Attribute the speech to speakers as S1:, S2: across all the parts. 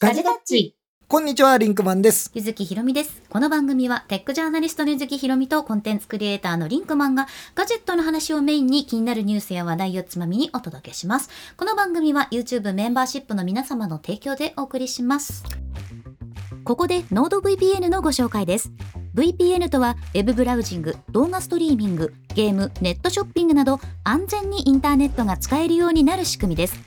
S1: ガジェタッチ。
S2: こんにちは、リンクマンです。
S1: ゆずきひろみです。この番組はテックジャーナリストのゆずきひろみとコンテンツクリエイターのリンクマンがガジェットの話をメインに気になるニュースや話題をつまみにお届けします。この番組は YouTube メンバーシップの皆様の提供でお送りします。ここで NodeVPN のご紹介です。VPN とは Web ブラウジング、動画ストリーミング、ゲーム、ネットショッピングなど安全にインターネットが使えるようになる仕組みです。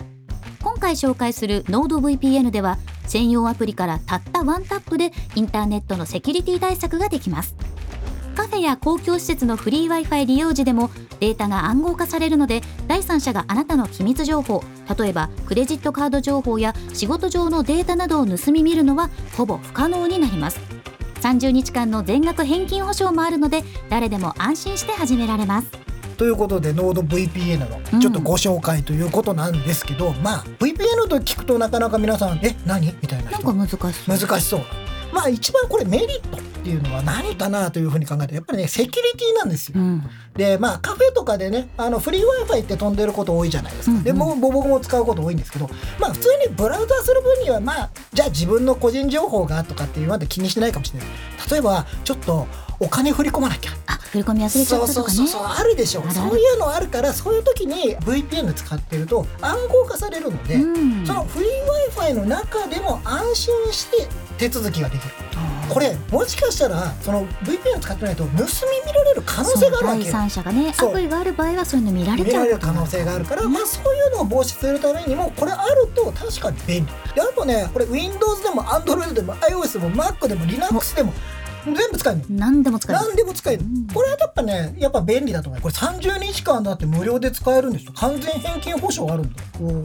S1: 今回紹介する NodeVPN では専用アプリからたったワンタップでインターネットのセキュリティ対策ができますカフェや公共施設のフリー Wi-Fi 利用時でもデータが暗号化されるので第三者があなたの機密情報例えばクレジットカード情報や仕事上のデータなどを盗み見るのはほぼ不可能になります30日間の全額返金保証もあるので誰でも安心して始められます
S2: ということで、ノード VPN
S1: う
S2: の
S1: ん
S2: ちょっとご紹介ということなんですけど、まあ、VPN と聞くとなかなか皆さん、え、何みたいな
S1: なん
S2: 人
S1: か難しそう
S2: 難しそう。まあ、一番これメリットっていうのは何かなというふうに考えて、やっぱりね、セキュリティなんですよ。
S1: うん
S2: で、まあ、カフェとかでね、あの、フリー Wi-Fi って飛んでること多いじゃないですか。
S1: うんうん
S2: で、もう僕も使うこと多いんですけど、まあ、普通にブラウザする分には、まあ、じゃあ自分の個人情報がとかっていうまで気にしてないかもしれない。例えば、ちょっと、お金振り込まなきゃ。
S1: あ振り込み忘れちゃったとかね
S2: そうそうそうそうあるでしょ
S1: あるある
S2: そういうのあるからそういう時に VPN 使ってると暗号化されるので、
S1: うん
S2: そのフリー Wi-Fi の中でも安心して手続きができるこれもしかしたらその VPN 使ってないと盗み見られる可能性があるわ
S1: そう
S2: け
S1: 第
S2: よ
S1: 三者がね
S2: そう
S1: 悪意がある場合はそういうの見られ
S2: 見
S1: ちゃ
S2: ら
S1: う
S2: れる可能性があるから、まあ、そういうのを防止するためにもこれあると確かに便利であとねこれ Windows でも Android でも iOS でも Mac でも Linux でも全部使えるの
S1: 何でも使える
S2: 何でも使える、
S1: うん
S2: これはやっぱねやっぱ便利だと思うこれ30日間だって無料で使えるんですよ完全返金保証あるんだ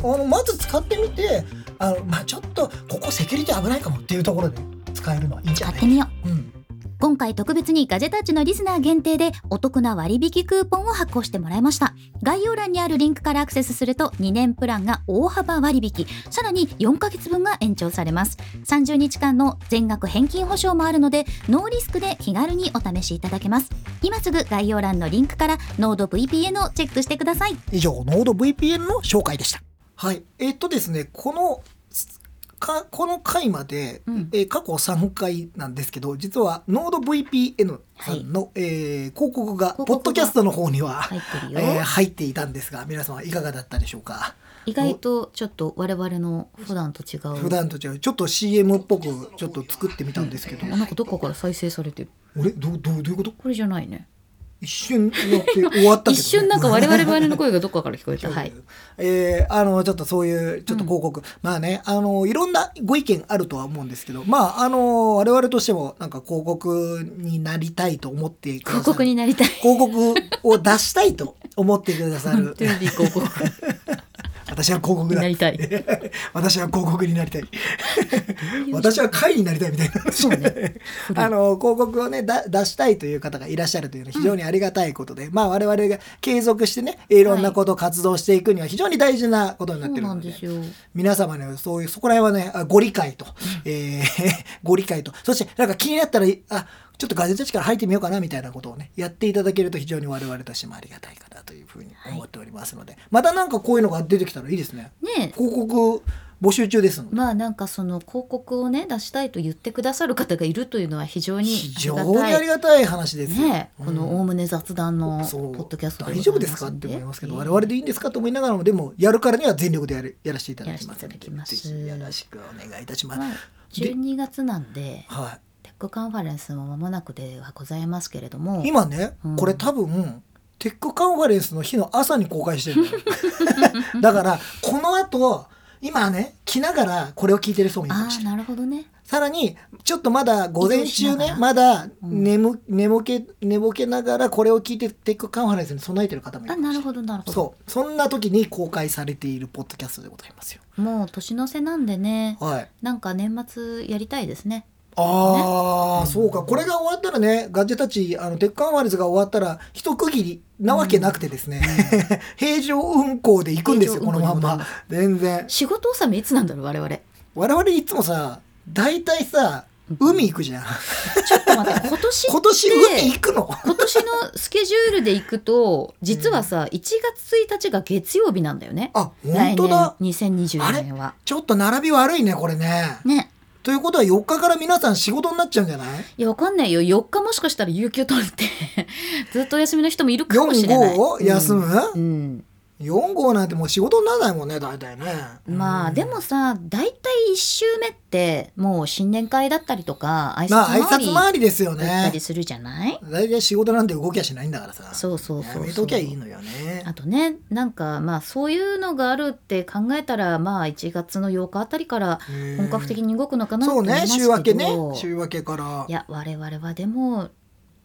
S2: よあのまず使ってみてあの、まあ、ちょっとここセキュリティ危ないかもっていうところで使えるのはいいんじゃ
S1: 買っ
S2: ない
S1: てみよう
S2: うん、
S1: 今回特別にガジェタッチのリスナー限定でお得な割引クーポンを発行してもらいました概要欄にあるリンクからアクセスすると2年プランが大幅割引さらに4ヶ月分が延長されます30日間の全額返金保証もあるのでノーリスクで気軽にお試しいただけます今すぐ概要欄のリンクからノード VPN をチェックしてください
S2: 以上ノード VPN の紹介でしたはいえっとですねこのかこの回まで、
S1: うん
S2: えー過去3回なんですけど実はノード VPN さんの、えー広告が
S1: 広告が
S2: ポッドキャストの方には、
S1: 入ってるよ、
S2: えー入っていたんですが皆様いかがだったでしょうか
S1: 意外とちょっと我々の普段と違う
S2: 普段と違うちょっと CM っぽくちょっと作ってみたんですけど、
S1: なんかどっかから再生されてる
S2: 俺どうどうどういうこと
S1: これじゃないね
S2: 一瞬やって終わったけどね、
S1: 一瞬なんか我 々我々の声がどっかから聞こえたはい
S2: えーあのちょっとそういうちょっと広告、まあねあのいろんなご意見あるとは思うんですけどまああの我々としてもなんか広告になりたいと思ってくださる
S1: 広告になりたい
S2: 広告を出したいと思ってくださ
S1: 本
S2: る
S1: 当に広告
S2: 私は広告
S1: に
S2: だ
S1: なりたい
S2: 私は広告にな りたい私は会になりたいみたいな
S1: そうね
S2: あの広告をねだ出したいという方がいらっしゃるというのは非常にありがたいことで、まあ我々が継続してねいろんなことを活動していくには非常に大事なことに
S1: そ
S2: な
S1: う
S2: ってる
S1: な
S2: の
S1: ん
S2: で,、
S1: ですよ
S2: 皆様ねそういうそこら辺はねあご理解と、えー ご理解とそしてなんか気になったらあちょっとガジェタッチから入ってみようかなみたいなことをねやっていただけると非常に我々としてもありがたいかなというふうに思っておりますので、またなんかこういうのが出てきたらいいですね
S1: ねえ
S2: 広告募集中ですので
S1: まあなんかその広告をね出したいと言ってくださる方がいるというのは非常に
S2: 非常
S1: あり
S2: に
S1: がた
S2: あり
S1: い
S2: がたい話ですよ
S1: ねえこのおおむね雑談のポ
S2: そう
S1: ッドキャスト
S2: 大丈夫ですかって思いますけど、我々
S1: で
S2: でいいんですかと思いながらもでもやるからには全力でやるやらせていただきます
S1: やらせていただきます
S2: ぜひよろしくお願いいたし
S1: ご
S2: ま
S1: ざい
S2: す、
S1: ますんでまあ12月なんで
S2: は
S1: テックカンファレンスも間もなくではございますけれども
S2: い、今ね、
S1: うん
S2: これ多分テックカンファレンスの日の朝に公開してる のよだからこの後今ね来ながらこれを聞いてる人もいるか
S1: あ
S2: もし
S1: あ
S2: れない
S1: なるほどね
S2: さらにちょっとまだ午前中
S1: 移動しなが
S2: ね
S1: ら
S2: まだ
S1: うん
S2: 眠,、寝ぼけ寝ぼけながらこれを聞いてテックカンファレンスに備えてる方もいる
S1: あ
S2: かもし
S1: な
S2: れ
S1: いるほどなるほど
S2: そうそんな時に公開されているポッドキャストでございますよ
S1: もう年の瀬なんでね
S2: はい
S1: なんか年末やりたいですね
S2: ああ、そうかこれが終わったらねガジェタッチあの鉄管ワールズが終わったら一区切りなわけなくてですね、 平常運行で行くんですよこ
S1: 平常
S2: の
S1: 運行
S2: まんま全然
S1: 仕事納めいつなんだろう我々
S2: 我々いつもさ大体さ海行くじゃん。
S1: ちょっと待 って、今年って
S2: 今年海行くの
S1: 今年のスケジュールで行くと、実はさ、1月1日が月曜日なんだよね。
S2: あ、本当だ。
S1: 来年2024年は。
S2: ちょっと並び悪いね、これね。
S1: ね。
S2: ということは4日から皆さん仕事になっちゃうんじゃない
S1: いや、わかんないよ。4日もしかしたら有給取るって、 ずっとお休みの人もいるかもし
S2: ?4
S1: れない。
S2: 号休む、
S1: うん
S2: ?4 号なんてもう仕事にならないもんね、大体ね。
S1: まあ、
S2: うん
S1: でもさ、大体1週目って、もう新年会だったりとか、挨
S2: まあ挨
S1: 拶回り
S2: 拶回りですよ
S1: だった
S2: ね
S1: り。するじゃない
S2: 大体仕事なんて動きゃしないんだからさ。
S1: そうそうそうそう。
S2: やめときゃいいのよね。
S1: あとねなんかまあそういうのがあるって考えたらまあ1月の8日あたりから本格的
S2: に
S1: に動くのかなと
S2: そ
S1: 思
S2: う
S1: いますけど、
S2: ね、週明けね。週明けから
S1: い。や我々はでも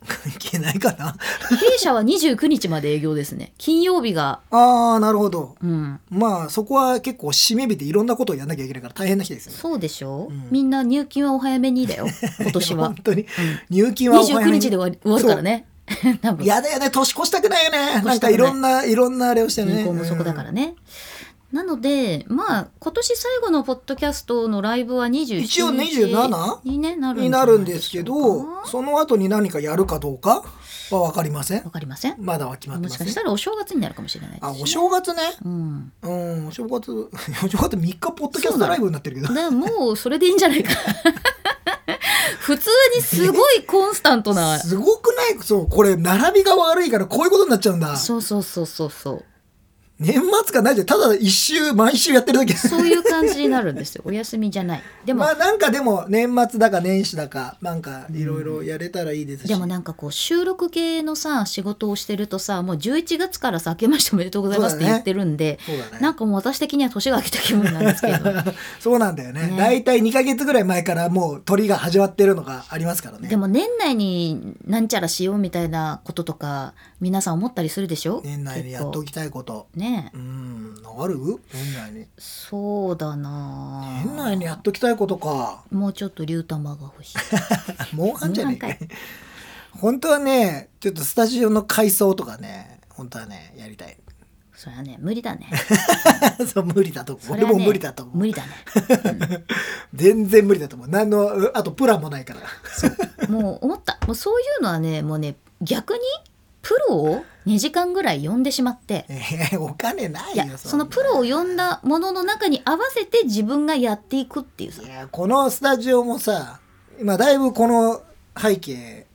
S2: 関係ないかな。
S1: 弊社は29日まで営業ですね金曜日が
S2: ああ、なるほど。
S1: うん
S2: まあそこは結構締め日でいろんなことをやんなきゃいけないから大変な日ですよね。
S1: そうでしょ、
S2: うん
S1: みんな入金はお早めに だよ今年は
S2: 本、当に入
S1: う
S2: 金
S1: ん、
S2: はお早め
S1: 29
S2: に
S1: 日で終わり終わるからね 多分
S2: やだよね年越したくないよね
S1: 越
S2: な
S1: し
S2: ん
S1: たくな
S2: か
S1: い
S2: いろんないろんなあれをしてね
S1: 銀行もそこだからね、なのでまあ今年最後のポッドキャストのライブは27日
S2: 一応27
S1: に、ね、な
S2: うん
S1: る
S2: に
S1: じゃ
S2: ないるんですけ
S1: でしょう
S2: ど
S1: か
S2: その後に何かやるかどうかは分かりません
S1: わかりません。
S2: まだは決まって
S1: も
S2: ま
S1: し
S2: せ
S1: か
S2: ん、
S1: したらお正月になるかもしれないです
S2: あ
S1: ね
S2: お正月ね
S1: うん。
S2: うんお正月 お正月3日ポッドキャストライブになってるけ
S1: だ
S2: ど
S1: からもうそれでいいんじゃないか。 普通にすごいコンスタントな。
S2: すごくないそうこれ並びが悪いからこういうことになっちゃうんだ
S1: そうそうそうそうそう。
S2: 年末がないでただ一周毎週やってるだけ
S1: そういう感じになるんですよ。お休みじゃない。でも、
S2: まあなんかでも年末だか年始だかなんかいろいろやれたらいいですし、
S1: でもなんかこう収録系のさ仕事をしてるとさもう11月からさ「明けましておめでとうございます」って言ってるんで、
S2: そうだね
S1: なんかもう私的には年が明けた気分なんですけど、
S2: そうなんだよね
S1: ね
S2: 大体2ヶ月ぐらい前からもう鳥が始まってるのがありますからね
S1: でも年内になんちゃらしようみたいなこととか皆さん思ったりするでしょ
S2: 年内にやっと
S1: 結
S2: きたいこと
S1: 構ねえ
S2: うんある年内に
S1: そうだなあ
S2: 年内にやっときたいことか
S1: もうちょっと竜玉が 欲しい
S2: モンハンじゃねえか
S1: モンハ
S2: い 本当はねちょっとスタジオの改装とかね本当はねやりたい
S1: それはね無理だね
S2: そう無理だと思う
S1: それは
S2: 俺
S1: ね
S2: も無理だと思う
S1: 無理だね
S2: 全然無理だと思う何のうあとプランもないから
S1: もう思ったもうそういうのはねもうね逆にプロを2時間ぐらい呼んでしまって
S2: えーお金ない
S1: い
S2: よ
S1: や
S2: んな
S1: そのプロを呼んだものの中に合わせて自分がやっていくっていうさ
S2: いやこのスタジオもさ今だいぶこの背景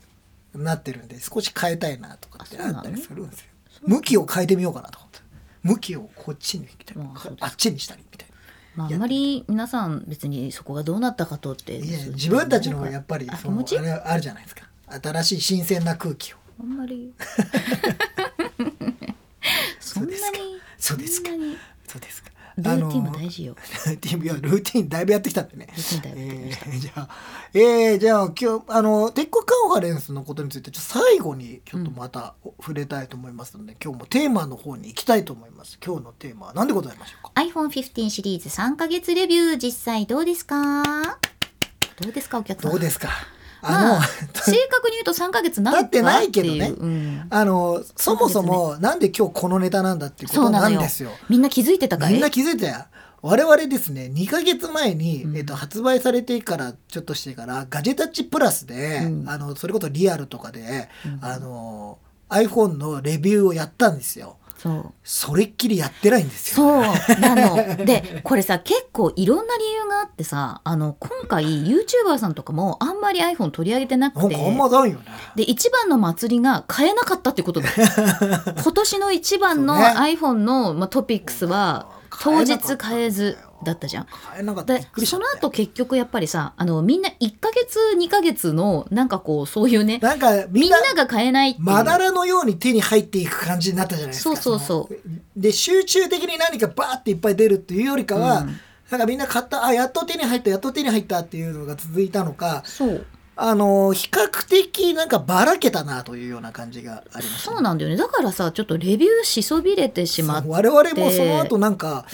S2: になってるんで少し変えたいなとかって
S1: あそう
S2: あ
S1: なの
S2: ったりするんですよ、向きを変えてみようかなと思って向きをこっちにしたり
S1: あそうです
S2: あっちにしたりみたい
S1: まあ、あんまり皆さん別にそこがどうなったかとって
S2: ないや自分たちの方がやっぱり
S1: あ気
S2: その
S1: 持ち
S2: あれあるじゃないですか新しい新鮮な空気を
S1: あんまりそんなに
S2: そうですか
S1: そんなに
S2: そうですか
S1: ルーティンも大事よ。
S2: ルーティ ンいやルーティンだいぶやってきたんでね。
S1: ルーティンだいぶやってきま
S2: え ーじゃあ、えーじゃあ今日あのテックカンファレンスのことについてちょっと最後にちょっとまたお触れたいと思いますので、今日もテーマの方に行きたいと思います。今日のテーマは何でございましょうか。
S1: iPhone15 シリーズ3ヶ月レビュー実際どうですかどうですかお客さん
S2: どうですか。
S1: まあ
S2: あ
S1: 正確に言うと3ヶ月な
S2: なってないけど
S1: っ
S2: ね
S1: ていううん
S2: の、 あのそもそもなんで今日このネタなんだっていうこ
S1: そう
S2: と
S1: な
S2: な
S1: の
S2: ん
S1: よ
S2: ですよ。
S1: みんな気づいてたかい
S2: みんな気づいたよ。我々ですね2ヶ月前に、
S1: うん
S2: えっと、発売されてからちょっとしてからガジェタッチプラスで、
S1: うん
S2: あのそれこそリアルとかで、
S1: うん
S2: あの iPhone のレビューをやったんですよ。
S1: そう
S2: それっきりやってないんですよ。
S1: そうな のでこれさ結構いろんな理由があってさあの今回 YouTuber さんとかもあんまり iPhone 取り上げてな
S2: な
S1: く
S2: ん
S1: て
S2: かあんまないよね。
S1: で一番の祭りが買えなかったって ことだ今年の一番の
S2: そうね
S1: iPhone の、まあ、トピックスは当日買えずだったじゃん。
S2: 買えなかった。び
S1: で
S2: っくりしちゃ
S1: そ
S2: っ
S1: の
S2: たよ
S1: 後結局やっぱりさあのみんな1ヶ月2ヶ月のなんかこうそういうね
S2: なんか
S1: み
S2: みん
S1: ん
S2: な
S1: なが買えないっていう
S2: まだらのように手に入っていく感じになったじゃないですか。
S1: そうそうそう
S2: ので集中的に何かバーっていっぱい出るっていうよりかは、
S1: うん
S2: なんかみんな買ったあやっと手に入ったやっと手に入ったっていうのが続いたのか
S1: そう
S2: あの比較的なんかばらけたなというような感じがあります、
S1: そうなんだよねだからさちょっとレビューしそびれてしまっ
S2: 我々もその後なんか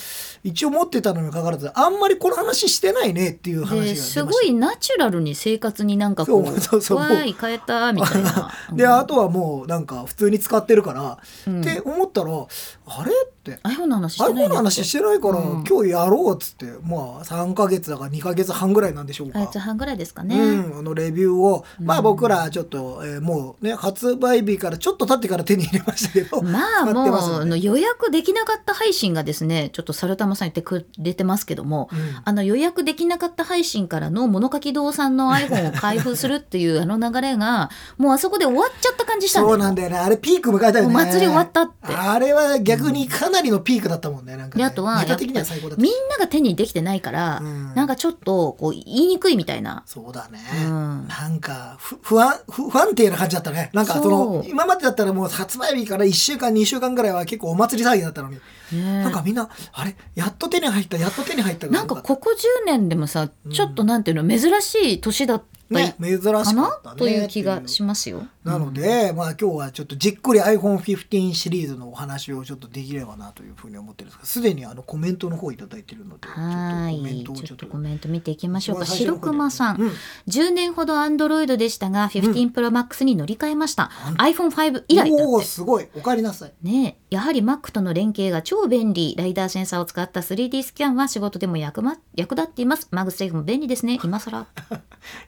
S2: 一応持ってたのにもかかわらずあんまりこの話してないねっていう話が出
S1: て
S2: ました
S1: すごいナチュラルに生活になんかこう
S2: そうそうそう
S1: わーい変えたみたいな
S2: であとはもうなんか普通に使ってるから、
S1: うん
S2: って思ったらあれって
S1: iPhone なの話し
S2: あ
S1: て
S2: れ
S1: ない
S2: こ
S1: んだっ
S2: の
S1: け
S2: 話してないから、
S1: うん
S2: 今日やろうっつってまあ3ヶ月だから2ヶ月半ぐらいなんでしょう
S1: あい
S2: か
S1: つ。半ぐらいですかね、
S2: うん、あのレビューを、ま
S1: う
S2: あ
S1: ん
S2: 僕らちょっと、えーもうね発売日からちょっと経ってから手に入れましたけ ど、
S1: まあ
S2: 使ってます
S1: もう
S2: よね
S1: あの予約できなかった配信がですねちょっと猿玉さん言ってくれてますけども
S2: うん
S1: あの予約できなかった配信からの物書き堂さんの iPhone を開封するって いうあの流れがもうあそこで終わっちゃった感じしたんだ
S2: そ
S1: よ
S2: うなんだよねあれピーク迎えたよ
S1: お
S2: ね
S1: 祭り終わったって
S2: あれは逆にかなりのピークだったもんねなんか
S1: で
S2: ね
S1: あとは
S2: ネタ的には最高だった
S1: みんなが手にできてないから、
S2: うん
S1: なんかちょっとこう言いにくいみたいな。
S2: そうだね、
S1: うん
S2: なんか不不安不不安定な感じだったねなんかその
S1: そう
S2: 今までだったらもう発売日から1週間2週間ぐらいは結構お祭り騒ぎだったのに、
S1: ね
S2: なんかみんなあれやっと手に入ったやっと手に入った
S1: なんかここ10年でもさ、
S2: うん
S1: ちょっとなんていうの珍しい年だった
S2: ね珍しかった
S1: か
S2: ね
S1: な、
S2: って
S1: という気がしますよ。
S2: なので、まあ今日はちょっとじっくり iPhone15 シリーズのお話をちょっとできればなというふうに思ってるんですがすでにあのコメントの方いただいてるのでちょっと
S1: は
S2: コメ
S1: い
S2: ントを
S1: ち
S2: ち
S1: ょ
S2: ょ
S1: っと
S2: っと
S1: コメント見ていきましょうか
S2: 最初
S1: 白
S2: の方で
S1: 熊さん、
S2: うん
S1: 10年ほど Android でしたが 15ProMax に乗り換えました、
S2: うん
S1: iPhone5 以来だっ
S2: おお
S1: て
S2: すごいおかえりなさい
S1: ねえやはり Mac との連携が超便利ライダーセンサーを使った 3D スキャンは仕事でも役,、ま、 役立っていますマグセーフも便利ですね今更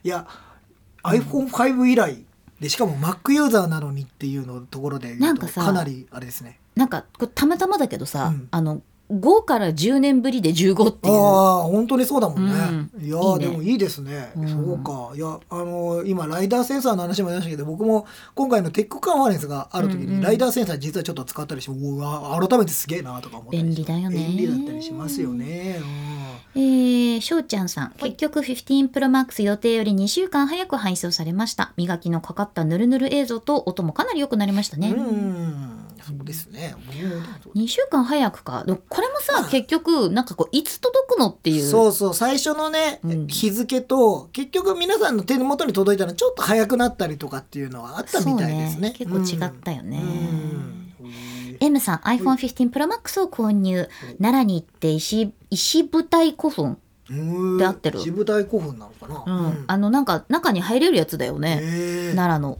S2: いや iPhone5 以来でしかも Mac ユーザーなのにっていうのところで言
S1: な
S2: うんと
S1: かさ
S2: かなりあれですね
S1: なんかこれたまたまだけどさ、
S2: うん
S1: あの5から10年ぶりで15って
S2: あ
S1: いう
S2: あ本当にそうだもんね、
S1: うん
S2: いや
S1: いいね
S2: でもいいですね、
S1: うん
S2: そうかいやあの今ライダーセンサーの話もありましたけど僕も今回のテックカンファレンスがある時に、
S1: うんうん
S2: ライダーセンサー実はちょっと使ったりしてうわ改めてすげえなとか思ったり
S1: 便
S2: して
S1: 利だよね
S2: 便利だったりしますよね、
S1: えー、しょうちゃんさん、結局 15ProMax 予定より2週間早く配送されました。磨きのかかったぬるぬる映像と音もかなり良くなりました
S2: うん、
S1: ね。
S2: うんそうですね僕もでもそう
S1: 2週間早くか。でもこれもさ、結局、なんかこう、いつ届くのっていう。
S2: そうそう最初のね、
S1: うん
S2: 日付と結局皆さんの手元に届いたのはちょっと早くなったりとかっていうのはあったみたいですね。
S1: そう結構違ったよね。
S2: うん
S1: M さん iPhone15ProMax を購入奈良に行って石石舞台古墳、
S2: うん
S1: で合ってる
S2: 渋台古墳なのかな。
S1: うん
S2: うん
S1: あのなんか中に入れるやつだよね、
S2: えー、
S1: 奈良の、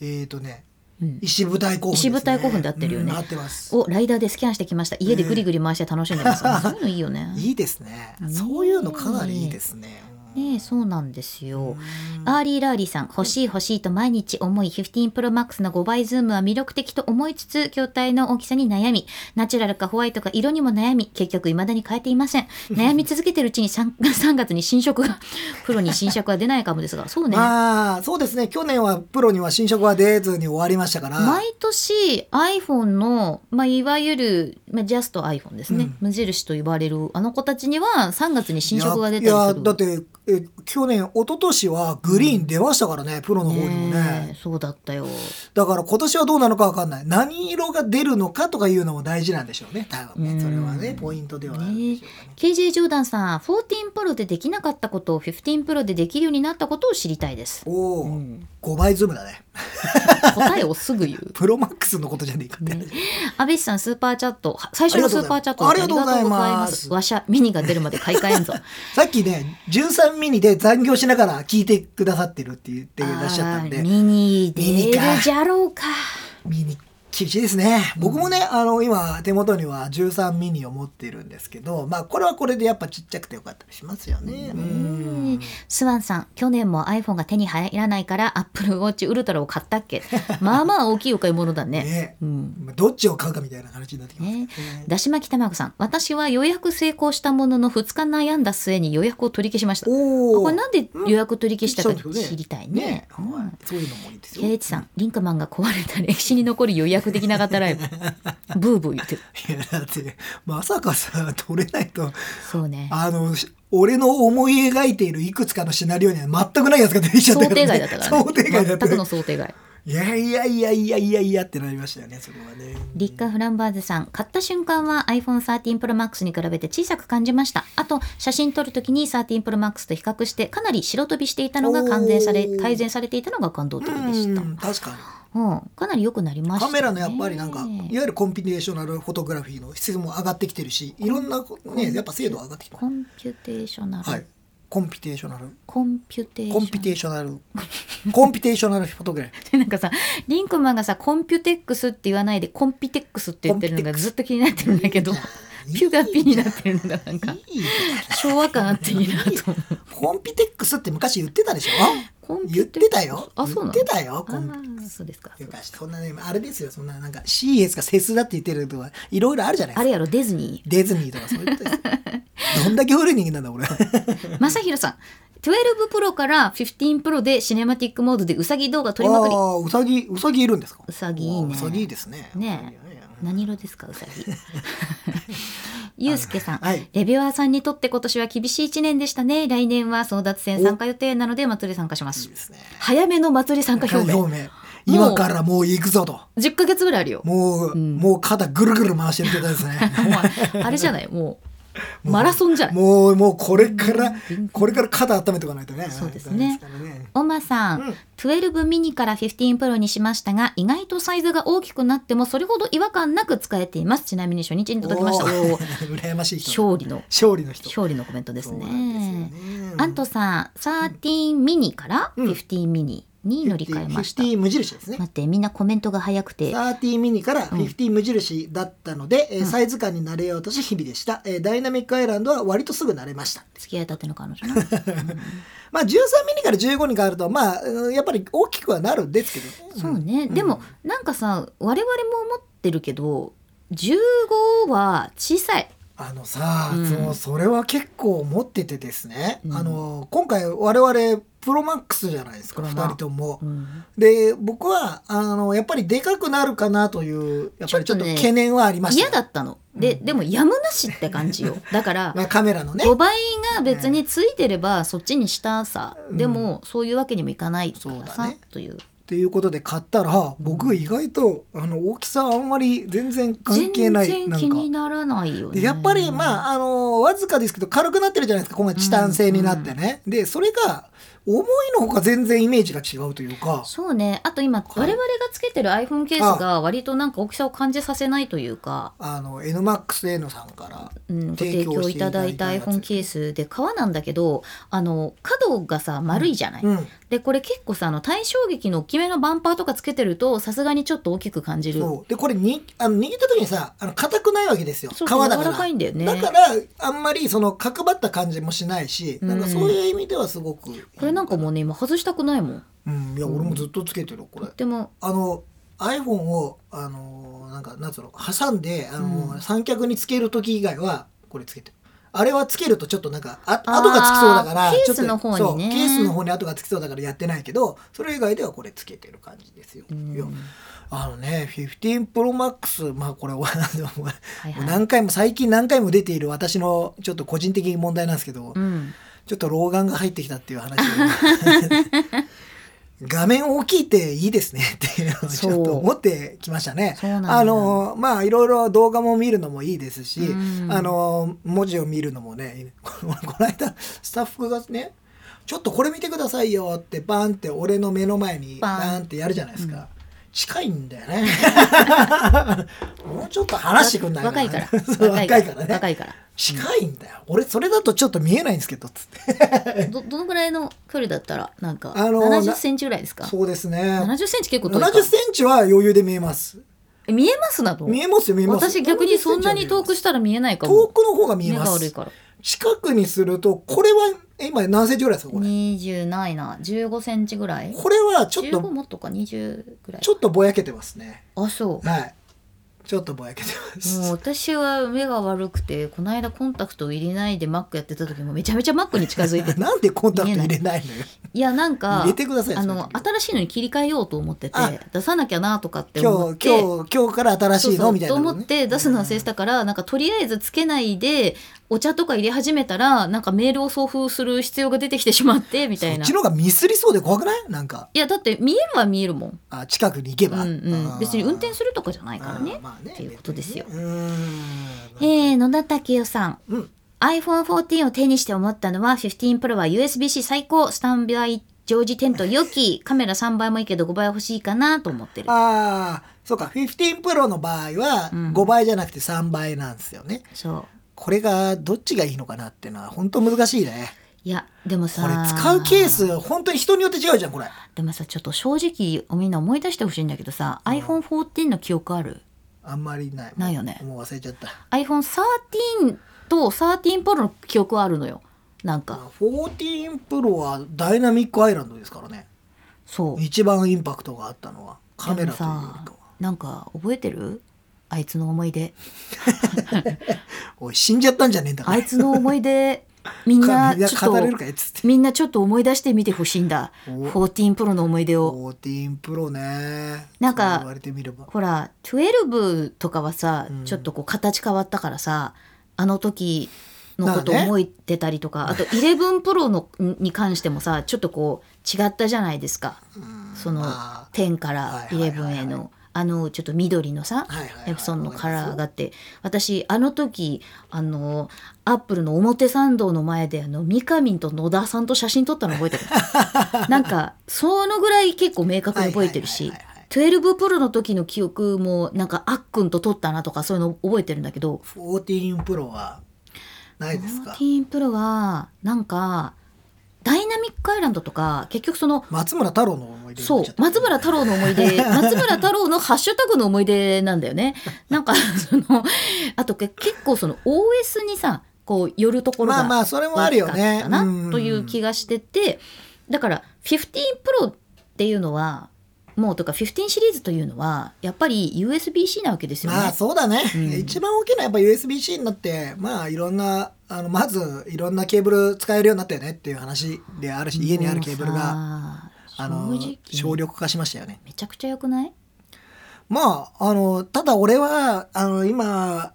S2: えーとね
S1: うん、
S2: 石舞台古墳ですね、
S1: 石舞台古墳で合ってるよね
S2: うん合ってます。
S1: をライダーでスキャンしてきました家でぐりぐり回して楽しんでます、
S2: ええ
S1: あそういうのいいよね
S2: いいですね
S1: ね。
S2: そういうのかなりいいですね。
S1: ねえそうなんですよ、
S2: うん
S1: アーリーラーリーさん欲しい欲しいと毎日思い 15ProMax の5倍ズームは魅力的と思いつつ筐体の大きさに悩みナチュラルかホワイトか色にも悩み結局未だに変えていません悩み続けてるうちに 3, 3月に新色が プロに新色は出ないかもですがそうね
S2: まあそうですね去年はプロには新色は出ずに終わりましたから
S1: 毎年 iPhone の、まあ、いわゆる、まあ、ジャスト iPhone ですね、
S2: うん
S1: 無印と言われるあの子たちには3月に新色が出
S2: いやい
S1: た
S2: や
S1: りする
S2: だってえ去年一昨年はグリーン出ましたからね、プロの方にもね
S1: ねえそうだったよ
S2: だから今年はどうなのかわかんない何色が出るのかとかいうのも大事なんでしょうね多分ね、
S1: うん
S2: それはねポイントではあるんでしょうかね
S1: KJ ジョーダンさん14プロでできなかったことを15プロでできるようになったことを知りたいです
S2: おお、
S1: うん
S2: 5倍ズームだね
S1: 答えをすぐ言う
S2: プロマックスのことじゃねえかって、
S1: ね安倍さんスーパーチャットは最初のスーパーチャット
S2: ありがとうござ
S1: あ
S2: います
S1: りがとうございわしゃミニが出るまで買い替えんぞ
S2: さっきね13ミニで残業しながら聞いてくださってるって言っていらっしゃったん
S1: あー
S2: で
S1: ミニ出
S2: ミニ
S1: る
S2: か
S1: じゃろうか
S2: ミニ厳しいですね僕もね、あの今手元には13ミニを持っているんですけどまあこれはこれでやっぱちっちゃくてよかったりしますよね。うん
S1: スワンさん去年も iPhone が手に入らないから AppleWatch ウルトラを買ったっ けまあまあ大きいお買い物だね
S2: ね
S1: うん
S2: まあどっちを買うかみたいな話になってきますね
S1: ね。だし巻き卵さん私は予約成功したものの2日悩んだ末に予約を取り消しましたあ
S2: おお。
S1: これなんで予約取り消した
S2: うん
S1: か知りたいね
S2: そうですよねはいそういうのもいいですよ。
S1: ケイチさんリンクマンが壊れた歴史に残る予約できなかったライ ブブーブー言ってる
S2: いやだってまさかさ取れないと
S1: そうね
S2: あのし俺の思い描いているいくつかのシナリオには全くないやつが出てきちゃっ
S1: 想
S2: たから、
S1: 定
S2: ね、
S1: 外だったから、ね、
S2: 想定外だった
S1: 全くの想定外
S2: いやいやいやいやいやいやってなりましたよねそれはね。
S1: 立花フランバーズさん買った瞬間は iPhone13ProMax に比べて小さく感じましたあと写真撮るときに 13ProMax と比較してかなり白飛びしていたのが完全され
S2: おー
S1: 改善されていたのが感動的でした
S2: うん確かに
S1: うん、かなり良くなりました、
S2: カ
S1: ね。
S2: メラのやっぱりなんか、い
S1: ね
S2: わゆるコンピネーショナルフォトグラフィーの質も上がってきてるしいろんなねやっぱ精度上がってきてる
S1: コンピュテーショナル。
S2: はいコンピテーショナル
S1: コンピュテーション。
S2: コンピテーショナルコンピテーショナルフォトグラフィー
S1: で なんかさリンクマンがさコンピュテックスって言わないでコンピテックスって言ってるのがずっと気になってるんだけどピュがピになってるのがなんか
S2: いいよ
S1: 昭和感あっていいなと思う
S2: コンピテックスって昔言ってたでしょ
S1: コンピ
S2: 言
S1: ュ
S2: っ
S1: テ
S2: てたよ
S1: あそうなの
S2: 言ってたよ
S1: あ
S2: コンピ
S1: ーそうですか
S2: 昔そんなねあれですよそんななんか CS かセスだって言ってるとはいろいろあるじゃない
S1: あ
S2: ですか
S1: れやろディズニ
S2: ディズニーとかそういうことです どんだけ古い人間なんだ俺
S1: ー正弘さん12プロから15プロでシネマティックモードでウサギ動画撮りまくり
S2: ああうさぎうさぎいるんですか
S1: ウサギいいね
S2: うさぎいいですね
S1: ね
S2: え
S1: 何色ですかうさぎ ゆうすけさん、
S2: はい
S1: レビュアーさんにとって今年は厳しい一年でしたね来年は争奪戦参加予定なので祭り参加しま
S2: いい
S1: す
S2: ですね
S1: 早めの祭り参加表明
S2: 表明今からもう行くぞと
S1: 10ヶ月ぐらいあるよ
S2: もう、
S1: うん
S2: もう肩ぐるぐる回してるってことですね
S1: もうあれじゃないもうマラソンじゃない
S2: もうもうこれから
S1: うん
S2: これから肩温めておかないとね
S1: そうですね
S2: ダメですからね
S1: オマさん、
S2: うん
S1: 12ミニから15プロにしましたが意外とサイズが大きくなってもそれほど違和感なく使えていますちなみに初日に届きました
S2: おー
S1: おー
S2: 羨ましい 人
S1: 勝利の
S2: 勝利の人
S1: 勝利のコメントです
S2: そうなん
S1: ね
S2: ですよね
S1: アントさん13ミニから
S2: うん
S1: 15ミニに乗り換えました、
S2: 50無印ですね
S1: 待ってみんなコメントが早くて
S2: 30ミニから50無印だったので、えーサイズ感に慣れようとし日々でした、えーダイナミックアイランドは割とすぐ慣れました
S1: 付き合いたての彼女な
S2: まあ13ミニから15に変わるとまあうんやっぱり大きくはなるんですけど
S1: そうね、
S2: うん
S1: でもなんかさ我々も思ってるけど15は小さい
S2: あのさ、
S1: うん
S2: そうそれは結構持っててですね、
S1: うん
S2: あの今回我々プロマックスじゃないですか
S1: プロマ
S2: 2人とも。
S1: うん
S2: で僕はあのやっぱりでかくなるかなというやっぱりち
S1: ちょ
S2: ょっと
S1: っとね
S2: 懸念はありました
S1: 嫌
S2: よ
S1: だったので、
S2: うん
S1: でもやむなしって感 じよだから
S2: まあ、カメラのね
S1: 5倍が別についてればそっちにしたさ、
S2: うん
S1: でもそういうわけにもいかないから
S2: そうだ
S1: さ、
S2: ね
S1: という
S2: ということで買ったら僕意外とあの大きさあんまり全然関
S1: 全
S2: 係ない
S1: 然
S2: なん
S1: 気
S2: か
S1: にならないよね
S2: でやっぱりまああのわずかですけど軽くなってるじゃないですか今回チタン製になってね、でそれが思いのほか全然イメージが違うというか
S1: そうねあと今我々がつけてる iPhone ケースが割となんか大きさを感じさせないというか、
S2: あの NMAXN さんから
S1: うん、ご
S2: 提
S1: 提
S2: 供
S1: 供
S2: して
S1: い
S2: いた
S1: た
S2: だ
S1: だ
S2: い
S1: い
S2: た
S1: た
S2: やつ
S1: iPhone ケースで革なんだけどあの角がさ丸いじゃない、
S2: うん
S1: でこれ結構さあの対衝撃の大きめのバンパーとかつけてるとさすがにちょっと大きく感じる
S2: そうでこれにあの握った時にさあの硬くないわけですよ皮
S1: そ
S2: だ
S1: うそう
S2: から
S1: 柔らかいんだよね
S2: だからあんまりその角張った感じもしないし、なんかそういう意味ではすごくいい
S1: これなんかもうね今外したくないもん
S2: うんいや俺もずっとつけてるこれ
S1: でも
S2: あの iPhone をあのなんかなんつうの挟んであの、
S1: うん
S2: 三脚につける時以外はこれつけてるあれはつけるとちょっとなんかあ
S1: あー
S2: 跡がつきそうだから
S1: ケース
S2: ちょっと
S1: の方にね
S2: そうケースの方に跡がつきそうだからやってないけどそれ以外ではこれつけてる感じですよ。
S1: うん
S2: いやあのね 15ProMax まあこれは でも
S1: はい
S2: もう
S1: はい
S2: 何回も最近何回も出ている私のちょっと個人的問題なんですけど、
S1: うん
S2: ちょっと老眼が入ってきたっていう話を 画面大きいっていいですねっていうのをちょっと思ってきましたね。
S1: そうなんだ
S2: あのまあいろいろ動画も見るのもいいですし、
S1: うん
S2: あの文字を見るのもね このこの間スタッフがねちょっとこれ見てくださいよってバンって俺の目の前に
S1: バン
S2: バンってやるじゃないですか、近いんだ よねもうちょっと話してくんない
S1: 若いから
S2: そう若いからね
S1: 若いから
S2: 近いんだよ俺それだとちょっと見えないんですけどつって
S1: どどのぐらいの距離だったらなんか
S2: あの
S1: 7 0センチぐらいですか
S2: そうですね
S1: 7 0センチ結構遠いか
S2: 70センチは余裕で見えます。
S1: え見えますなど
S2: 見えますよ、見えます。
S1: 私逆にそんなに遠くしたら見えないか
S2: 遠
S1: も
S2: くの方が見え
S1: 目
S2: ま
S1: が悪い
S2: す。
S1: から
S2: 近くにすると、これは、え今何センチぐらいですか、これ。
S1: 20ないな15センチぐらい
S2: これはちょっ
S1: 15
S2: と、
S1: もっとか20ぐらい
S2: ちょっとぼやけてますね。
S1: あそう
S2: はい。ちょっとぼやけてま
S1: もう
S2: す。
S1: 私は目が悪くてこの間コンタクト入れないでマックやってた時もめちゃめちゃマックに近づいて
S2: なんでコンタクト入れないのよ。
S1: いやなんか
S2: 入れてくださいよ
S1: あ
S2: そういう
S1: の
S2: 時は
S1: 新しいのに切り替えようと思ってて
S2: あ
S1: 出さなきゃなとかって思
S2: 今
S1: って
S2: 日、今日、今日から新
S1: そう
S2: しい
S1: そ
S2: の
S1: う
S2: みたいな
S1: と
S2: のね。
S1: 思って出すの忘れてたから、なんかとりあえずつけないでお茶とか入れ始めたらなんかメールを送付する必要が出てきてしまってみた
S2: そ
S1: い
S2: っ
S1: な
S2: ちの方がミスりそうで怖くないなんか、
S1: いやだって見えるは見えるもん、
S2: あ近くに行け
S1: う
S2: ば。
S1: んうん、別に運転
S2: す
S1: するとかじゃないからね。
S2: まあ
S1: っていうことですよ
S2: 別にねうーん。
S1: えー、野田武雄さん
S2: うん
S1: iPhone14 を手にして思ったのは 15Pro は USB-C 最高スタンバイ常時テント良きカメラ3倍もいいけど5倍欲しいかなと思ってる
S2: ああそうか15プロの場合は
S1: うん
S2: 5倍じゃなくて3倍なんですよね、
S1: そう
S2: これがどっちがいいのかなっていうのは本当難しいね
S1: いやでもさ
S2: これ使うケース本当に人によって違うじゃんこれ
S1: でもさちょっと正直みんな思い出してほしいんだけどさ、iPhone14 の記憶ある
S2: あんまりない
S1: ないよね
S2: もう忘れちゃった
S1: iPhone13 と13 Pro の記憶はあるのよなんか
S2: 14プロはダイナミックアイランドですからね
S1: そう
S2: 一番インパクトがあったのはカメラというより
S1: で
S2: か
S1: も
S2: は
S1: さなんか覚えてるあいつの思い出
S2: おい死んじゃったんじゃねえんだか
S1: あ
S2: ら
S1: いつの思い出 みんな
S2: かみんな
S1: ちょっ
S2: 語れる
S1: と
S2: かいっつって
S1: みんなちょっと思い出してみてほしいんだ
S2: お
S1: 14 Pro の思い出を
S2: 14プロね
S1: なんか
S2: そう言われてみれば
S1: ほら12とかはさ、
S2: うん
S1: ちょっとこう形変わったからさあの時のこと
S2: まあね
S1: 思い出たりとか、あと11 Pro のに関してもさちょっとこう違ったじゃないですか
S2: うん
S1: その
S2: まあ
S1: 10から11へ
S2: はいはいはいは
S1: のあのちょっと緑のさ、
S2: はいはいはい
S1: エプソンのカラーがあって私あの時あのアップルの表参道の前であの三上と野田さんと写真撮ったの 覚えてるなんかそのぐらい結構明確に覚えてるし
S2: はいはいはいはい
S1: 12プロの時の記憶もなんかあっくんと撮ったなとかそういうの覚えてるんだけど
S2: 14プロはないですか
S1: 14プロはなんかダイナミックアイランドとか結局その
S2: 松村太郎の思い出に
S1: そ
S2: な
S1: う
S2: っちゃった
S1: 松村太郎の思い出 松村太郎のハッシュタグの思い出なんだよねなんかそのあとけ結構その OS にさこう寄るところ
S2: まあま
S1: が
S2: あそれもあ
S1: 悪
S2: るよ
S1: かっ
S2: ね
S1: たな
S2: うん
S1: という気がしててだから15プロっていうのはもうとか15シリーズというのはやっぱり USB-C なわけですよね。
S2: まあそうだね、
S1: うん
S2: 一番大きなやっぱ USB-C になってまあいろんなあのまずいろんなケーブル使えるようになったよねっていう話であるし家にあるケーブルが
S1: が
S2: あの省力化しましたよね
S1: めちゃくちゃ良くない
S2: まああのただ俺はあの今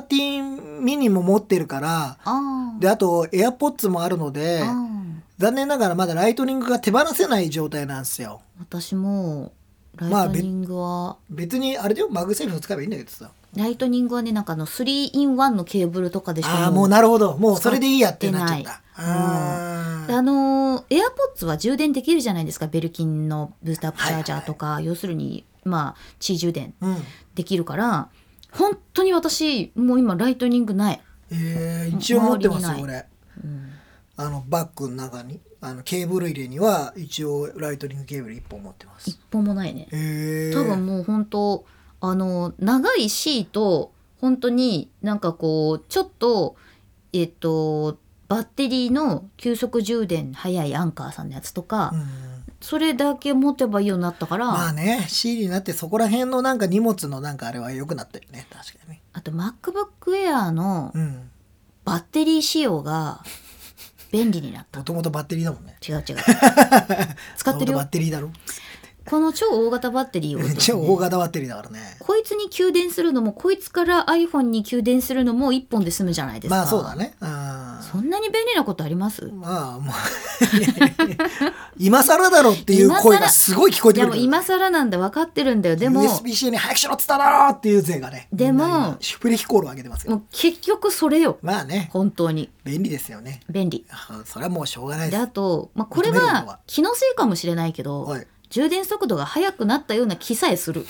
S2: iPhone13 ミニも持ってるから
S1: あー
S2: であと AirPods もあるので
S1: あー
S2: 残念ながらまだライトニングが手放せない状態なんですよ
S1: 私も
S2: ま
S1: ラ
S2: あ
S1: イト
S2: 別
S1: ニングは、
S2: 別にあれでもマグセーフ使えばいいんだけどさ
S1: ライトニングはねなんかあの 3in1 のケーブルとかでし
S2: あ
S1: か
S2: あもうなるほどもうそれでいいやって
S1: 使っ
S2: なってちゃ
S1: ない
S2: ったあー
S1: であのー AirPods は充電できるじゃないですかベルキンのブーストアップチャージャーとか、要するにまあ地充電
S2: うん
S1: できるから本当に私もう今ライトニングない、
S2: えー、一応持ってますよ
S1: 周りに
S2: 俺
S1: うん
S2: あのバッグの中にあのケーブル入れには一応ライトニングケーブル一本持ってま
S1: 一
S2: す
S1: 本もないね
S2: へえ
S1: 多分もう本当あの長い C と本当になんかこうちょっとえっとバッテリーの急速充電早いアンカーさんのやつとか、
S2: うん
S1: それだけ持てばいいようになったから、
S2: まあね C になってそこら辺のなんか荷物のなんかあれは良くなったよね確かにね
S1: あと MacBook Air の
S2: うん
S1: バッテリー仕様が便利になっ
S2: もともとバッテリーだもんね
S1: た。違う違う。使ってる
S2: 元々バ
S1: よ
S2: ッ。テリーだろ。
S1: この超大型バッテリーを、ね
S2: 超大型バッテリーだからね
S1: こいつに給電するのも、こいつから iPhone に給電するのも一本で済むじゃないですか。
S2: まあそうだねうん
S1: そんなに便利なことあります
S2: まあもう今更だろっていう声がすごい聞こえ
S1: い
S2: て
S1: や
S2: く
S1: もう
S2: る
S1: 今更なんで分かってるんだよ。でも、
S2: USB-C に早くしろっつっただろっていう勢がね
S1: でも
S2: みんな今シュプレヒコールを上げてますよ
S1: もう結局それよ。
S2: まあね
S1: 本当に。
S2: 便利ですよね
S1: 便利。
S2: あそれはもうしょうがない
S1: で、
S2: です
S1: あと、まあ、これ
S2: 求めるもの
S1: は
S2: は
S1: 気のせいかもしれないけど、
S2: はい
S1: 充電速度が速くなったような気さえする。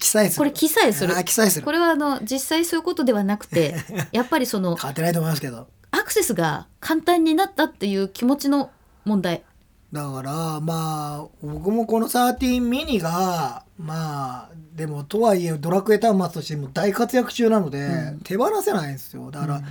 S2: 記載する
S1: これ記載する
S2: あー記載する
S1: これはあの実際そういうことではなく てやっぱりその
S2: 変わってないと思いますけど
S1: アクセスが簡単になったっていう気持ちの問題
S2: だからまあ僕もこの13ミニがまあでもとはいえドラクエ端末としても大活躍中なので、
S1: うん
S2: 手放せないんですよだから、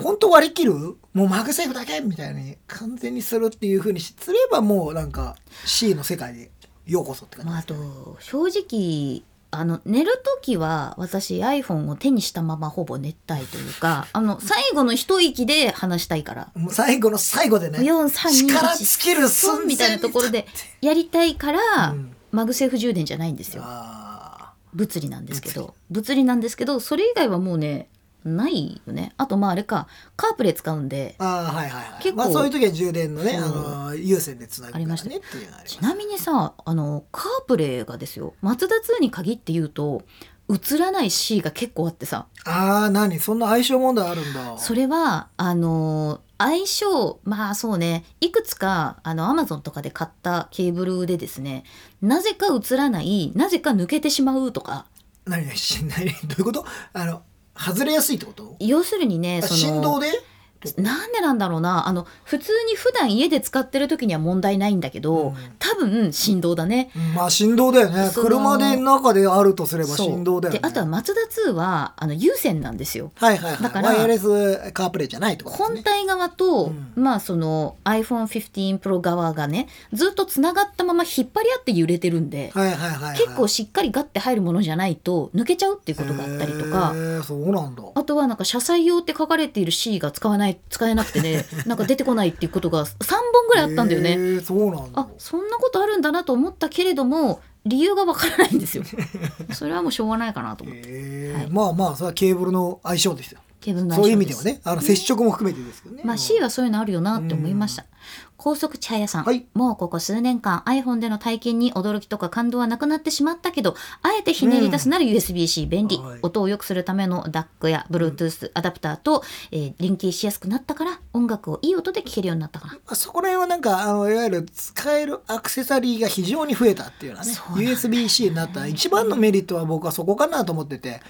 S2: 本当割り切るもうマグセーフだけみたいに完全にするっていうふうにすればもうなんか C の世界にようこそって感じ
S1: まあ、
S2: で
S1: あ
S2: すね、
S1: と正直あの寝る時は私 iPhone を手にしたままほぼ寝たいというかあの最後の一息で話したいから。
S2: もう最後の最後でね力
S1: 4321
S2: 尽きる寸前に
S1: みたいなところでやりたいから、
S2: うん
S1: マグセーフ充電じゃないんですよ
S2: あ
S1: 物理なんですけど物理なんですけどそれ以外はもうねないよねあとまああれかカープレイ使うんで
S2: ーあーはいはいはい
S1: 結構
S2: まあ、そういう時は充電のね、
S1: そう
S2: あのー有線でつなぐから
S1: ありま
S2: ねっ
S1: した
S2: ていうのがあります
S1: ちなみにさあのカープレイがですよマツダ2に限って言うと映らない C が結構あってさ
S2: ああ何そんな相性問題あるんだ
S1: それはあの相性まあそうねいくつかあのアマゾンとかで買ったケーブルでですねなぜか映らないなぜか抜けてしまうとか
S2: 何 何し何どういうことあの外れやすいってこと
S1: 要するにね
S2: あ
S1: その
S2: 振動で
S1: なんでなんだろうなあの普通に普段家で使ってる時には問題ないんだけど、
S2: うん
S1: 多分振動だね。
S2: うんまあ振動だよね
S1: そう
S2: 車で中であるとすれば
S1: そう
S2: 振動だよね
S1: であとはマツダ2はあの有線なんですよ。
S2: はいはいはい
S1: だから
S2: ワイヤレスカープレイじゃないってことです
S1: 本
S2: ね
S1: 体側と、
S2: うん
S1: まあその iPhone15 Pro 側がねずっとつながったまま引っ張り合って揺れてるんで、
S2: はいはいはいはい
S1: 結構しっかりガッて入るものじゃないと抜けちゃうっていうことがあったりとか
S2: へ。ーそうなんだ
S1: あとはなんか車載用って書かれている C が使わない使えなくてねなんか出てこないっていうことが3本ぐらいあったんだよね。
S2: へーそうなんだ
S1: あそんなことあるんだなと思ったけれども理由がわからないんです よ。それはもうしょうがないかなと思って。
S2: へ
S1: は
S2: ー
S1: い
S2: まあまあそれはケーブルの相性ですよ
S1: ケーブルの相
S2: そうい
S1: 性
S2: う意味
S1: で
S2: ですは。ねあの接触も含めてですけどね
S1: まあ C はそういうのあるよなって思いました。高速茶屋さん、
S2: はい
S1: もうここ数年間 iPhone での体験に驚きとか感動はなくなってしまったけどあえてひねり出すなら USB-C 便利、
S2: はい
S1: 音を良くするための DAC や Bluetooth アダプターと、えー連携しやすくなったから音楽をいい音で聴けるようになったかな
S2: まあそこら辺はなんかあのいわゆる使えるアクセサリーが非常に増えたっていうのはね
S1: そうなんだよね
S2: USB-C になった一番のメリットは僕はそこかなと思ってて、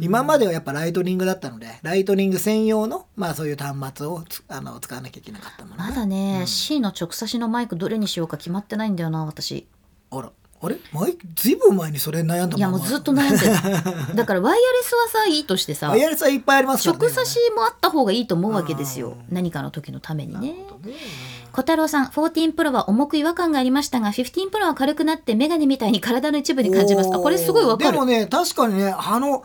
S2: 今まではやっぱライトニングだったのでライトニング専用のまあそういう端末をつあの使わなきゃいけなかったもの
S1: ま
S2: ね
S1: だね、C の直差しのマイクどれにしようか決まってないんだよな私
S2: あらあれ前ずいぶん前にそれ悩んだ
S1: いやもうずっと悩んで るだからワイヤレスはさいいとしてさ
S2: ワイヤレスはいっぱいありますからね
S1: 直差しもあった方がいいと思うわけですよ
S2: うん
S1: 何かの時のために
S2: 今ね
S1: ね
S2: なるほどね
S1: 小太郎さん14プロは重く違和感がありましたが15プロは軽くなってメガネみたいに体の一部に感じますあこれすごいわか
S2: で
S1: る
S2: もね確かにねあの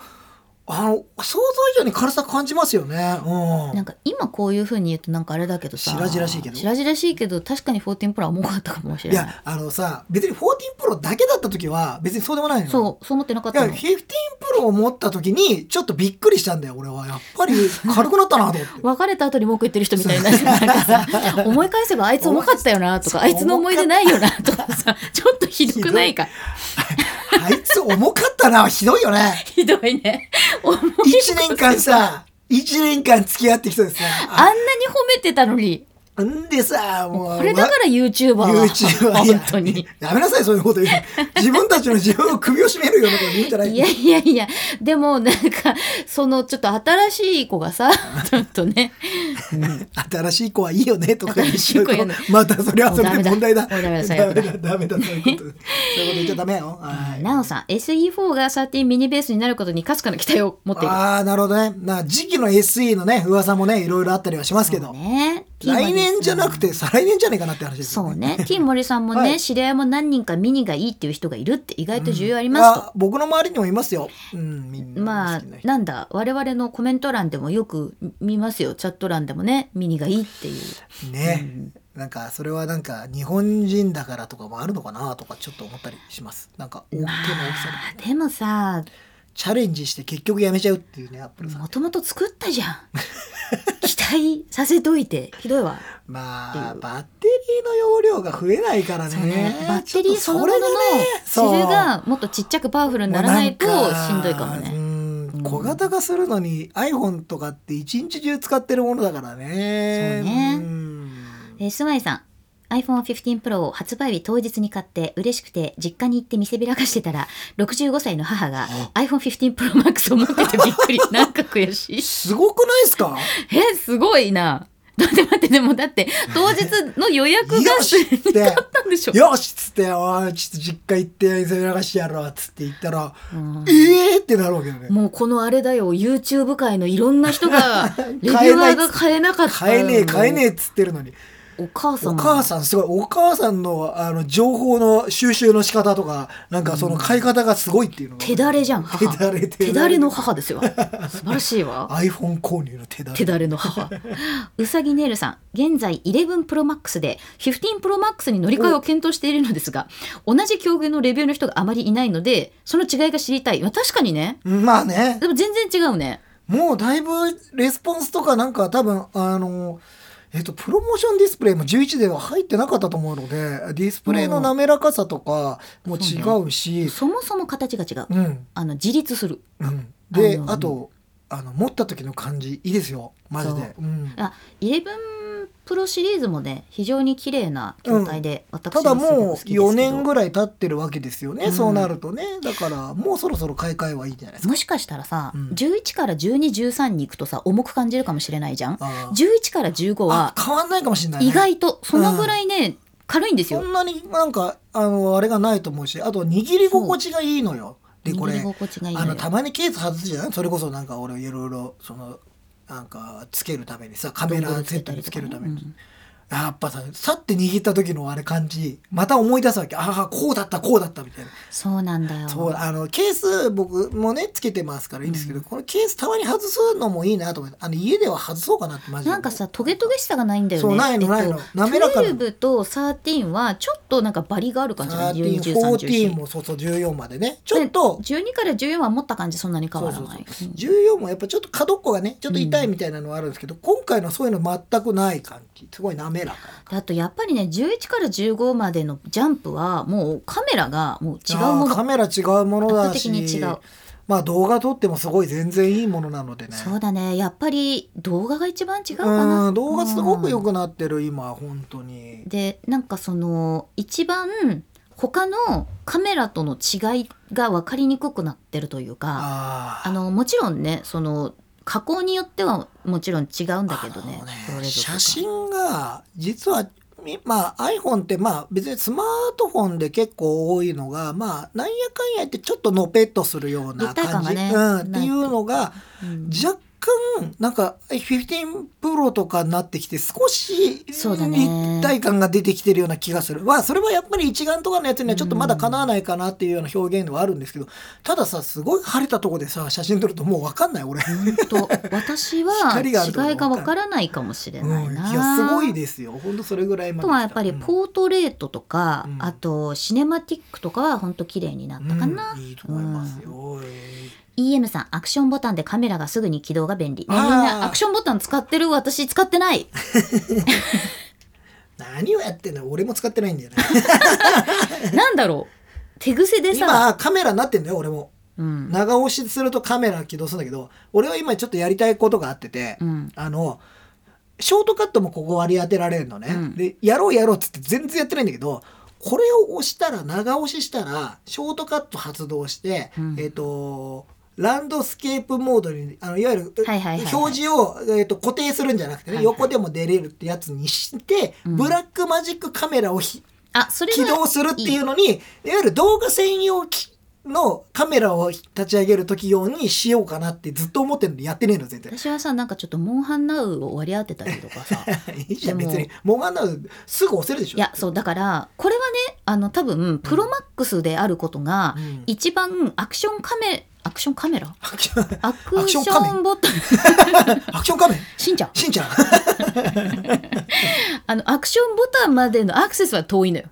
S2: あの想像以上に軽さ感じますよねう
S1: なんんか今こういうふうに言うとなんかあれだけどさ
S2: 白々しいけど
S1: 白々しいけど確かに14プロは重かったかもし
S2: い
S1: れない
S2: やあのさ別に14プロだけだった時は別にそうでもないのよ
S1: そうそう思ってなかっ
S2: いや
S1: たの
S2: 15プロを持った時にちょっとびっくりしたんだよ俺はやっ ぱり軽くなったなと思って
S1: 別れた後に文句言ってる人みたいになるなんかさ思い返せばあいつ重かったよなとかあ
S2: そう
S1: いつの思い出ないよなとかさちょっとひどくないか
S2: あいつ重かったなひどい よね
S1: ひどいね重い
S2: 1年間さ1年間付き合ってきたんですよ
S1: あんなに褒めてたのに
S2: んでさもう
S1: これだから YouTuber は
S2: YouTube はいや
S1: 本当に
S2: やめなさいそういうこと言う自分たちの自分を首を絞めるようなこと言うんじゃない
S1: いやいやいやでもなんかそのちょっと新しい子が さちょっとね
S2: 新しい子はいいよねとか言っちゃうと
S1: 新しい子嫌だ
S2: またそれはそれ
S1: もう
S2: で
S1: ダ
S2: 問
S1: メだ
S2: 題だ。
S1: もうダメだ最
S2: ダメ
S1: 悪だ
S2: だダメだそういうこと。そういうこと言っちゃダメよ。はい
S1: なおさん SE4 が13ミニベースになることにかすかな期待を持っている
S2: ああなるほどね。な時期の SE のね噂もねいろいろあったりはしますけど、
S1: ね
S2: 来年じゃなくて再来年じゃないかなって話です
S1: そ
S2: よ
S1: う
S2: ね。
S1: ね ティーモリさんもね、
S2: はい
S1: 知り合いも何人かミニがいいっていう人がいるって意外と重要ありますと、
S2: あ僕の周りにもいますよ。うんみんな
S1: まあ
S2: 好きな人
S1: なんだ我々のコメント欄でもよく見ますよチャット欄でもねミニがいいっていう
S2: ね、なんかそれはなんか日本人だからとかもあるのかなとかちょっと思ったりします。なんか大きな大きさで
S1: あーでもさ
S2: チャレンジして結局やめちゃうっていうねアップルさん
S1: も。ともと作ったじゃん 期待させといてひどいわ
S2: まあバッテリーの容量が増えないから
S1: そうね
S2: ね。
S1: バッテリーそのものの
S2: ちょっとそれ
S1: 汁
S2: がね
S1: がもっとちっちゃくパワフルにならないと
S2: もう
S1: しんどいかも
S2: う
S1: ね。
S2: ん
S1: うん
S2: 小型化するのに iPhone とかって一日中使ってるものだからね。
S1: そうね
S2: ん
S1: えー、スマイさん iPhone15 Pro を発売日当日に買って嬉しくて実家に行って見せびらかしてたら65歳の母が iPhone15 Pro Max を持っててびっく りなんか悔しい
S2: すごくないで すか
S1: えすごいなだって待ってでもだって当日の予約が
S2: よしっつっ て
S1: だったんでしょ
S2: よしっつって、おい、ちょっと実家行って、見せびらかしてやろうっつって言ったら、
S1: うん
S2: ええーってなるわけよ ね。
S1: もうこのあれだよ YouTube 界のいろんな人がレビュ
S2: 買え
S1: ア
S2: ない
S1: ーが買えなかった
S2: 買えねえ、買えね
S1: え
S2: えっつってるのに。
S1: お母さ
S2: お
S1: ん
S2: 母さんすごいお母さんのあの情報の収集の仕方とかなんかその買い方がすごいっていうのが
S1: 手だれじゃん母
S2: 手だれ
S1: 手だれの母です よ素晴らしいわ
S2: iPhone 購入の手だれ
S1: 手だれの母うさぎネイルさん現在 11ProMax で 15ProMax に乗り換えを検討しているのですが同じ境遇のレビューの人があまりいないのでその違いが知りたい、まあ、確かにね
S2: まあね
S1: でも全然違うね
S2: もうだいぶレスポンスとかなんか多分あのえっと、プロモーションディスプレイも11では入ってなかったと思うのでディスプレイの滑らかさとかも違うし、
S1: そもそも形が違う
S2: うん
S1: あの自立する
S2: うん、で
S1: あの
S2: あとあの持った時の感じいいですよマジ
S1: そう
S2: で、うん、
S1: あ11プロシリーズもね非常に綺麗な筐体で、私
S2: ただもう4年
S1: らい
S2: ぐらい経ってるわけですよね、
S1: うん
S2: そうなるとねだからもうそろそろ買い替えはいいんじゃないですか
S1: もしかしたらさ、
S2: うん
S1: 11から1213に行くとさ重く感じるかもしれないじゃん
S2: あー
S1: 11から15
S2: あ
S1: は
S2: 変わんないかもしれない、ね、
S1: 意外とそのぐらいね、軽いんです
S2: そ
S1: よ
S2: んなになんかあのあれがないと思うしあと握り心地がいいのよでこ
S1: 握り
S2: れ
S1: 心地がいい
S2: あ
S1: の
S2: の
S1: よ
S2: たまにケース外すじゃないそれこそなんか俺いろいろそのなんかつけるためにさカメラセットにつけるために、
S1: うん
S2: やっぱささって握った時のあれ感じまた思い出すわけああこうだったこうだったみたいな
S1: そうなんだよ
S2: そうあのケース僕もねつけてますからいいんですけど、このケースたまに外すのもいいなと思ってあの家では外そうかなってマジで
S1: なんかさトゲトゲしさがないんだよね
S2: そうないのないの滑らかな
S1: えっと、12と13はちょっとなんかバリがある感じが
S2: 13 14
S1: 121314
S2: もそうそう14までねちょっと
S1: 12から14は持った感じそんなに変わらない
S2: そう
S1: うん
S2: 14もやっぱちょっと角っこがねちょっと痛いみたいなのはあるんですけど、今回のそういうの全くない感じすごい滑らか
S1: あとやっぱりね11から15までのジャンプはもうカメラがもう違うも
S2: あーカ
S1: の
S2: メラ違うものだ
S1: 圧
S2: し
S1: 倒的に違う
S2: まあ動画撮ってもすごい全然いいものなのでね
S1: そうだねやっぱり動画が一番違うか
S2: う
S1: なん
S2: 動画すごく良くなってる今本当に
S1: でなんかその一番他のカメラとの違いが分かりにくくなってるというか
S2: あー
S1: あのもちろんねその加工によってはもちろん違うんだけどね
S2: あの
S1: プロレゾとか
S2: 写真が実はみまあ iPhone ってまあ別にスマートフォンで結構多いのがまあなんやかんや言ってちょっとのぺっとするような
S1: 立体感
S2: 感
S1: が
S2: じ、
S1: ね
S2: うん、っ
S1: な
S2: て
S1: い
S2: いうのが
S1: うん
S2: 若干なんか15プロとかになってきて少し
S1: そうだね
S2: 立体感が出てきてるような気がする、まあそれはやっぱり一眼とかのやつにはちょっとまだかなわないかなっていうような表現ではあるんですけどたださすごい晴れたとこでさ写真撮るともう分かんない俺。
S1: と私は
S2: 光があると思う
S1: 違いが分からないかもしれない
S2: うん
S1: な。
S2: いやすごいですよ本当それぐらい
S1: あ
S2: ま
S1: と
S2: で
S1: はやっぱり
S2: ー
S1: ポートレートとか、
S2: うん
S1: あとシネマティックとかは本当綺麗になったかな、
S2: いいと思いますよ、
S1: EM さんアクションボタンでカメラがすぐに起動が便利、ね、みん
S2: あー
S1: なアクションボタン使ってる私使って ない
S2: 何をやってんの俺も使ってないん だよね
S1: なんだろう手癖でさ、
S2: 今カメラになってんだよ俺も
S1: うん
S2: 長押しするとカメラ起動するんだけど俺は今ちょっとやりたいことがあってて、
S1: うん、
S2: あのショートカットもここ割り当てられるのね、
S1: うん
S2: でやろうやろうっつって全然やってないんだけどこれを押したら長押ししたらショートカット発動して、
S1: うん
S2: えっ、とランドスケープモードにあのいわゆる、
S1: はいはいはいはい
S2: 表示を、えー、と固定するんじゃなくてね、
S1: はいはい
S2: 横でも出れるってやつにして、
S1: うん
S2: ブラックマジックカメラをひ
S1: あそれ
S2: 起
S1: が
S2: 動するっていうのにいわゆる動画専用機のカメラを立ち上げる時用にしようかなってずっと思ってるのにやってねえの全然。
S1: 私はさなんかちょっとモンハンナウを割り当てたりとか さ
S2: いいじゃん
S1: でも
S2: 別にモンハンならすぐ押せるでしょ
S1: いやそうだからこれはねあの多分プロマックスであることが、
S2: うん
S1: 一番アクションカメアクションカメラ
S2: アクション
S1: アクシ
S2: アクションカメ
S1: ョンボタン
S2: アクション仮面
S1: しんちゃん
S2: し んちゃん
S1: あのアクションボタンまでのアクセスは遠いのよ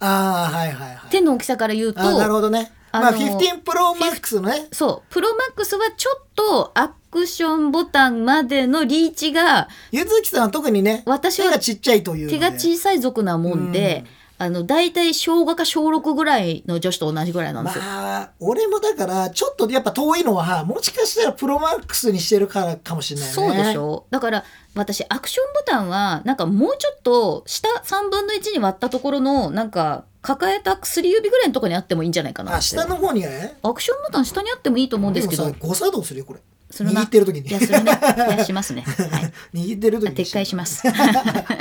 S2: ああはいはいはい
S1: 手の大きさから言うと
S2: あーなるほどねま
S1: あ
S2: あ
S1: の
S2: 15プロマックスのね
S1: そうプロマックスはちょっとアクションボタンまでのリーチが
S2: ゆずきさんは特にね
S1: 私
S2: 手
S1: は
S2: がちっちゃいというので
S1: 手が小さい族なもんで、あの大体小5か小6ぐらいの女子と同じぐらいなん
S2: ま
S1: ですよ、
S2: あ俺もだからちょっとやっぱ遠いのはもしかしたらプロマックスにしてるからかもしれないね
S1: そうでしょだから私アクションボタンはなんかもうちょっと下3分の1に割ったところのなんか抱えた薬指ぐらいのところにあってもいいんじゃないかなって
S2: あ下の方にね
S1: アクションボタン下にあってもいいと思うん
S2: で
S1: です
S2: も
S1: け
S2: さ
S1: ど
S2: 誤作動するよこれ
S1: するな
S2: 握ってる時に
S1: いやするねいやし ますね、はい、
S2: 握ってる時に
S1: 撤回し ます
S2: あえな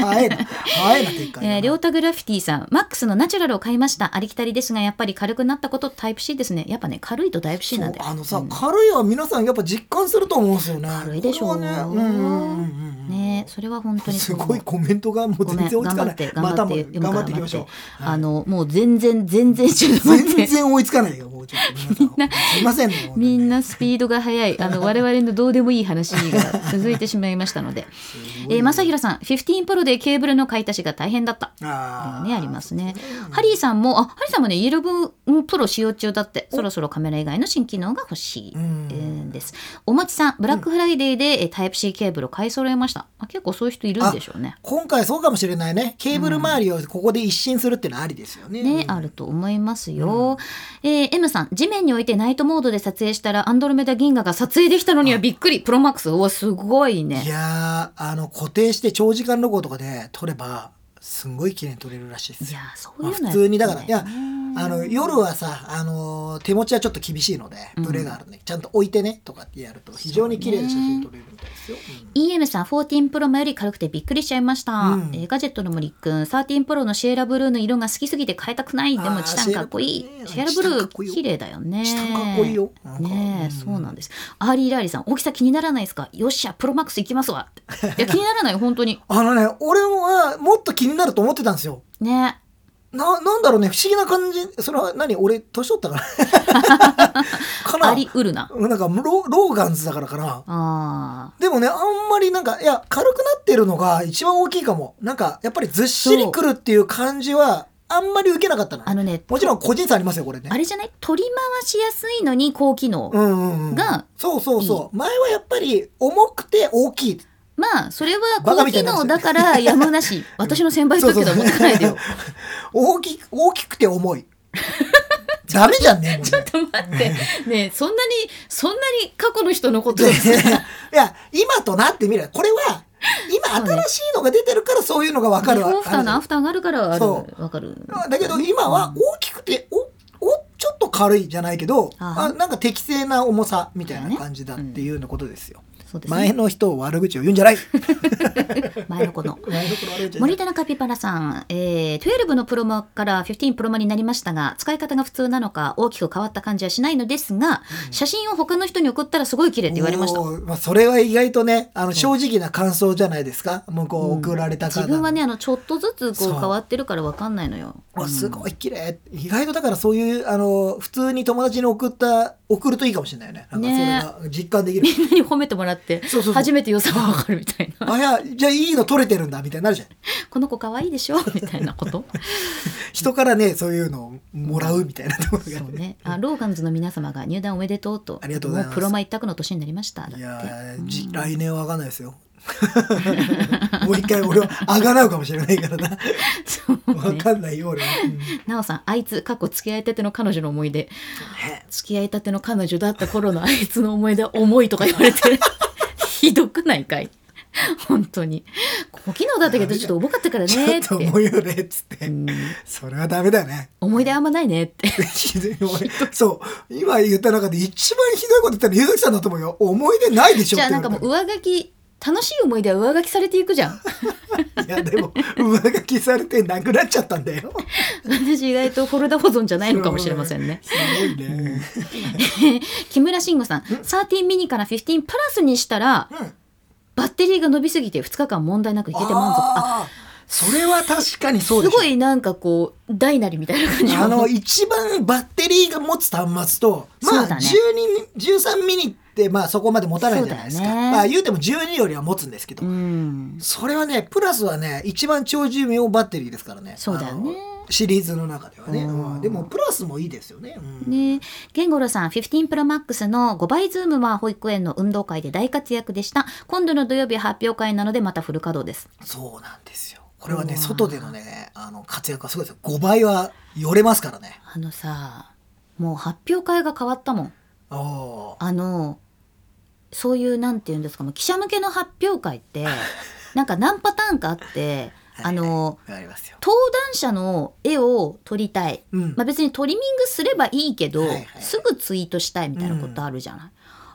S2: あえな撤回だな
S1: えー、りょうたグラフィティさん、マックスのナチュラルを買いました。ありきたりですが、やっぱり軽くなったことタイプ C ですね。やっぱね、軽いとタイプ C なんだよ。
S2: そうあのさ、
S1: うん
S2: 軽いは皆さんやっぱ実感すると思うんですよね
S1: 軽いでしょ
S2: これはねうんうんうんうん
S1: ねそれは本当に
S2: す
S1: そう思う
S2: ごいコメントがもう
S1: ごめ
S2: 全
S1: ん、
S2: 然追い
S1: 頑
S2: つか
S1: 張
S2: な
S1: っ
S2: い
S1: て、
S2: ま
S1: 頑張
S2: た
S1: って、
S2: も
S1: 読むか
S2: 頑
S1: ら
S2: 張っていきましょう
S1: 頑張って
S2: はい
S1: あの、もう全然、全然、ちょっと待って
S2: 全。然追いつかないよもうちょっと皆 さんすいませんね本当
S1: み
S2: にね
S1: んなスピードが速い。あの、我々のどうでもいい話が続いてしまいましたの で。えー、まさひろさん、15プロでケーブルの買い足しが大変だった。
S2: あー
S1: ね、ありますね。
S2: ん
S1: ハリーさんも、あ、ハリーさんもね、11プロ使用中だって、そろそろカメラ以外の新機能が欲しい、え
S2: うん
S1: ーです。おもちさん、ブラックフライデーで、えータイプ C ケーブルを買い揃えました。あ結構そういう人いるんでしょうね。
S2: 今回そうかもしれないねケーブル周りをここで一新するってのはありですよね
S1: ね、
S2: うん
S1: あると思いますよ。えー M ささん地面に置いてナイトモードで撮影したらアンドロメダ銀河が撮影できたのにはびっくりプロマックスうわすごい
S2: い
S1: ね
S2: やーあの固定して長時間ロゴとかで撮ればすんごい綺麗に撮れるらしいで
S1: い
S2: すよ
S1: やそういうのやってん
S2: まあ普通にだからいや
S1: ね
S2: あの夜はさ、あのー手持ちはちょっと厳しいので
S1: うん
S2: ブレがあるので、ちゃんと置いてねとかってやると非常に綺麗な写真撮れるみたいですよ。
S1: EM さん14プロもより軽くてびっくりしちゃいました、
S2: うん
S1: えーガジェットの森くん13プロのシエラブルーの色が好きすぎて変えたくないで
S2: あ
S1: も
S2: ー
S1: チタンかっこいいシ
S2: シ
S1: エ
S2: エ
S1: ラ
S2: ラ
S1: ブ
S2: ブルー
S1: ル
S2: チタンかっこい
S1: ー
S2: いよ
S1: 綺麗だよね
S2: 下かっこいいよ。なんか
S1: ねえ、そうなん
S2: で
S1: ですアーリーライリーさん大きさ気にならないですかよっしゃプロマックス行きますわいや気にならない本当に
S2: あのね俺はもっと気になると思ってたんですよ。
S1: ね
S2: ななんだろうね不思議な感じそれは何俺年取ったから か
S1: あ
S2: な
S1: りうるな
S2: なんかロローガンズだからかな
S1: あ
S2: でもねあんまりなんかいや軽くなってるのが一番大きいかもなんかやっぱりずっしりくるっていう感じはあんまり受けなかったの
S1: ーあのね
S2: もちろん個人差ありますよこれね
S1: あれじゃない取り回しやすいのに高機能、
S2: うんうんうん、
S1: が
S2: そうそうそう前はやっぱり重くて大きい
S1: まあそれは
S2: バ
S1: 高
S2: カみた
S1: 機
S2: いなや
S1: 能
S2: つ
S1: だ からやむなし私の先輩だけど持ってないでよ
S2: 大き大きくて重 いダメじゃんねもうね
S1: ちょっと待って、ねえ、そんなに、そんなに過去の人のことを
S2: で
S1: さ
S2: いや今となってみればこれは
S1: そう
S2: 今
S1: ね
S2: 新しいのが出てるからそういうのが分かるわ
S1: ビフォーアフターのアフターがあるからある、
S2: そ
S1: わかる。
S2: だけど今は大きくておおちょっと軽いじゃないけど
S1: あ
S2: あなんか適正な重さみたいな感じだっていうようなことですよ。
S1: そうです
S2: 前
S1: ね。
S2: の人を悪口を言うんじ ゃない
S1: 前のこ の。
S2: 前の人を悪口を言うんじゃない
S1: 森田のカピバラさん、えー、12のプロマから15プロマになりましたが、使い方が普通なのか大きく変わった感じはしないのですが、写真を他の人に送ったらすごい綺麗って言われました。
S2: おーまあ、それは意外とねあの正直な感想じゃないですか向こう送られた方、
S1: 自分はね、あの、ちょっとずつこう
S2: そう
S1: 変わってるからわかんないのよ。
S2: わすごい綺麗意外とだからそういうあの普通に友達に送った送るといいかもしれないよねなんかそれが実感で きる、
S1: みんなに褒めてもらって
S2: そうそうそう、
S1: 初めて良さがわかるみたいな。
S2: あいやじゃあいいの取れてるんだみたいになるじゃん
S1: この子可愛いでしょみたいな こと。
S2: 人からねそういうのをもらうみたいなところが、
S1: そうね。あ、ローガンズの皆様が入団おめでとうと。
S2: ありがとうございます
S1: もプロマ一択の年になりました。だって
S2: いやーじ来年は分かんないですよ もう一回俺はあがらうかもしれないからな
S1: そう
S2: 分
S1: ね。
S2: かんないよ俺は、うん
S1: なおさん、あいつ、過去付き合いたての彼女の思い出。
S2: ね
S1: 付き合いたての彼女だった頃のあいつの思い出は重いとか言われて。ひどくないかい。本当に。小機能だったけど、ちょっと重かったから
S2: ちょ
S1: ね
S2: っ
S1: っ
S2: と
S1: て。
S2: 思うよねっつって、
S1: うん
S2: それはダメだね
S1: 思い出あんまないねって。
S2: ひどい俺そう今言った中で一番ひどいこと言ったのゆずきさんだと思うよ思い出ないでしょ
S1: じゃ
S2: っ
S1: あ
S2: て
S1: な
S2: 言
S1: ん
S2: わ
S1: か
S2: れ
S1: も
S2: た
S1: う上書き、楽しい思い出は上書きされていくじゃん。
S2: いやでも上書きされてなくなっちゃったんだよ
S1: 私意外とフォルダ保存じゃないのかもしれませんね。
S2: すごいね、
S1: 木村慎吾さん、13ミニから15プラスにしたら、
S2: うん
S1: バッテリーが伸びすぎて2日間問題なくいけて満足。あ
S2: あーそれは確かにそう
S1: す
S2: でしょ
S1: ごいなんかこう、大なりみたいな感じ
S2: あの一番バッテリーが持つ端末と、
S1: そ
S2: ま
S1: う
S2: あ
S1: だね
S2: 12 13ミニってまあそこまで持たないじゃないですか、
S1: そうだよね
S2: まあ言うても12よりは持つんですけど、
S1: うん。
S2: それはねプラスはね一番長寿命バッテリーですからね
S1: そうだよね
S2: あのシリーズの中ではね、
S1: うん
S2: うんでもプラスもいいですよね,うん、
S1: ねゲンゴロさん、15プロマックスの5倍ズームは保育園の運動会で大活躍でした。今度の土曜日発表会なのでまたフル稼働です。
S2: そうなんですよこれはね
S1: うわ
S2: 外でのねあの活躍はすごいですよ5倍はよれますからね
S1: あのさ、もう発表会が変わったもん。
S2: おー
S1: あのそういうなんていうんですかもう記者向けの発表会って なんか何パターンかあってあの
S2: はいはいわかりますよ
S1: 登壇者の絵を撮りたい、
S2: うん
S1: まあ、別にトリミングすればいいけど、
S2: はいはいはい
S1: すぐツイートしたいみたいなことあるじゃない、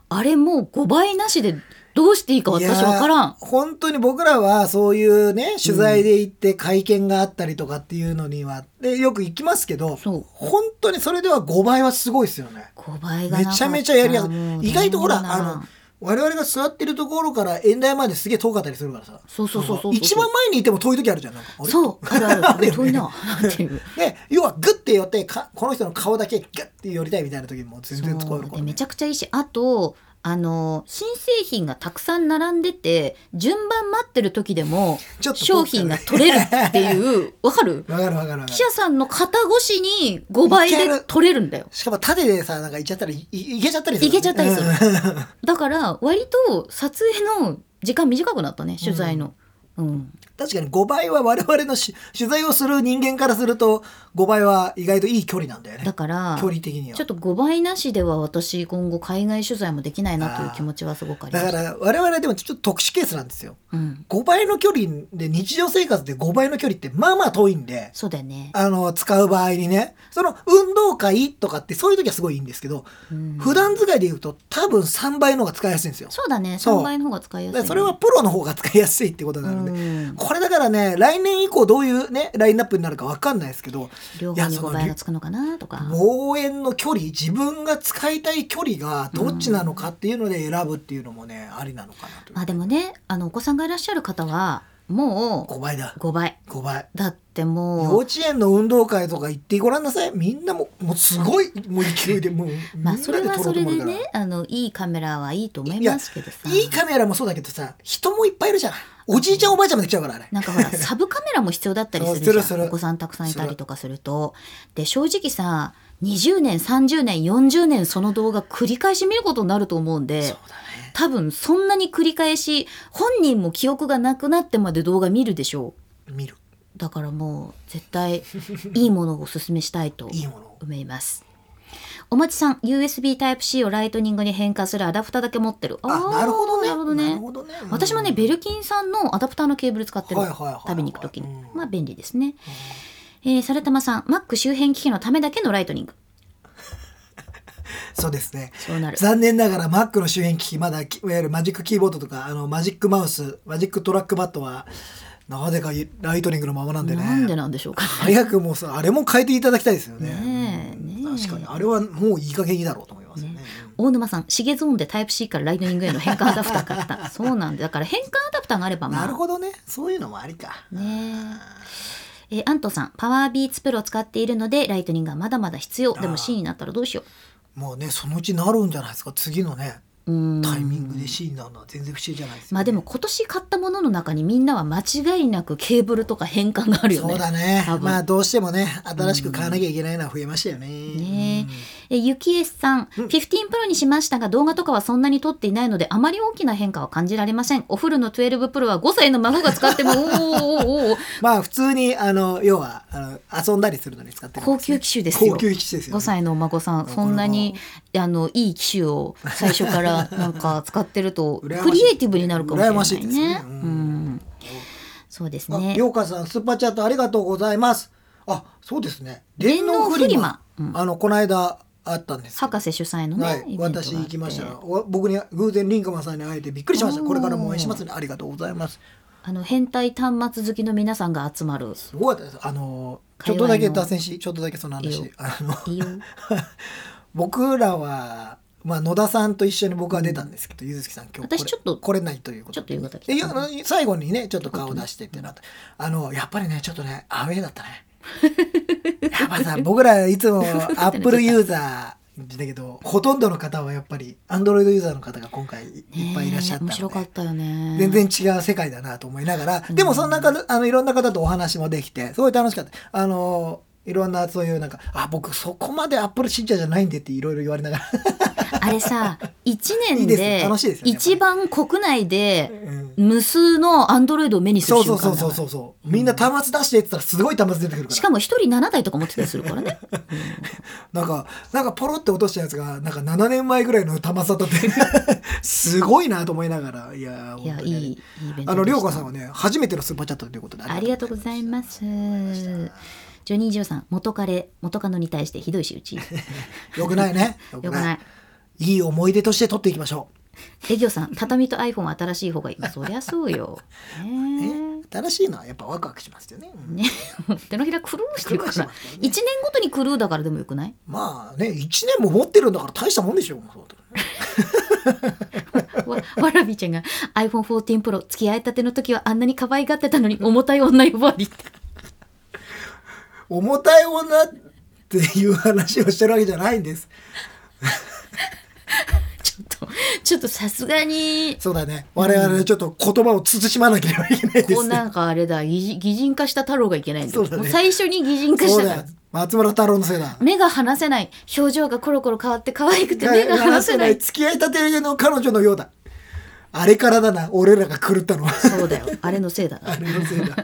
S1: あれもう5倍なしでどうしていいか
S2: いや
S1: 私
S2: ー
S1: わからん。
S2: 本当に僕らはそういうね取材で行って会見があったりとかっていうのには、でよく行きますけど
S1: そう
S2: 本当にそれでは5倍はすごいですよね。
S1: 5倍がな
S2: め
S1: かった
S2: ちゃめちゃやりやす
S1: もう
S2: い意外とほら
S1: どうな
S2: あの我々が座ってるところから演台まですげえ遠かったりするからさ
S1: そうそうそうそう
S2: あの一番前にいても遠い時あるじゃんなんかあれ
S1: そうあるある
S2: あるよね
S1: 遠いなっていう。
S2: で要はグッて寄ってかこの人の顔だけグッて寄りたいみたいな時も全然使える
S1: そう
S2: か
S1: で
S2: ら、
S1: め
S2: ね
S1: ち、ゃくちゃいいしあとあの新製品がたくさん並んでて順番待ってる時でも
S2: ちょっと
S1: 商品が取れるって いうわかる
S2: わかるわかるわか
S1: 記
S2: る
S1: 者さんの肩越しに5倍
S2: いけ
S1: で
S2: る
S1: 取れるんだよ
S2: しかも縦でさなんか行っちゃったらいいいけちゃったりする
S1: いけちゃったりする
S2: うん
S1: だから割と撮影の時間短くなったね取材の、うん。
S2: 確かに5倍は我々のし取材をする人間からすると5倍は意外といい距離なんだよね
S1: だから、
S2: 距離的には
S1: ちょっと5倍なしでは私今後海外取材もできないなという気持ちはすごくありま
S2: だか
S1: した。
S2: ら我々でもちょっと特殊ケースなんですよ
S1: うん。
S2: 5倍の距離で日常生活で5倍の距離ってまあまあ遠いんで
S1: そうだよね。
S2: あの使う場合にねその運動会とかってそういう時はすごいいいんですけど、
S1: うん
S2: 普段使いで言うと多分3倍の方が使いやすいんですよ
S1: そうだね。
S2: そう
S1: 3倍の方が使いやす
S2: だか
S1: い、
S2: らそれは、プロの方が使いやすいってこと
S1: う
S2: なので、
S1: ん、
S2: これだからね来年以降どういうねラインナップになるか分かんないですけど
S1: 両
S2: いや
S1: 方に
S2: その
S1: 5倍がつくのかなとか。
S2: 応援の距離自分が使いたい距離がどっちなのかっていうので選ぶっていうのもね、ありなのかなと
S1: まあでもね、あのお子さんがいらっしゃる方はも
S2: 5倍だ
S1: う5倍。
S2: 5倍
S1: だって
S2: 幼
S1: もう。
S2: 稚園の運動会とか行ってごらんなさいみんなもうもうすごいもう勢いでもうみん
S1: ま
S2: な
S1: あ
S2: で
S1: そ
S2: 撮ろ
S1: れ
S2: う
S1: は
S2: と
S1: それ
S2: 思う
S1: で
S2: から、
S1: ねあのいいカメラはいいと思いますけどさ
S2: いいカメラもそうだけどさ人もいっぱいいるじゃんおじいちゃんおばあちゃんまで来ちゃうからあれ
S1: なんかほ らサブカメラも必要だったりする
S2: そ
S1: じゃ
S2: うす
S1: ん
S2: るする
S1: お子さんたくさんいたりとかするとで正直さ20年30年40年その動画繰り返し見ることになると思うんで
S2: だね
S1: 多分そんなに繰り返し本人も記憶がなくなってまで動画見るでしょ
S2: 見る
S1: うだからもう絶対いいものをおすすめしたいと
S2: いいものを
S1: 思いますおまちさん USB Type-C をライトニングに変換するアダプタだけ持ってる
S2: あなるほどね
S1: なるほどね
S2: なるほどねうん
S1: 私もねベルキンさんのアダプターのケーブル使ってる
S2: はいはいはいはい
S1: 食べに行く時に
S2: うん
S1: まあ便利ですねえー、されたまさん Mac 周辺機器のためだけのライトニング
S2: そうですね
S1: そうなる
S2: 残念ながら Mac の周辺機器まだきいわゆるマジックキーボードとかあのマジックマウスマジックトラックバットはなぜかライトニングのままなんでね
S1: なんでなんでしょうか
S2: 早くもうさあれも変えていただきたいですよね
S1: ねえ
S2: うん
S1: ねえ
S2: 確かにあれはもういい加減にだろうと思いますよね
S1: 大沼さん、シゲゾーンでタイプ C からライトニングへの変換アダプター買 った。そうなんで、だから変換アダプターがあれば
S2: うん
S1: ま
S2: な
S1: あ。
S2: るほどねそういうのもありか
S1: ねえ。えーアントさん、パワービーツプロを使っているので、ライトニングはまだまだ必要。でも
S2: あー
S1: C になったらどうしよ
S2: もうねそのうちなるんじゃないですか次のね
S1: う。うーん。
S2: タイミングで C になるのは全然不思議じゃないですよね
S1: まあでも今年買ったものの中にみんなは間違いなくケーブルとか変換があるよね。
S2: そうだね
S1: 多分
S2: まあどうしてもね新しく買わなきゃいけないのは増えましたよね
S1: ねえ、ゆきえさん、15プロにしましたが動画とかはそんなに撮っていないのであまり大きな変化は感じられません。お風呂の12プロは5歳の孫が使っても、おーおーおーおー
S2: まあ普通にあの要はあの遊んだりするのに使ってるん
S1: 高
S2: ですね、
S1: 級機種ですよ。
S2: 高級機種ですよ、ね。
S1: 5歳のお孫さん、
S2: れは
S1: そんなにあのいい機種を最初 からなんか使ってるとク
S2: 羨ましい
S1: リエイティブになるかもしれないね。
S2: 羨ましいですねうん
S1: うんそうです
S2: あ、
S1: ね。
S2: ようかさんスーパーチャットありがとうございます。あ、そうですね。
S1: 電脳フリマ
S2: 電脳フリマあのこの間あったんですけど。
S1: 博士主催のね、
S2: はい
S1: イ、ベントがあっ
S2: 私
S1: て
S2: 行きましたらお僕に偶然リンクマンさんに会えてびっくりしました
S1: おー
S2: これからもお会いしますねありがとうございます
S1: あの変態端末好きの皆さんが集まる。
S2: すごかったですあのち
S1: 界
S2: ょ
S1: 隈
S2: っと
S1: の
S2: だけ脱線しちょっとだけその
S1: いい
S2: 話
S1: よ
S2: あの
S1: いいよ。
S2: 僕らは、まあ、野田さんと一緒に僕は出たんですけど、柚月さん今日これ
S1: 私ちょっと
S2: 来れないということ
S1: ちょっと夕方来
S2: で
S1: て
S2: いやあの最後にねちょっと顔出してってなってあのやっぱりねちょっとねアウェーだっ たねやっぱさ僕らいつもアップルユーザーだけどほとんどの方はやっぱりアンドロイドユーザーの方が今回いっぱいいらっしゃった
S1: ねえ
S2: の
S1: 面白かっ
S2: で。
S1: たよね。
S2: 全然違う世界だなと思いながら、でもそんなかあのいろんな方とお話もできてすごい楽しかったあのいろんなそういうなんか「あ僕そこまでアップル信者じゃないんで」っていろいろ言われな がら、
S1: あれ さ、1
S2: い
S1: 年
S2: いですね
S1: で
S2: 楽しいですよねやっぱり
S1: 一番国内
S2: う
S1: で
S2: ん
S1: 無数のアンドロイドを目にす
S2: そ
S1: る
S2: うそ
S1: 瞬間だか
S2: うそうそう
S1: ら
S2: そうそうみんな端末出してって言ったらすごい端末出てくるから
S1: しかも一人7台とか持ってたりするからね。
S2: なんか、なんかポロって落としたやつが、なんか7年前ぐらいの玉沙汰 って、すごいなと思いながら、いやー、
S1: いや、
S2: 本当
S1: い
S2: に
S1: い、
S2: ね
S1: いいイベントでした
S2: あの、りょうかさんはね、初めてのスーパーチャットということで
S1: ありがとうございます。ジョニー・ジョーさん、元カレ、元カノに対してひどい仕打 ち。
S2: す。よくないね。よ
S1: よくない。。
S2: いい思い出として取っていきましょ
S1: エギョさん、畳と iPhone は新しい方がいい。まあそりゃそうよ。
S2: う。
S1: ね
S2: ね、新しいのはやっぱワクワクしますよね。うん
S1: ね、 手のひらクルーしてるか
S2: クルー
S1: ら
S2: してますよね
S1: 1年ごとにクルーだからでもよくない
S2: まあね、1年も持ってるんだから大したもんでしょう。
S1: わわらびちゃんが iPhone14 Pro 付き合いたての時はあんなに可愛がってたのに重たい女呼ばわりって
S2: 重たい女っていう話をしてるわけじゃないんです。
S1: ちょっとちょっとさすがに
S2: そうだね。我々ちょっと言葉を慎まなければいけないですね。
S1: こうなんかあれだ擬人擬人化した太郎がいけないんだよ
S2: そうだね
S1: もう最初に擬人化し
S2: そう
S1: たか
S2: だよ
S1: ら。
S2: 松村太郎のせいだ。
S1: 目が離せない表情がコロコロ変わって可愛くて目が離せない
S2: 付き合いたての彼女のようだあれからだな、俺らが狂ったのは。
S1: そうだよ。あれのせいだな
S2: あ。れのせい だ。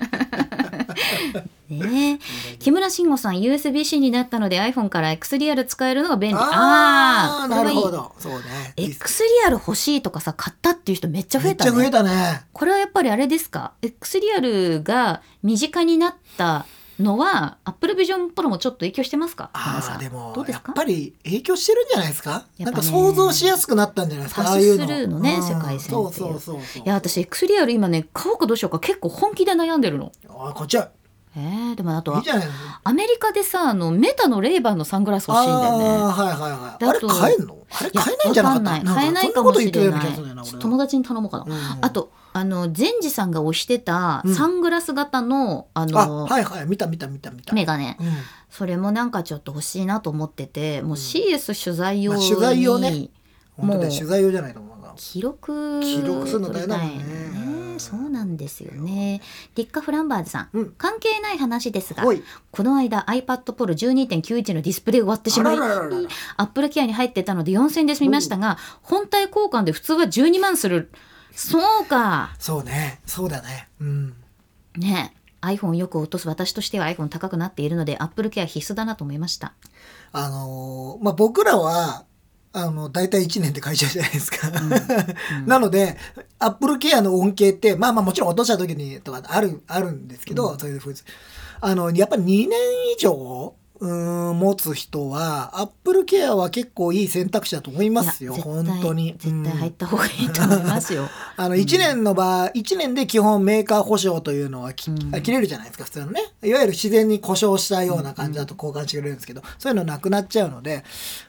S1: ねえ。木村慎吾さん USB-C になったので iPhone から X リアル使えるのが便利。
S2: あ
S1: あ
S2: あ、
S1: あ、
S2: なるほ
S1: これはいい。
S2: ど。そうね。
S1: X リアル欲しいとかさ、買ったっていう人めっちゃ増
S2: め
S1: え
S2: ったち
S1: ね。
S2: ゃ増えたね。
S1: これはやっぱりあれですか X リアルが身近になったのは Apple Vision Pro もちょっと影響してますか皆
S2: あ
S1: さ
S2: あ、
S1: ん
S2: でも
S1: どう、で
S2: や
S1: す
S2: っ
S1: か
S2: ぱり影響してるんじゃないですか
S1: やっぱね
S2: なんか想像しやすくなったんじゃないですか
S1: パス
S2: ああいうの。
S1: スルーのね
S2: うん
S1: 世界線
S2: そう
S1: っていう
S2: そうそうそう。
S1: いや私 X リアル今ね買おうかどうしようか結構本気で悩んでるの。
S2: ああ、こっちは、
S1: えー、でもあと
S2: い
S1: はい
S2: じゃない
S1: アメリカでさあのメタのレイバンのサングラス欲しいんだよね。
S2: ああ、はいはいはい。あ
S1: だ
S2: れ
S1: と
S2: 買えんのあれ買えないんじゃなかった
S1: やわかんない買えないかもしれない友達に頼もうかな、あ
S2: あ、
S1: とあの善治さんが推してた
S2: うん
S1: サングラス型の、あ
S2: あ、
S1: の、
S2: はいはい。見た見た見た見た。
S1: メガネ
S2: うん
S1: それもなんかちょっと欲しいなと思っててもううん CS 取材用
S2: まあ
S1: に、
S2: 取材用ね本当
S1: もう
S2: ね、取材用じゃないと思うな。
S1: 記録
S2: 記録するの大変だもんね
S1: 取りたいよねそうなんですよねディッカ・フランバーズさん、
S2: うん
S1: 関係ない話ですが
S2: おい。
S1: この間 iPad Pro 12.91のディスプレイが割ってしまい
S2: あららららら
S1: アップルケアに入ってたので4000円で済みましたが本体交換で普通は12万するそうか
S2: そうね。そうだね。うん。
S1: ねえ iPhone よく落とす私としては iPhone 高くなっているのでアップルケア必須だなと思いました
S2: あのーまあ、僕らは、あの、大体1年で会社じゃないですか。
S1: うん
S2: なので、アップルケアの恩恵って、まあまあもちろん落とした時にとかある、あるんですけど、それで普通あの、やっぱり2年以上、うーん持つ人は、アップルケアは結構いい選択肢だと思いますよ、
S1: いや
S2: 本当に。
S1: 絶対
S2: うん
S1: 入った方がいいと思いますよ
S2: あの1年の場合、1年で基本メーカー保証というのはき、
S1: うん
S2: 切れるじゃないですか普通のねいわゆる自然に故障したような感じだと交換してくれるんですけど、そういうのなくなっちゃうので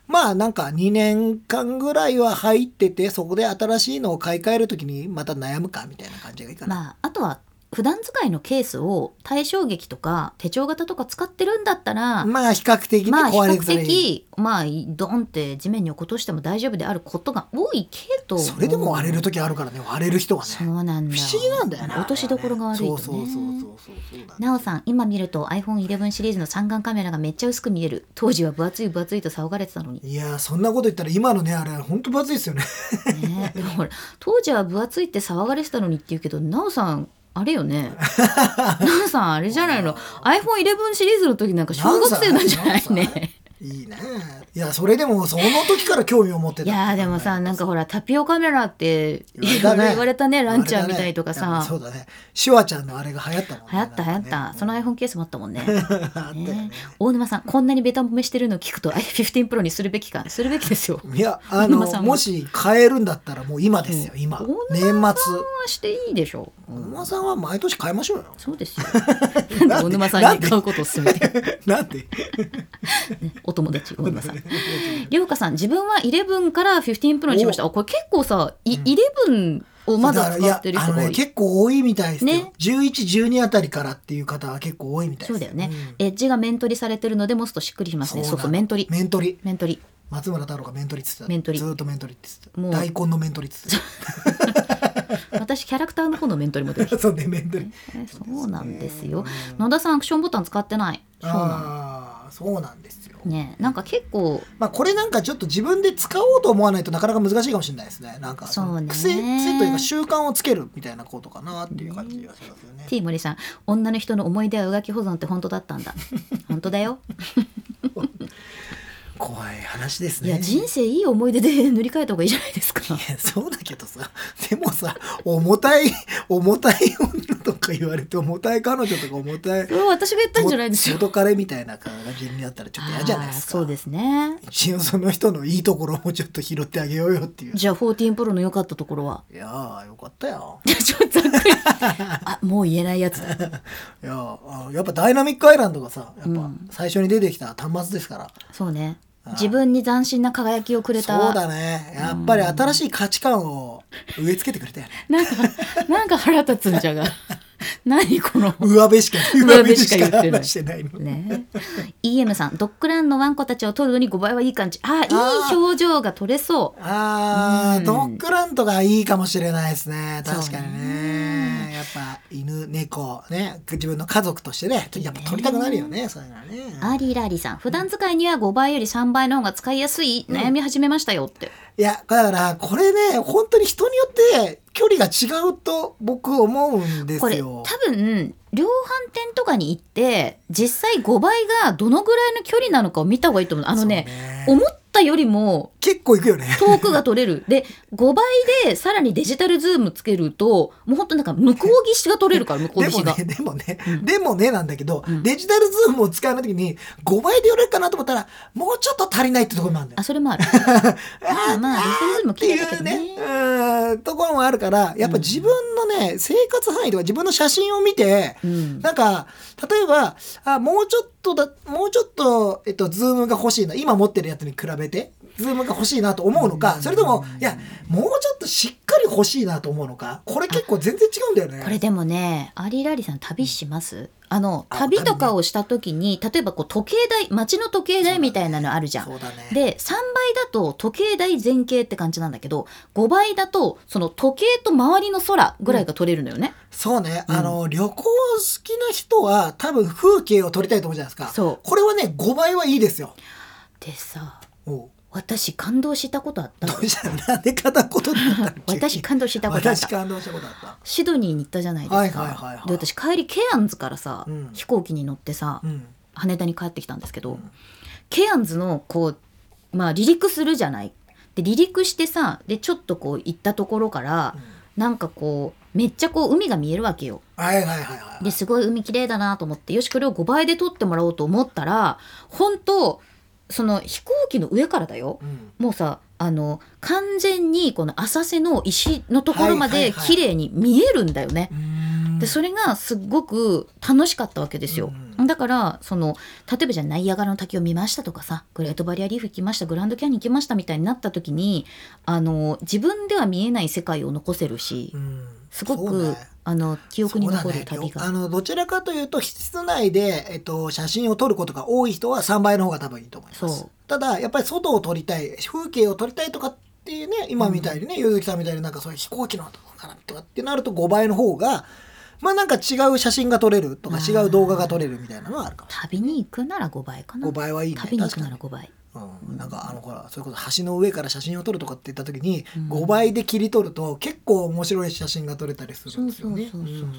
S2: まあなんか2年間ぐらいは入っててそこで新しいのを買い替える時にまた悩むかみたいな感じがいいかな。
S1: まああとは普段使いのケースを対衝撃とか手帳型とか使ってるんだったら、
S2: まあ比較的に
S1: まあ比
S2: 壊れ
S1: 較
S2: づらい、
S1: 的まあドンって地面に落っことしても大丈夫であることが多いけど
S2: それでも割れる時あるからね割れる人は
S1: そ
S2: ね
S1: うなんだ
S2: 不
S1: よ
S2: 思議なんだよね
S1: 落としどころが悪いよね
S2: そうそうそうそうそうそう
S1: なおさん今見ると iPhone11 シリーズの三眼カメラがめっちゃ薄く見える当時は分厚い分厚いと騒がれてたのに、
S2: いやーそんなこと言ったら今のねあれ本当分厚いですよね
S1: ね、でもほら当時は分厚いって騒がれてたのにって言うけどなおさんあれよ ねなおさんあれじゃないの iPhone11 シリーズの時なんか小学生なんじゃない
S2: なお
S1: ね
S2: さんいいね。いや、それでも、その時から興味を持って
S1: い
S2: た。
S1: やーでもさなんかほらタピオカメラってい
S2: 言
S1: ろ
S2: われた
S1: いろ
S2: ね
S1: 言われたねランちゃんみたいとか
S2: やっ
S1: さ
S2: ぱそうだね。シュワちゃんのあれが流行ったもんね。
S1: 流行った流行
S2: な
S1: っ
S2: んか
S1: た
S2: ね
S1: その iPhone ケースもあったもんね
S2: あったよ
S1: ね
S2: ね。
S1: 大沼さんこんなにベタ褒めしてるの聞くと iPhone15 Pro にするべきかするべきですよ
S2: いや、 あ
S1: 沼さん
S2: の、
S1: も
S2: もし変えるんだったらもう今ですよ、
S1: うん
S2: 今
S1: 大。
S2: 年末。
S1: はしていいでしょう、
S2: 小沼さんは毎年変えま しょうよ。
S1: そうですよなんで大沼さんに買うことを勧めてる
S2: なんで
S1: お友達大沼さん涼香さん自分は11から15 Pro にしましたあこれ結構さ、い11をまだ使ってる
S2: あ
S1: 人
S2: の
S1: が多
S2: ね、
S1: い
S2: 結構多いみたいです
S1: ね
S2: よ。11、12あたりからっていう方は結構多いみたい
S1: そ
S2: です
S1: うだよね、
S2: ん
S1: エッジが面取りされてるので持つとしっくりしますねそう
S2: なの
S1: そう面取り
S2: 面取り。
S1: 面取り
S2: 松村太郎が面取りっつってた。
S1: 面取り
S2: ずーっと面取りって言
S1: もう
S2: ってた。大根の面取りっつってた。
S1: 私キャラクターの方の面取りも出てきた
S2: そうね、面取り。
S1: えそうなんですよ
S2: うん
S1: 野田さんアクションボタン使ってないそうな
S2: ああ、そうなんですよ。
S1: のねなんか結構
S2: まあ、これなんかちょっと自分で使おうと思わないとなかなか難しいかもしれないですね。なんか
S1: そうね
S2: の癖癖というか習慣をつけるみたいなことかなっていう感じがしますよね。
S1: T 森さん女の人の思い出は上書き保存って本当だった んだ本当だよ
S2: 怖い話です
S1: い
S2: ね。
S1: や人生いい思い出で塗り替えた方がいいじゃないですか
S2: いやそうだけどさでもさ重たい重たい女とか言われて重たい彼女とか重たい
S1: それは 私が言ったんじゃないですよ
S2: 元彼みたいな感じになったらちょっと嫌じゃないですか
S1: あーそうですね
S2: 一応その人のいいところもちょっと拾ってあげようよっていう
S1: じゃあ14プロの良かったところは
S2: いやーよかったよ
S1: いや ちょっとざっくり あもう言えないやつだ
S2: いやあやっぱダイナミックアイランドがさや
S1: う
S2: っぱ
S1: ん
S2: 最初に出てきた端末ですから、
S1: そうね
S2: あー
S1: 自分に斬新な輝きをくれた
S2: そうだねやっぱり新しい価値観を植え付けてくれたよね
S1: なんかなんか腹立つんじゃ が何この
S2: 上辺しか
S1: 上
S2: 上
S1: 辺
S2: 辺
S1: し
S2: し
S1: か言っ
S2: か
S1: てない
S2: 話してないの
S1: ね EM さんドッグランのワンコたちを撮るのに5倍はいい感じあ
S2: あ
S1: いい
S2: ー
S1: 表情が撮れそう
S2: あー、
S1: うん
S2: ドッグランとかいいかもしれないですね
S1: そうね
S2: 確かにねやっぱ犬猫ね自分の家族としてねやっぱ撮りたくなるよねそういうのはね
S1: アーリーラーリーさん普段使いには5倍より3倍の方が使いやすい悩み始めましたよって、
S2: いやだからこれね本当に人によって距離が違うと僕思うんです
S1: これ
S2: よ
S1: 多。分量販店とかに行って実際5倍がどのぐらいの距離なのかを見た方がいいと思うあのね
S2: そうね
S1: 思ったよりも
S2: 結構いくよね。
S1: 遠くが取れるで5倍でさらにデジタルズームつけるともうほんとなんか向こう岸が取れるから向こう
S2: でも
S1: 岸が、
S2: ね、でもね、
S1: うん
S2: でもねなんだけど、
S1: うん
S2: デジタルズームを使わない時に5倍で寄れるかなと思ったらもうちょっと足りないってところもあるんだよ
S1: あ。それもあ るまあまあデジタルズームも綺麗だけどね
S2: っていうねうんところもあるからやっぱ自分のね、生活範囲とか自分の写真を見て
S1: うん
S2: なんか例えばあもうちょっとだもうちょっと、えっと、ズームが欲しいな今持ってるやつに比べてズームが欲しいなと思うのか、それともいやもうちょっとしっかり欲しいなと思うのかこれ結構全然違うんだよね。
S1: これでもねアリラリさん旅しますあの
S2: あ
S1: 旅とかをした時に例えばこう時計台街の時計台みたいなのあるじゃん
S2: そうだね
S1: で3倍だと時計台前景って感じなんだけど5倍だとその時計と周りの空ぐらいが撮れるのよね、
S2: そうね、
S1: うん
S2: あの旅行好きな人は多分風景を撮りたいと思うじゃないですか
S1: そう
S2: これはね5倍はいいですよ
S1: でさ
S2: おう
S1: 私感動したことあった
S2: どうしたのなんで片言になったっけ
S1: 私感動したことあっ
S2: 私
S1: た
S2: 感動したことあった
S1: シドニーに行ったじゃないですか、
S2: はいはいはいはい
S1: で私帰りケアンズからさ、
S2: うん
S1: 飛行機に乗ってさ
S2: うん
S1: 羽田に帰ってきたんですけど、
S2: うん
S1: ケアンズのこうまあ離陸するじゃないで離陸してさでちょっとこう行ったところから、なんかこうめっちゃこう海が見えるわけよ、
S2: はいはいはいはい
S1: ですごい海綺麗だなと思ってよしこれを5倍で撮ってもらおうと思ったら本当その飛行機の上からだよ
S2: うん
S1: もうさあの完全にこの浅瀬の石のところま
S2: はい
S1: で
S2: はいはい
S1: 綺麗に見えるんだよね。
S2: うーん
S1: でそれがすっごく楽しかったわけですよ、
S2: うん
S1: だからその例えばじゃあナイアガラの滝を見ましたとかさグレートバリアリーフ行きましたグランドキャニオン行きましたみたいになった時にあの自分では見えない世界を残せるし
S2: うん
S1: すご
S2: そう
S1: く、
S2: ね
S1: あの記憶に残
S2: そう
S1: る
S2: だね
S1: 旅が
S2: あのどちらかというと室内で、えっと、写真を撮ることが多い人は3倍の方が多分いいと思いま
S1: そ
S2: す
S1: う
S2: ただやっぱり外を撮りたい風景を撮りたいとかっていうね今みたいにね柚月さんみたいになんかそういう飛行機のとこからとかってなると5倍の方がまあなんか違う写真が撮れるとか
S1: あ
S2: 違
S1: ー
S2: う動画が撮れるみたいなのはあるかも
S1: 旅に行くなら5倍かな
S2: 5倍はいいね
S1: 旅に行く
S2: 確
S1: な
S2: からに、
S1: 5倍
S2: うん、なんかあのほらそれこそ橋の上から写真を撮るとかって言った時に
S1: うん
S2: 5倍で切り取ると結構面白い写真が撮れたりするんですよね。
S1: そうそうそうそうそ
S2: ん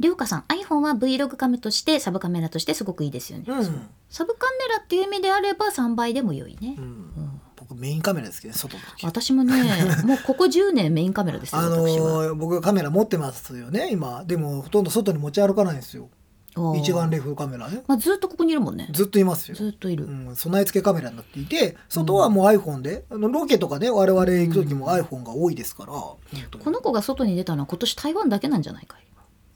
S1: りょうかさん iPhone は Vlog カメとしてサブカメラとしてすごくいいですよね、
S2: うん
S1: サブカメラっていう意味であれば3倍でも良いね、
S2: うん
S1: うん
S2: 僕メインカメラですけどね外の時
S1: 私もね もうここ10年メインカメラですよ
S2: あ
S1: 私は、
S2: のー僕カメラ持ってますよね今でもほとんど外に持ち歩かないんですよ
S1: あー
S2: 一眼レフカメラね
S1: まあ、ずっとここにいるもんね
S2: ずっといますよ、
S1: ずっというる、
S2: ん、備え付けカメラになっていて外はもう iPhone で、あのロケとかね我々行く時も iPhone が多いですから、本当に
S1: この子が外に出たのは今年台湾だけなんじゃないかい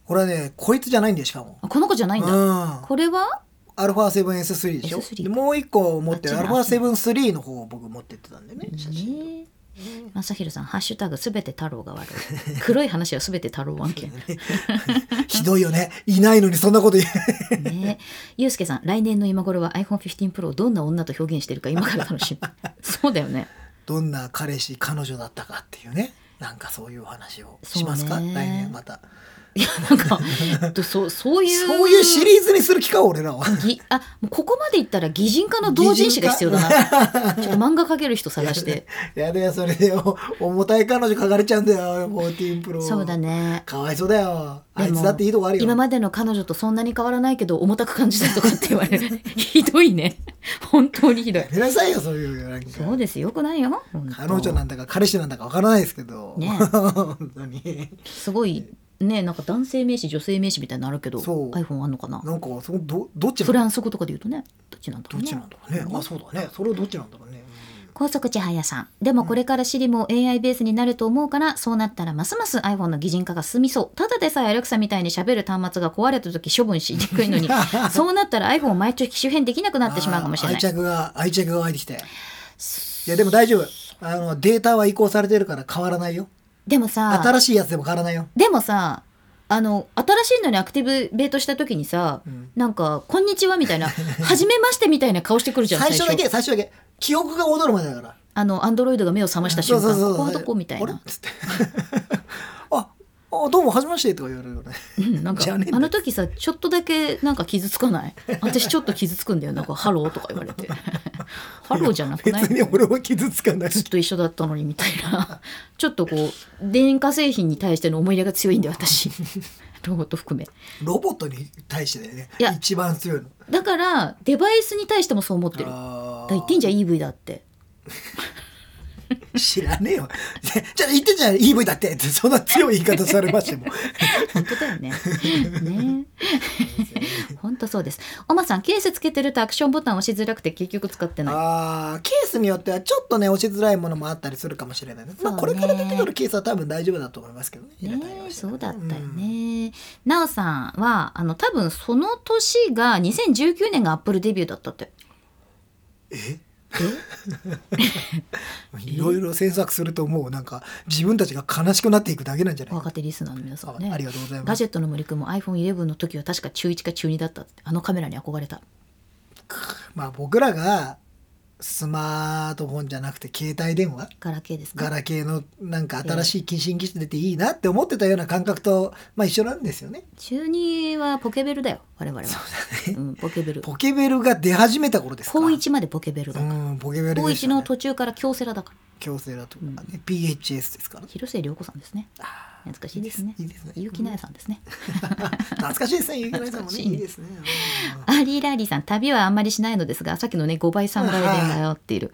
S2: これはねこいつじゃないんでしかも、
S1: あこの子じゃないんだ、
S2: うん
S1: これは
S2: アルファ 7S3 でしょ
S1: S3
S2: でもう一個持ってる
S1: あ
S2: ア
S1: っちだ
S2: ルファ73の方を僕持ってってたんでね写真とか
S1: ねまさひろさん「ハッシュタグすべて太郎が 悪い」「黒い話はすべて太郎案件」
S2: ひどいよねいないのにそんなこと言う
S1: ねゆうすけさん来年の今頃は iPhone15 Pro をどんな女と表現してるか今から楽しみそうだよね
S2: どんな彼氏彼女だったかっていうねなんかそういうお話をしますか、
S1: そうね
S2: 来年また
S1: いやなん かとそうそういう
S2: そういうシリーズにする気か俺 らは
S1: ぎあもうここまでいったら擬人化の同人誌が必要だなちょっと漫画描ける人探 して
S2: やだよそれでお重たい彼女書かれちゃうんだよ14プロ
S1: そうだね
S2: かわいそうだよあ
S1: で
S2: い
S1: も
S2: つだっていいとこあるよ
S1: 今までの彼女とそんなに変わらないけど重たく感じたとかって言われる ひどいね本当にひどい
S2: やめなさいよそういうなんか
S1: そうですよよくないよ本当
S2: 彼女なんだか彼氏なんだかわからないですけど、
S1: ね
S2: 本当に
S1: すごいねなんか男性名詞女性名詞みたいなのあるけど
S2: そう
S1: iPhone あんのかな
S2: なんかそのどどっち
S1: フ
S2: なん
S1: ランス語とかで言うとねどっちなんだろ
S2: ど
S1: う
S2: っ
S1: ね
S2: ちなんだろうねあそうだねそれはどっちなんだろうね、
S1: 高速千早さんでもこれからシリも AI ベースになると思うから、そうなったらますます iPhone の擬人化が進みそうただでさえアレクサみたいに喋る端末が壊れた時処分しにくいの にそうなったら iPhone を毎年機種変できなくなってしまうかもしれな
S2: 愛
S1: い
S2: 着が愛着が湧いてきていやでも大丈夫あのデータは移行されてるから変わらないよ
S1: でもさ
S2: 新しいやつでも変わらないよ
S1: でもさあの新しいのにアクティブベートした時にさ、
S2: ん
S1: なんか「こんにちは」みたい な「初めまして」みたいな顔してくるじゃん
S2: 最
S1: 最
S2: 初
S1: 初
S2: だけ最初だけ記憶が戻るまでだから
S1: あのアンドロイドが目を覚ました瞬間「ここはどこ?」みたい
S2: あれ
S1: な
S2: っつってああどうも、はじめましてとか言われるよね。
S1: うんなんか
S2: じゃ
S1: あ
S2: ねえんだよ
S1: の時さちょっとだけなんか傷つか ない私ちょっと傷つくんだよなんか「ハロー」とか言われて「ハロー」じゃなく ない
S2: 別に俺は傷つかない
S1: ずっと一緒だったのにみたいなちょっとこう電化製品に対しての思い入れが強いんだよ 私ロボット含め
S2: ロボットに対してだよね
S1: いや
S2: 一番強いの
S1: だからデバイスに対してもそう思ってるだか
S2: あ
S1: ら
S2: ー
S1: 言ってんじゃん EV だって
S2: 知らねえよ じゃあ言ってんじゃん EV だってってそんな強い言い方されましても
S1: 本当だ よねね本当そうですおまさんケースつけてるとアクションボタン押しづらくて結局使ってない
S2: あーケースによってはちょっとね押しづらいものもあったりするかもしれないねまあ、
S1: そ
S2: こ
S1: うね
S2: れから出てくるケースは多分大丈夫だと思いますけどね平たい
S1: ね
S2: 話
S1: そうだったよね。なおさんはあの多分その年が2019年がアップルデビューだったって。
S2: うんいろいろ詮索するともうなんか自分たちが悲しくなっていくだけなんじゃないか
S1: 若手リスナーの皆さん
S2: ああ
S1: ね。
S2: りがとうございま
S1: ガ
S2: す
S1: ジェットの森くんも iPhone11 の時は確か中1か中2だったってあのカメラに憧れた。
S2: まあ僕らがスマートフォンじゃなくて携帯電話
S1: ガラケーです
S2: ガ
S1: か。
S2: ラケーのなんか新しい近親技術出ていいなって思ってたような感覚と、まあ、一緒なんですよね。
S1: 中2はポケベルだよ我々は。 うんポケベル。
S2: ポケベルが出始めた頃ですか
S1: 高一までポケベルだから。
S2: うん、ポケベル
S1: 高
S2: で
S1: 一
S2: したね
S1: の途中から京セラだから。
S2: 強制だとか、ね
S1: う
S2: PHS ですからね。
S1: 広末涼子さんですね。
S2: あ
S1: 懐かしいですね。
S2: いいですね
S1: 結城奈さんですね。
S2: 懐かしいですね、ゆきなりさん
S1: 懐か
S2: もね。
S1: しいね
S2: いいで すね。うん
S1: アリーラーリーさん旅はあんまりしないのですがさっきのね5倍3倍で迷っている、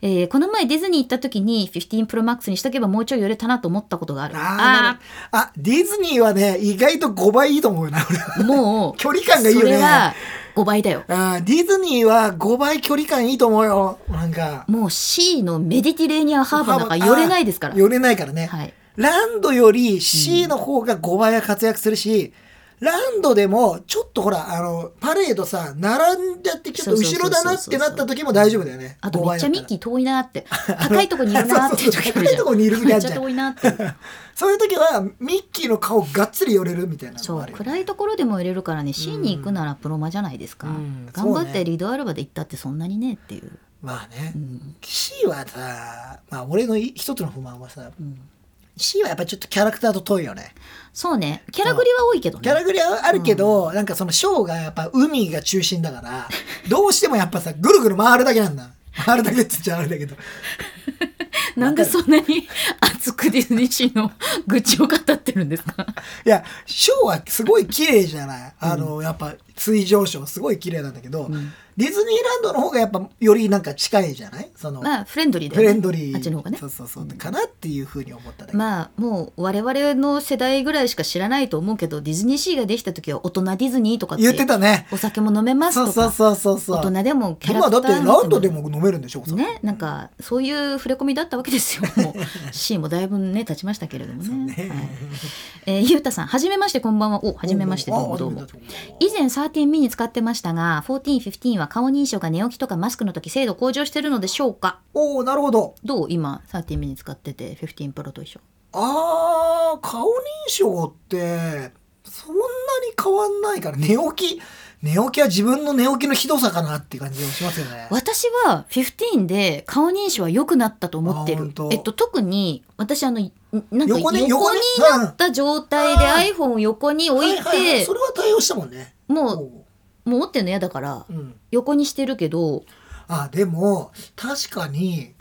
S1: えーこの前ディズニー行った時に 15ProMax にしとけばもうちょい寄れたなと思ったことがある
S2: あーあ、ディズニーはね、意外と5倍いいと思うな、俺は。
S1: ーもう
S2: 距離感がいいよ
S1: そ
S2: ね
S1: れは5倍だよ
S2: あーディズニーは5倍距離感いいと思うよ。なんか。
S1: もう C のメディティレーニアンハーバーなんか寄れないですから
S2: あー寄れないからね。
S1: はい、
S2: ランドより C の方が5倍は活躍するし、ランドでもちょっとほらあのパレードさ並んじゃってちょっと後ろだなってなった時も大丈夫だよね
S1: あと
S2: 5
S1: めっちゃミ
S2: 倍だったら
S1: ッキー遠いな って高いとこにいるなーって
S2: そうそうそう高いとこにいる時
S1: め
S2: あ
S1: っ
S2: る
S1: ち
S2: じゃん
S1: ゃ遠いなって
S2: そういう時はミッキーの顔がっつり寄れるみたいなの
S1: そ
S2: もあ
S1: う
S2: るよね
S1: 暗いところでも入れるからね C に行くならプロマじゃないですか、
S2: うん
S1: 頑張っ
S2: そうね
S1: てリードアルバで行ったってそんなにねっていう、
S2: まあね、
S1: うん
S2: C はさまあ俺の一つの不満はさ
S1: うん、
S2: C はやっぱちょっとキャラクターと遠いよね
S1: そうねキャラグリは多いけどね
S2: キャラグリはあるけど、なんかそのショーがやっぱ海が中心だからどうしてもやっぱさぐるぐる回るだけなんだ回るだけって言っちゃあれだけど
S1: なんでそんなに 熱くディズニーシーの愚痴を語ってるんですか
S2: いや、ショーはすごい綺麗じゃない。あの、やっぱ水上ショーすごい綺麗なんだけど、
S1: ん
S2: ディズニーランドの方がやっぱよりなんか近いじゃないその、
S1: まあフレンドリーで、
S2: フレンドリー。
S1: あっちの方がね
S2: そうそうそう。かなっていうふうに思っただけ。
S1: まあもう我々の世代ぐらいしか知らないと思うけどディズニーシーができた時は大人ディズニーとかって
S2: 言ってたね。
S1: お酒も飲めますと
S2: そ
S1: か
S2: うそうそうそうそう。
S1: 大人でもキャラ
S2: 今
S1: クタ
S2: だ
S1: ー
S2: ってランドでも飲めるんでしょ、お酒
S1: ね、なんかそういう触れ込みだったわけです よ。もうシーンもだいぶね経ちましたけれどもね。はいえーゆうたさん、はじめましてこんばんは。お、はじめましてどうもどうも
S2: あ。初めましてどうも
S1: 以前13ミニ使ってましたが、14、15は顔認証が寝起きとかマスクの時精度向上してるのでしょうか。
S2: おおなるほど。
S1: どう今13ミニ使ってて15プロと一緒。
S2: あー、顔認証って、そんなに変わんないから、寝起き、寝起きは自分の寝起きのひどさかなっていう感じがしますよね。
S1: 私は15で顔認証は良くなったと思って
S2: あ
S1: る
S2: 本当。
S1: えっと特に私あのんなんか横
S2: 横
S1: に
S2: に横に
S1: なった状態で
S2: うんあ
S1: iPhone を横に置い
S2: ははは
S1: て
S2: そ、れは対応したもんね。
S1: もう
S2: う
S1: もう持ってんの嫌だから
S2: うん、
S1: 横にしてるけど、
S2: あでも確かに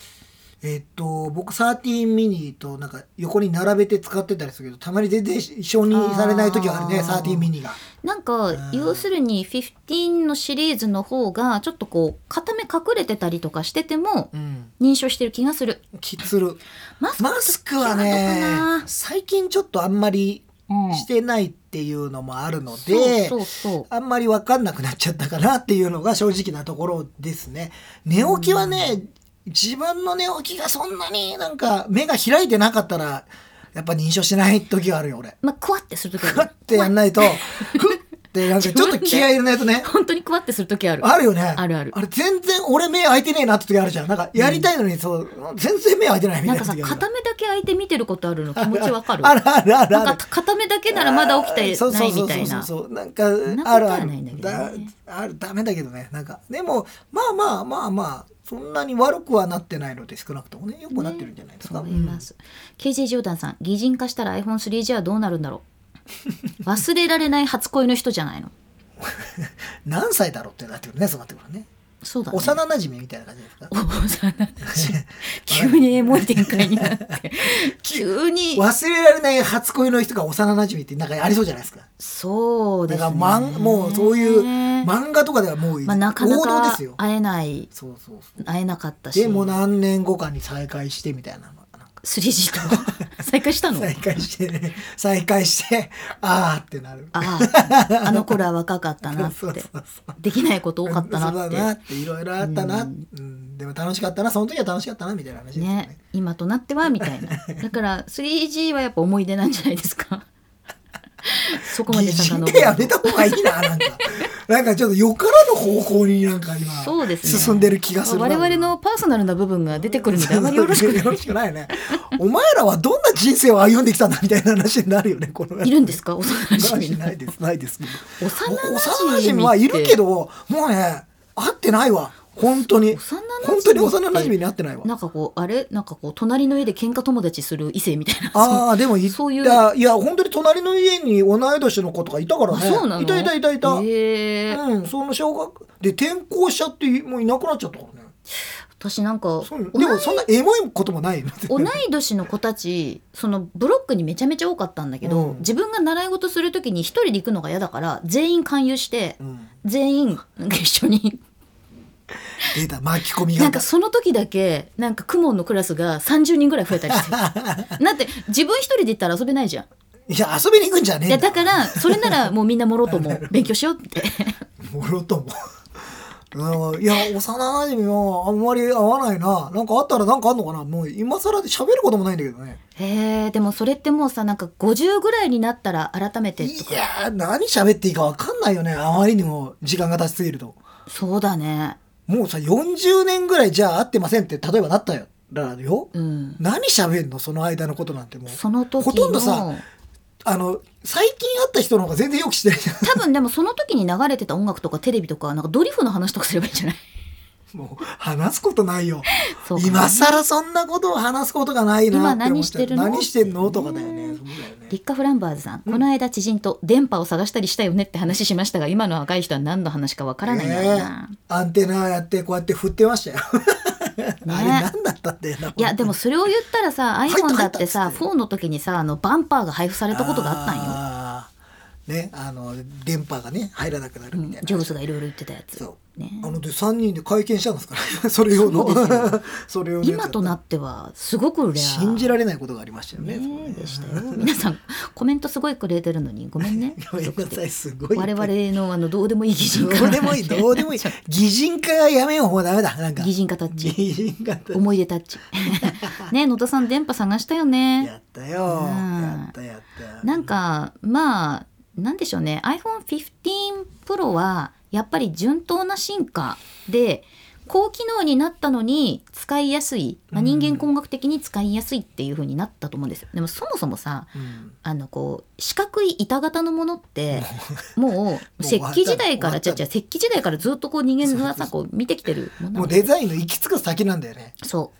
S2: えっと僕13ミニとなんか横に並べて使ってたりするけどたまに全然承認されない時はあるね
S1: あー
S2: 13ミニが。
S1: なんか
S2: ん
S1: 要するに15のシリーズの方がちょっとこう片目隠れてたりとかしてても
S2: うん、
S1: 認証してる気がする。
S2: きつる
S1: マスク
S2: マスクは
S1: どうか
S2: ね
S1: な
S2: 最近ちょっとあんまり
S1: うん
S2: してないっていうのもあるので、
S1: そうそうそう。
S2: あんまり分かんなくなっちゃったかなっていうのが正直なところですね。寝起きはね、自分の寝起きがそんなになんか目が開いてなかったら、やっぱ認証しない時があるよ、俺。
S1: まあ、クワってする時
S2: ふ
S1: あ
S2: っ
S1: る。
S2: てやんないと、ふってなんかちょっと気合い入れないとね。
S1: 本当にクワってする時ある。
S2: あるよね。あ
S1: るある
S2: あれ全然俺目開いてねえなって時あるじゃん。なんかやりたいのにそう、全然目開いてないみ
S1: ない
S2: た
S1: んか
S2: な時あ
S1: さ、
S2: るよ。
S1: 片目だけ開いて見てることあるの気持ちわかる。
S2: あるあるある
S1: な
S2: あ
S1: ん
S2: る。
S1: か片目だけならまだ起きて
S2: そう
S1: な
S2: そう
S1: い
S2: そ
S1: み
S2: う
S1: た
S2: そう
S1: い
S2: そ
S1: な
S2: う。そうなんか
S1: んなこと
S2: ある
S1: は
S2: ある
S1: ないんだけどね
S2: だあるダメだけどねなんかでもまあまあまあまあそんなに悪くはなってないので少なくともねよくなってるんじゃないです
S1: と
S2: か。
S1: 思います、KJ ジョーダンさん擬人化したら iPhone3G はどうなるんだろ う忘れられない初恋の人じゃないの
S2: うん何歳だろうってなってくるねそうなってくるね。
S1: そうだね
S2: 幼馴染みみたいな感じですか。
S1: 幼馴染 急にエモい展開になって 急に
S2: 忘れられない初恋の人が幼馴染ってなんかありそうじゃないですか。
S1: そうです
S2: だか
S1: ね
S2: らまんもうそういう
S1: ま
S2: 漫画とかではもう
S1: あ、なかな
S2: 王道で
S1: か
S2: すよ。
S1: 会えない
S2: そうそうそう。
S1: 会えなかったし
S2: でも何年後かに再会してみたいなのがなんか
S1: 3G と再会したの
S2: 再会してね再会してああってなる。
S1: あああの頃は若かったなっ
S2: そうそう
S1: て
S2: そうそう
S1: できないこと多かったな
S2: そ
S1: っ
S2: うだな
S1: て
S2: っていろいろあったな、
S1: う
S2: うんんでも楽しかったなその時は楽しかったなみたいな話ですよね
S1: ね今となってはみたいなだから 3G はやっぱ思い出なんじゃないです かそこまで
S2: 擬
S1: 遡
S2: 人
S1: る
S2: ってやめた方がいい ななんかなんかちょっとよからぬ方向になんか今
S1: そうですね
S2: 進んでる気がするな
S1: 我々のパーソナルな部分が出てくる のであまりよろしく
S2: よろしくないねお前らはどんな人生を歩んできたんだみたいな話になるよねこの
S1: いるんですか幼馴 染
S2: ないですないですけど
S1: 幼馴染
S2: 幼馴染はいるけどもうね会ってないわ本当に
S1: 幼馴染って
S2: 本当に幼馴染に会ってないわ
S1: なんかこうあれなんかこう隣の家で喧嘩友達する異性みたいな
S2: ああでもい
S1: そういう
S2: やいや本当に隣の家に同い年の子とかいたから
S1: あ
S2: ね
S1: そうなの
S2: いたいたいたいた、
S1: へえ
S2: うんその小学で転校しちゃってもういなくなっちゃったからね
S1: 私なんか
S2: そう
S1: 同
S2: で
S1: い
S2: もそんなエモいこともないの
S1: 同 い年の子たちそのブロックにめちゃめちゃ多かったんだけど、
S2: うん
S1: 自分が習い事する時に一人で行くのが嫌だから全員勧誘して
S2: うん、
S1: 全員なんか一緒に
S2: 出た巻き込み
S1: な
S2: が
S1: んかその時だけなんか公文のクラスが30人ぐらい増えたり してだって自分一人で行ったら遊べないじゃん
S2: いや遊びに行くんじゃね
S1: い
S2: え
S1: や
S2: んだ
S1: だからそれならもうみんなもろと も勉強しようって
S2: も ろともうんいや幼馴染はあんまり会わないななんか会ったらなんかあんのかなもう今更で喋ることもないんだけどね
S1: へえでもそれってもうさなんか50ぐらいになったら改めて
S2: い
S1: とか
S2: やー何喋っていいかわかんないよねあまりにも時間が経ちすぎると
S1: そうだね
S2: もうさ40年ぐらいじゃあ会ってませんって例えばなったよらよ、
S1: うん
S2: 何喋んのその間のことなんてもう
S1: その時の
S2: ほとんどさあの最近会った人の方が全然よくしてないじゃ
S1: 多分でもその時に流れてた音楽とかテレビとかなんかドリフの話とかすればいいん じゃない
S2: んもう話すことないよ
S1: そうかな
S2: 今更そんなことを話すことがないなって
S1: 今
S2: 思っちゃう
S1: 何してるの
S2: 何してんのとかだよねそうだよね
S1: リッカ・フランバーズさん、この間知人と電波を探したりしたよねって話しましたが今の若い人は何の話かわからないんだろうな、
S2: ねえアンテナやってこうやって振って ましたよあれ何だったんだよない
S1: やでもそれを言ったらさ iPhone だってさ
S2: 入った入ったっつって
S1: 4の時にさあのバンパーが配布されたことがあったんよ
S2: あーねあの電波がね入らなくなるみたいな、
S1: ジョブズがいろいろ言ってたやつ
S2: そ
S1: ね
S2: うあので3人で会見したんですから それ用の
S1: そうですよ
S2: それ用のやつだ
S1: 今
S2: った
S1: となってはすごくレア
S2: 信じられないことがありましたよねそ
S1: ね
S2: れね
S1: でしたよ皆さんコメントすごいくれてるのにごめんね
S2: ごめんなさいすごい
S1: 我々のあのどうでもいい擬人化
S2: どうでもいいどうでもいい擬人化はやめようもうダメだなん か
S1: 擬人化タッ チ
S2: 擬人化って
S1: 思い出タッチ ね野田さん電波探したよね
S2: やったよ、
S1: うん
S2: やったやった
S1: なんかまあなんでしょうね iPhone15 Pro はやっぱり順当な進化で高機能になったのに使いやすい、まあ、
S2: うん
S1: 人間工学的に使いやすいっていう風になったと思うんですよでもそもそもさ
S2: うん
S1: あのこう四角い板型のもの ってもう石
S2: 終わった
S1: 器時代から
S2: 終
S1: じゃ
S2: わった
S1: じゃ石器時代からずっとこう人間のさこう見てきてるものな
S2: も
S1: の
S2: う
S1: で
S2: デザインの行き着く先なんだよね
S1: そ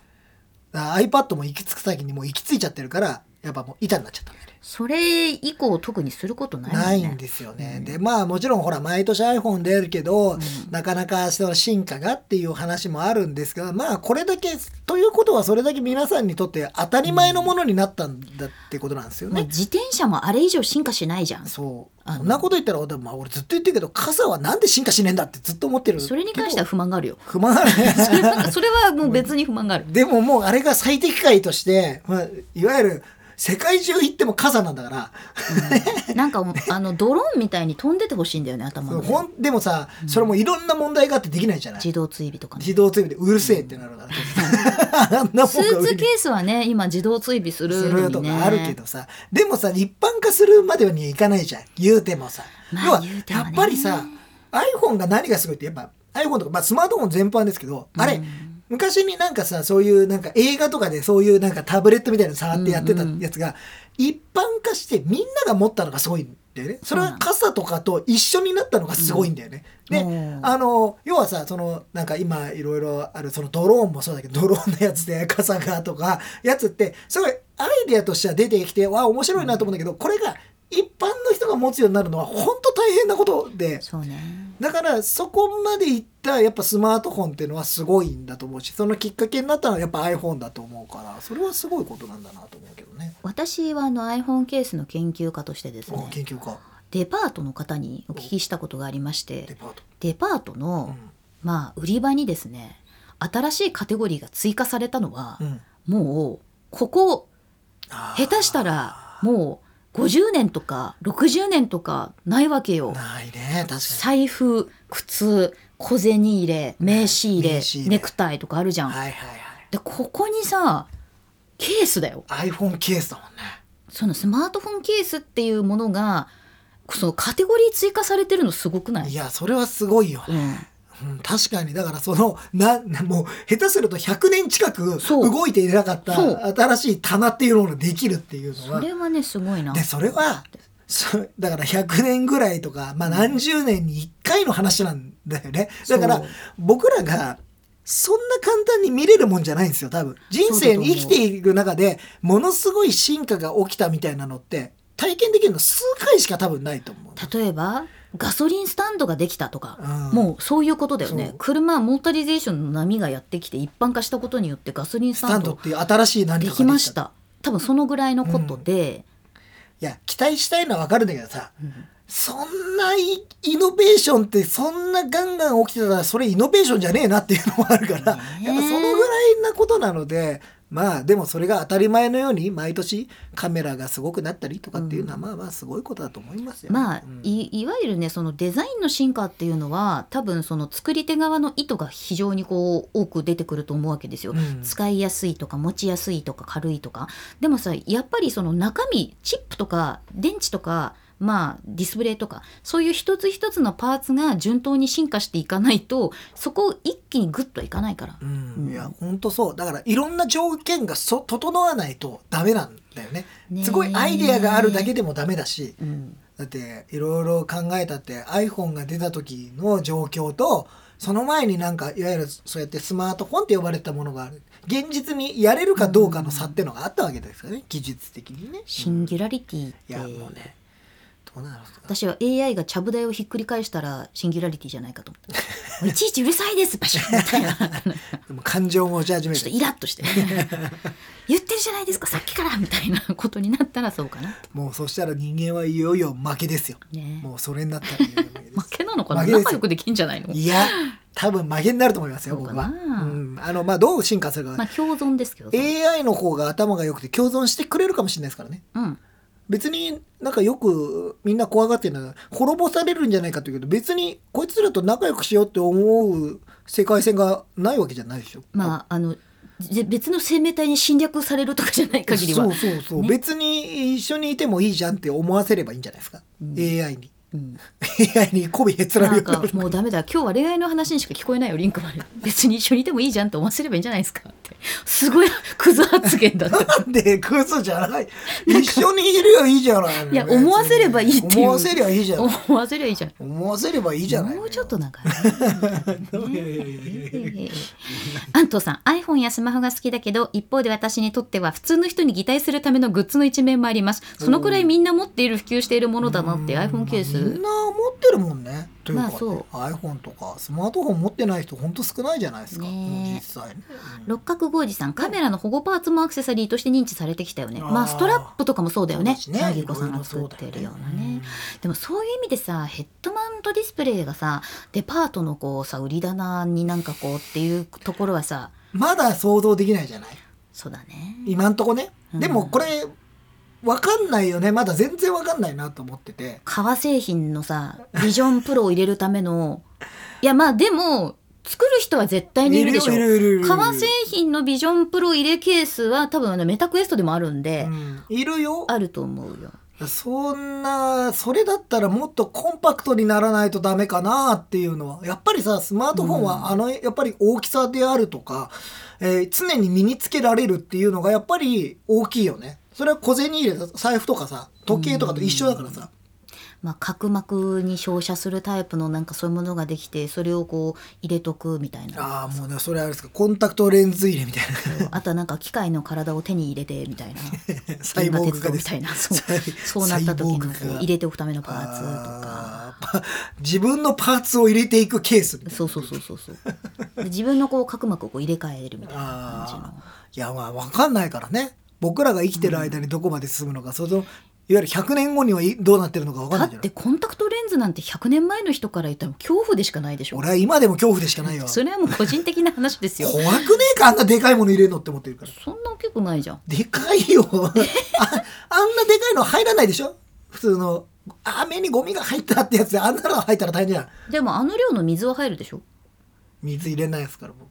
S1: う
S2: あ iPad も行き着く先にもう行き着いちゃってるからやっぱもう板になっちゃったんだよね
S1: それ以降特にすることないよね
S2: ないんですよね、
S1: うん
S2: でまあもちろんほら毎年 iPhone 出るけど、
S1: ん
S2: なかなかその進化がっていう話もあるんですがまあこれだけということはそれだけ皆さんにとって当たり前のものになったんだってことなんですよ
S1: まあ
S2: ね。
S1: 自転車もあれ以上進化しないじゃん。
S2: そう
S1: あの
S2: そんなこと言ったら、でもまあ、俺ずっと言ってるけど傘はなんで進化しねえんだってずっと思ってる
S1: それに関しては
S2: け
S1: 不満があるよ。
S2: ど不満あるね
S1: それ なんかそれはもう別に不満がある。
S2: でももうあれが最適解として、まあ、いわゆる世界中行っても傘なんだから、
S1: なんかもうあのドローンみたいに飛んでてほしいんだよね頭の
S2: ほ
S1: 上。
S2: んでもさ、それもいろんな問題があってできないじゃない
S1: 自動追尾とかね。
S2: 自動追尾でうるせえってなるから、 あんなもんが
S1: スー
S2: 売
S1: ツ
S2: り
S1: ケースはね今自動追尾す
S2: す
S1: るの
S2: る
S1: に
S2: と
S1: ね。
S2: かあるけどさでもさ一般化するまでにはいかないじゃん言うてもさ、
S1: まあ
S2: 要は
S1: 言うても
S2: や
S1: ね
S2: っぱりさ iPhone が何がすごいってやっぱ iPhone とか、まあ、スマートフォン全般ですけど、あ
S1: う
S2: れ
S1: ん
S2: 昔になんかさそういうなんか映画とかでそういうなんかタブレットみたいなの触ってやってたやつが、一般化してみんなが持ったのがすごいんだよねそれは傘とかと一緒になったのがすごいんだよね。で
S1: うん
S2: あの要はさそのなんか今いろいろあるそのドローンもそうだけどドローンのやつで傘がとかやつってすごいアイデアとしては出てきてわあ面白いなと思うんだけどこれが一般の人が持つようになるのは本当大変なことで
S1: そうね。
S2: だからそこまでいったやっぱスマートフォンっていうのはすごいんだと思うしそのきっかけになったのはやっぱ iPhone だと思うからそれはすごいことなんだなと思うけどね。
S1: 私はあの iPhone ケースの研究家としてです
S2: あ
S1: ね
S2: 研究家
S1: デパートの方にお聞きしたことがありまし
S2: デ
S1: て
S2: パート、
S1: デパート
S2: う
S1: の、
S2: ん
S1: まあ、売り場にですね新しいカテゴリーが追加されたのは
S2: う、ん、
S1: もうここ下手したらもう50年とか60年とかないわけよ。
S2: ないね確かに
S1: 財布靴小銭入れ名刺入れ
S2: 名刺入れ
S1: ネクタイとかあるじゃん。
S2: はいはい
S1: でここにさケースだよ。
S2: はい iPhone ケースだもんね
S1: そのスマートフォンケースっていうものがそのカテゴリー追加されてるのすごくない
S2: いやそれはすごいよ、
S1: うん、
S2: うん、確かにだからそのななもう下手すると100年近く
S1: そう
S2: 動いていなかっ
S1: そう
S2: た新しい棚っていうのができるっていうの
S1: そ
S2: は
S1: れはねすごいな。
S2: でそれはそだから100年ぐらいとか、まあ、何十年に1回の話なんだよねだから
S1: そう
S2: 僕らがそんな簡単に見れるもんじゃないんですよ多分人生に生きている中でものすごい進化が起きたみたいなのって体験できるの数回しか多分ないと思う
S1: 例えばガソリンスタンドができたとか、
S2: うん
S1: もうそういうことだよ
S2: そ
S1: ね
S2: う
S1: 車モータリゼーションの波がやってきて一般化したことによってガソリンス
S2: ス
S1: タ
S2: タ
S1: ン
S2: ンドっ
S1: ド
S2: ていう新しい何か
S1: で
S2: が
S1: きました多分そのぐらいのことで、
S2: いや期待したいのは分かるんだけどさ、そんないイノベーションってそんなガンガン起きてたらそれイノベーションじゃねえなっていうのもあるから、
S1: ねえ
S2: やっぱそのぐらいなことなのでまあでもそれが当たり前のように毎年カメラがすごくなったりとかっていうのはまあまあすごいことだと思いますよ、
S1: まあ、
S2: うん
S1: いいわゆるねそのデザインの進化っていうのは多分その作り手側の意図が非常にこう多く出てくると思うわけですよ。
S2: うん
S1: 使いやすいとか持ちやすいとか軽いとかでもさやっぱりその中身チップとか電池とかまあディスプレイとかそういう一つ一つのパーツが順当に進化していかないとそこを一気にグッといかないから、
S2: うん、いや
S1: うん
S2: 本当そうだからいろんな条件がそ整わないとダメなんだよね
S1: ねえ
S2: すごいアイデアがあるだけでもダメだし、
S1: うん
S2: だっていろいろ考えたって iPhone が出た時の状況とその前になんかいわゆるそうやってスマートフォンって呼ばれてたものがある現実にやれるかどうかの差ってのがあったわけですよね技術的にね。
S1: シンギュラリティっ
S2: い
S1: て、
S2: やもうねどうなるんですか
S1: 私は AI がちゃぶ台をひっくり返したらシンギュラリティじゃないかと思った。いちいちうるさいですバシャンみたい なち
S2: でも感情も持ち始め
S1: ょっと
S2: て
S1: イラッと して言ってるじゃないですかさっきからみたいなことになったらそうかな。
S2: もうそしたら人間はいよいよ負けですよ。
S1: ね
S2: もうそれになったらいよいよ負けで す
S1: 負けなのかな
S2: 負けです
S1: 仲良くできんじゃないの
S2: いや多分負けになると思いますよ
S1: そうか
S2: 僕
S1: な
S2: は。うん、あのまあどう進化するか、
S1: まあ共存ですけど、
S2: AI の方が頭が良くて共存してくれるかもしれないですからね。
S1: うん、
S2: 別になんかよくみんな怖がってるのは滅ぼされるんじゃないかって言うけど別にこいつらと仲良くしようって思う世界線がないわけじゃないでしょ。
S1: まああのぜ別の生命体に侵略されるとかじゃない限りは
S2: そうそうそう、
S1: ね
S2: 別に一緒にいてもいいじゃんって思わせればいいんじゃないですか、
S1: うん
S2: AI に
S1: うん、
S2: AI に媚びへつら
S1: な
S2: れ
S1: ん
S2: るように
S1: か
S2: なる
S1: もうダメだ今日は恋愛の話にしか聞こえないよリンクまで別に一緒にいてもいいじゃんって思わせればいいんじゃないですかってすごいクズ発言だった
S2: なんでクズじゃない一緒にいるよいいじゃない
S1: いや思わせればいいっていう
S2: 思わせればいいじゃない
S1: 思わせりゃいいじゃん。
S2: 思わせればいいじゃない
S1: もうちょっとなんか、
S2: いやいやいやいやいや
S1: 安藤さん iPhone やスマホが好きだけど一方で私にとっては普通の人に擬態するためのグッズの一面もありますそのくらいみんな持っている普及しているものだなっていう iPhone ケー
S2: まあみん
S1: ス
S2: な持ってるもんねというか、ね
S1: まあそう
S2: iPhone とかスマートフォン持ってない人ほんと少ないじゃないですか、
S1: ね
S2: もう実際に、
S1: 六角剛二さんカメラの保護パーツもアクセサリーとして認知されてきたよね
S2: あー
S1: まあストラップとかもそうだよね
S2: そうだしね
S1: なぎこさんが作ってるようなね
S2: いろいろそうだよね
S1: でもそういう意味でさヘッドマウントディスプレイがさデパートのこうさ売り棚になんかこうっていうところはさ
S2: まだ想像できないじゃない
S1: そうだね
S2: 今んとこね、
S1: うん
S2: でもこれわかんないよねまだ全然わかんないなと思ってて
S1: 革製品のさビジョンプロを入れるため のいやまあでも作る人は絶対にいるでしょ
S2: いるいるいるいる
S1: 革製品のビジョンプロ入れケースは多分あのメタクエストでもあるんで、
S2: うんいるよ
S1: あると思うよ
S2: そんなそれだったらもっとコンパクトにならないとダメかなっていうのはやっぱりさスマートフォン
S1: うん
S2: はあのやっぱり大きさであるとか、えー常に身につけられるっていうのがやっぱり大きいよねそれは小銭入れた財布とかさ時計とかと一緒だからさ、
S1: まあ、角膜に照射するタイプのなんかそういうものができてそれをこう入れとくみたいな
S2: ああもうねそれあれですかコンタクトレンズ入れみたい
S1: あとはなんか機械の体を手に入れてみたいな
S2: なサイボーグ化で
S1: み
S2: す
S1: たいな そう
S2: サイ
S1: そうなった時のこ
S2: サイボーグ
S1: う
S2: 化
S1: 入れておくためのパーツとか。
S2: あーパ自分のパーツを入れていくケースみたいな
S1: そうそうそうそうそうで自分のこう角膜をこう入れ替えるみたいな感じの
S2: あーいやまあ分かんないからね僕らが生きてる間にどこまで進むのか、そのいわゆる100年後にはいどうなってるのか分か
S1: だ
S2: んない
S1: っ
S2: じゃな
S1: て
S2: い
S1: コンタクトレンズなんて100年前の人から言ったら恐怖でしかないでしょ
S2: 俺は今でも恐怖でしかないわ
S1: それはもう個人的な話です よ
S2: 怖くねえかあんなでかいもの入れるのって思ってるから
S1: そんな大きくないじゃん
S2: でか いよああんなでかいの入らないでしょ普通のあ目にゴミが入ったってやつであんなの入ったら大変じゃん
S1: でもあの量の水は入るでしょ
S2: 水入れないですから僕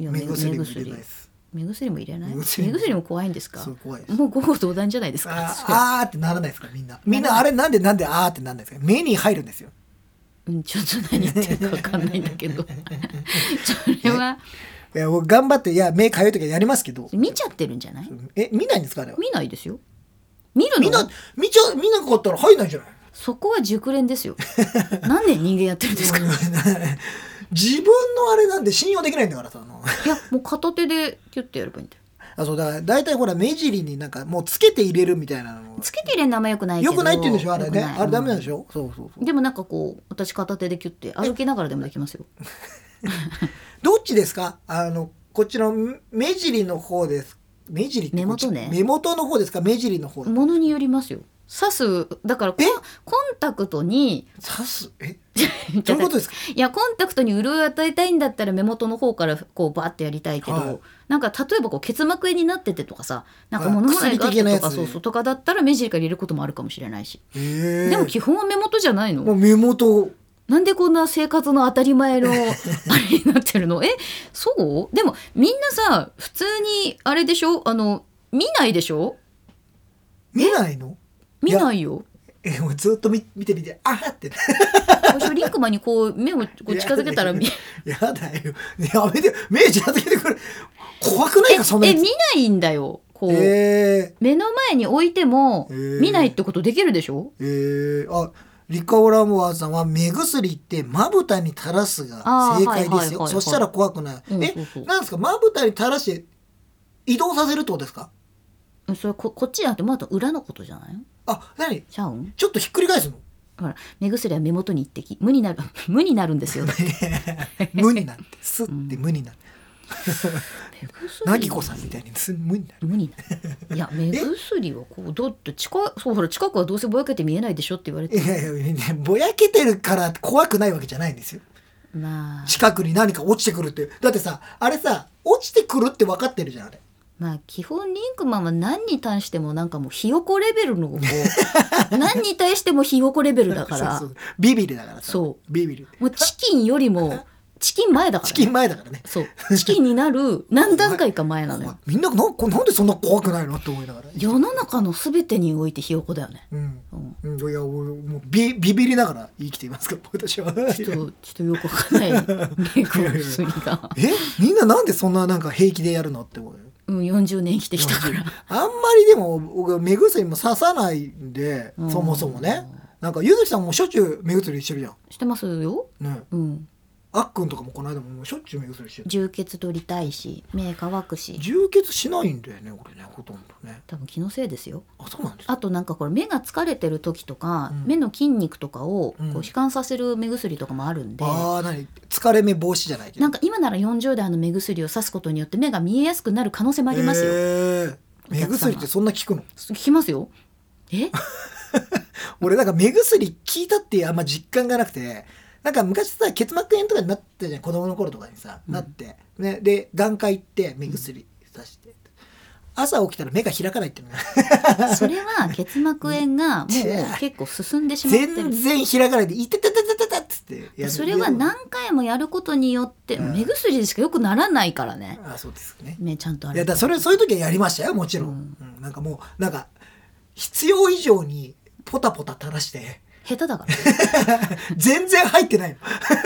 S1: いや
S2: 目
S1: 目
S2: 薬も入れ
S1: 薬
S2: ないです
S1: 目薬も入れない
S2: 目
S1: 目
S2: 薬
S1: 薬
S2: も
S1: も怖いんですか
S2: そう怖いです
S1: もう言語道断じゃないですかそう
S2: あーあーってならないですからみんなみんなあれなんでなんであーってならないですか目に入るんですよ
S1: うんちょっと何言ってるか分かんないんだけ どそれはい
S2: や僕頑張っていや目かゆい時はやりますけど
S1: 見ちゃってるんじゃない
S2: え見ないんですかあれは
S1: 見ないですよ見る
S2: 見
S1: の
S2: な見ちゃ見なかったら入んないじゃない
S1: そこは熟練ですよ何年人間やってるん ですかい
S2: 自分のあれなんで信用できないんだからさあの
S1: やもう片手でキュッてやればいいんだよ
S2: あそうだから大体ほら目尻になんかもうつけて入れるみたいなの
S1: つけて入れるのあんまよくないけ
S2: よ
S1: ど
S2: くないって言うんでしょあれね
S1: 良くない
S2: あれダメなんでしょそうそうそう
S1: でもなんかこう私片手でキュッて歩きながらでもできますよ
S2: どっちですかあのこっちの目尻の方です目尻ってこっち
S1: 目元ね
S2: 目元の方ですか目尻の方
S1: ものによりますよ刺すだからコン
S2: え
S1: コンタクトに
S2: 刺す えどういうことですか
S1: いやコンタクトに潤いを与えたいんだったら目元の方からこうバーってやりたいけど、
S2: はい
S1: なんか例えばこう結膜炎になっててとかさなんか
S2: はい
S1: 物まねがあって
S2: 薬的なや
S1: と
S2: つ
S1: かそうそうとかだったら目尻から入れることもあるかもしれないし、
S2: え
S1: でも基本は目元じゃないの、
S2: もう目元
S1: なんでこんな生活の当たり前 のあれになってるのえそうでもみんなさ普通にあれでしょあの見ないでしょ
S2: 見ないの
S1: 見ないよ
S2: えもうずっと見見て見てあーって
S1: 私はリンクマンにこう目をこう近づけたら見
S2: やだよ。やめて、目近づけてくる。怖くないか、そんな
S1: え
S2: やつ
S1: 見ないんだよこう、
S2: え
S1: 目の前に置いても
S2: えー
S1: 見ないってことできるでしょ、
S2: ー、えー、あ、リカオラモアさんは目薬ってまぶたに垂らすが
S1: あー
S2: 正解ですよ。
S1: はいはいはいはい
S2: そしたら怖くない。
S1: うん
S2: え
S1: そうそう、
S2: なんですか、まぶたに垂らして移動させるってことですか
S1: それここっちじゃなくてまだ裏のことじゃない
S2: あ、なに
S1: ちゃうん
S2: ちょっとひっくり 返すの
S1: ほら目薬は目元に一滴無になる 無になるんですよ目
S2: 無になって、すって無になって。
S1: 薬
S2: なぎこさんみたいにす無になる。
S1: 無にない や目薬はこうどうって近いそうほら近くはどうせぼやけて見えないでしょって言われ
S2: い
S1: て
S2: やいやいや、ぼやけてるから怖くないわけじゃないんですよ。
S1: まあ
S2: 近くに何か落ちてくるってだってさあれさ落ちてくるって分かってるじゃんあれ
S1: まあ基本リンクマンは何に対してもなんかもうひよこレベルのこ う何に対してもひよこレベルだから
S2: そうそうビビリだからさ
S1: そう
S2: ビビリ
S1: もうチキンより もチキン前だから
S2: チ
S1: ね、
S2: キン前だからね
S1: そうチキンにな る何段階か前なの
S2: お前
S1: よ
S2: みんななんこなんでそんな怖くないのって思いながら
S1: 世の中の全てにおいてひよこだよね
S2: うん
S1: うん
S2: うん、いや俺もうビビビりながら生きていますから 私は
S1: ちょっとちょっとよくわかんないメイクの薬が、
S2: えみんななんでそんななんか平気でやるのって思うよ
S1: うん、40年生きてきたから
S2: あんまりでも僕目薬も刺さないんで
S1: うん
S2: そもそもねなんかゆずきさんもしょっちゅう目薬してるじゃん
S1: してますよ、
S2: ね
S1: うん、
S2: あっくんとかもこの間ももうしょっちゅう目薬してる
S1: 充血取りたいし目乾くし
S2: 充血しないんだよね俺ねほとんどね
S1: 多分気のせいですよ
S2: あそうなんですか
S1: あとなんかこれ目が疲れてる時とか、
S2: うん
S1: 目の筋肉とかをこ
S2: うん
S1: う弛緩させる目薬とかもあるんで、
S2: ああ何疲れ目防止じゃないけど
S1: なんか今なら40代の目薬をさすことによって目が見えやすくなる可能性もありますよ、
S2: へー
S1: お客
S2: 目
S1: 様
S2: 薬ってそんな効くの
S1: 聞きますよえ
S2: 俺なんか目薬効いたってあんま実感がなくてなんか昔さ結膜炎とかになったじゃん子供の頃とかにさ、
S1: うん
S2: なって、ね、で眼科行って目薬さして、朝起きたら目が開かないっていうのね
S1: それは結膜炎 がもう結構進んでしまって
S2: 全
S1: る。
S2: 然開かないで「いてててててて」っつってやる
S1: それは何回もやることによって
S2: うん
S1: 目薬でしか良くならないからね。
S2: あそうですね
S1: 目ちゃんとあ
S2: いや
S1: れ
S2: だからそれそういう時はやりましたよもちろん、
S1: うん
S2: うんなんかもうなんか必要以上にポタポタ垂らして
S1: 下手だか
S2: 全然入ってないよ。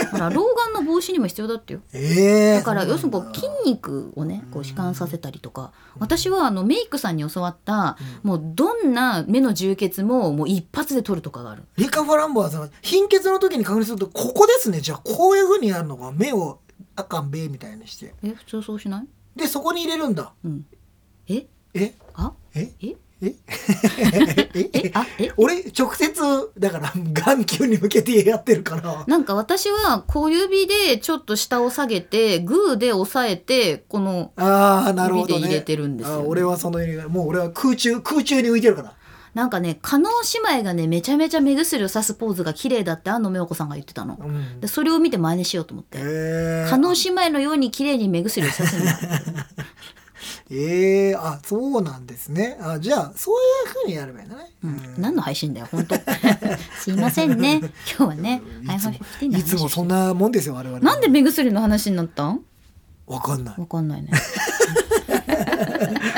S1: ら。ほら、老眼の防止にも必要だって よ。
S2: ええ
S1: だから要するにこう筋肉をねこう弛緩させたりとか私はあのメイクさんに教わったもうどんな目の充血ももう一発で取るとかがある
S2: リカ・ファランボはその貧血の時に確認するとここですねじゃあこういうふうにやるのが目をあかんべみたいにして
S1: え普通そうしない
S2: でそこに入れるんだ
S1: うんえ
S2: え
S1: あ
S2: え
S1: え
S2: ええ
S1: えあえ
S2: 俺直接だから眼球に向けてやってるから
S1: なんか私は小指でちょっと下を下げてグーで押さえてこの
S2: ああなるほどね
S1: 指で入れてるんですよね
S2: あー俺はその入れもう俺は空中空中に浮いてるから
S1: なんかね加納姉妹がねめちゃめちゃ目薬をさすポーズが綺麗だって安野美穂子さんが言ってたの
S2: うん
S1: でそれを見て真似しようと思って
S2: えー
S1: 加納姉妹のように綺麗に目薬をさせるん だ
S2: えー、あそうなんですねあじゃあそういうふうにやればいいんだね、
S1: うん、何の配信だよ本 当すいませんね今日はね
S2: いつ
S1: iPhone
S2: も
S1: 15の
S2: いつも
S1: 話
S2: そんなもんですよ我々
S1: なんで目薬の話になったん
S2: わかんない
S1: わかんないね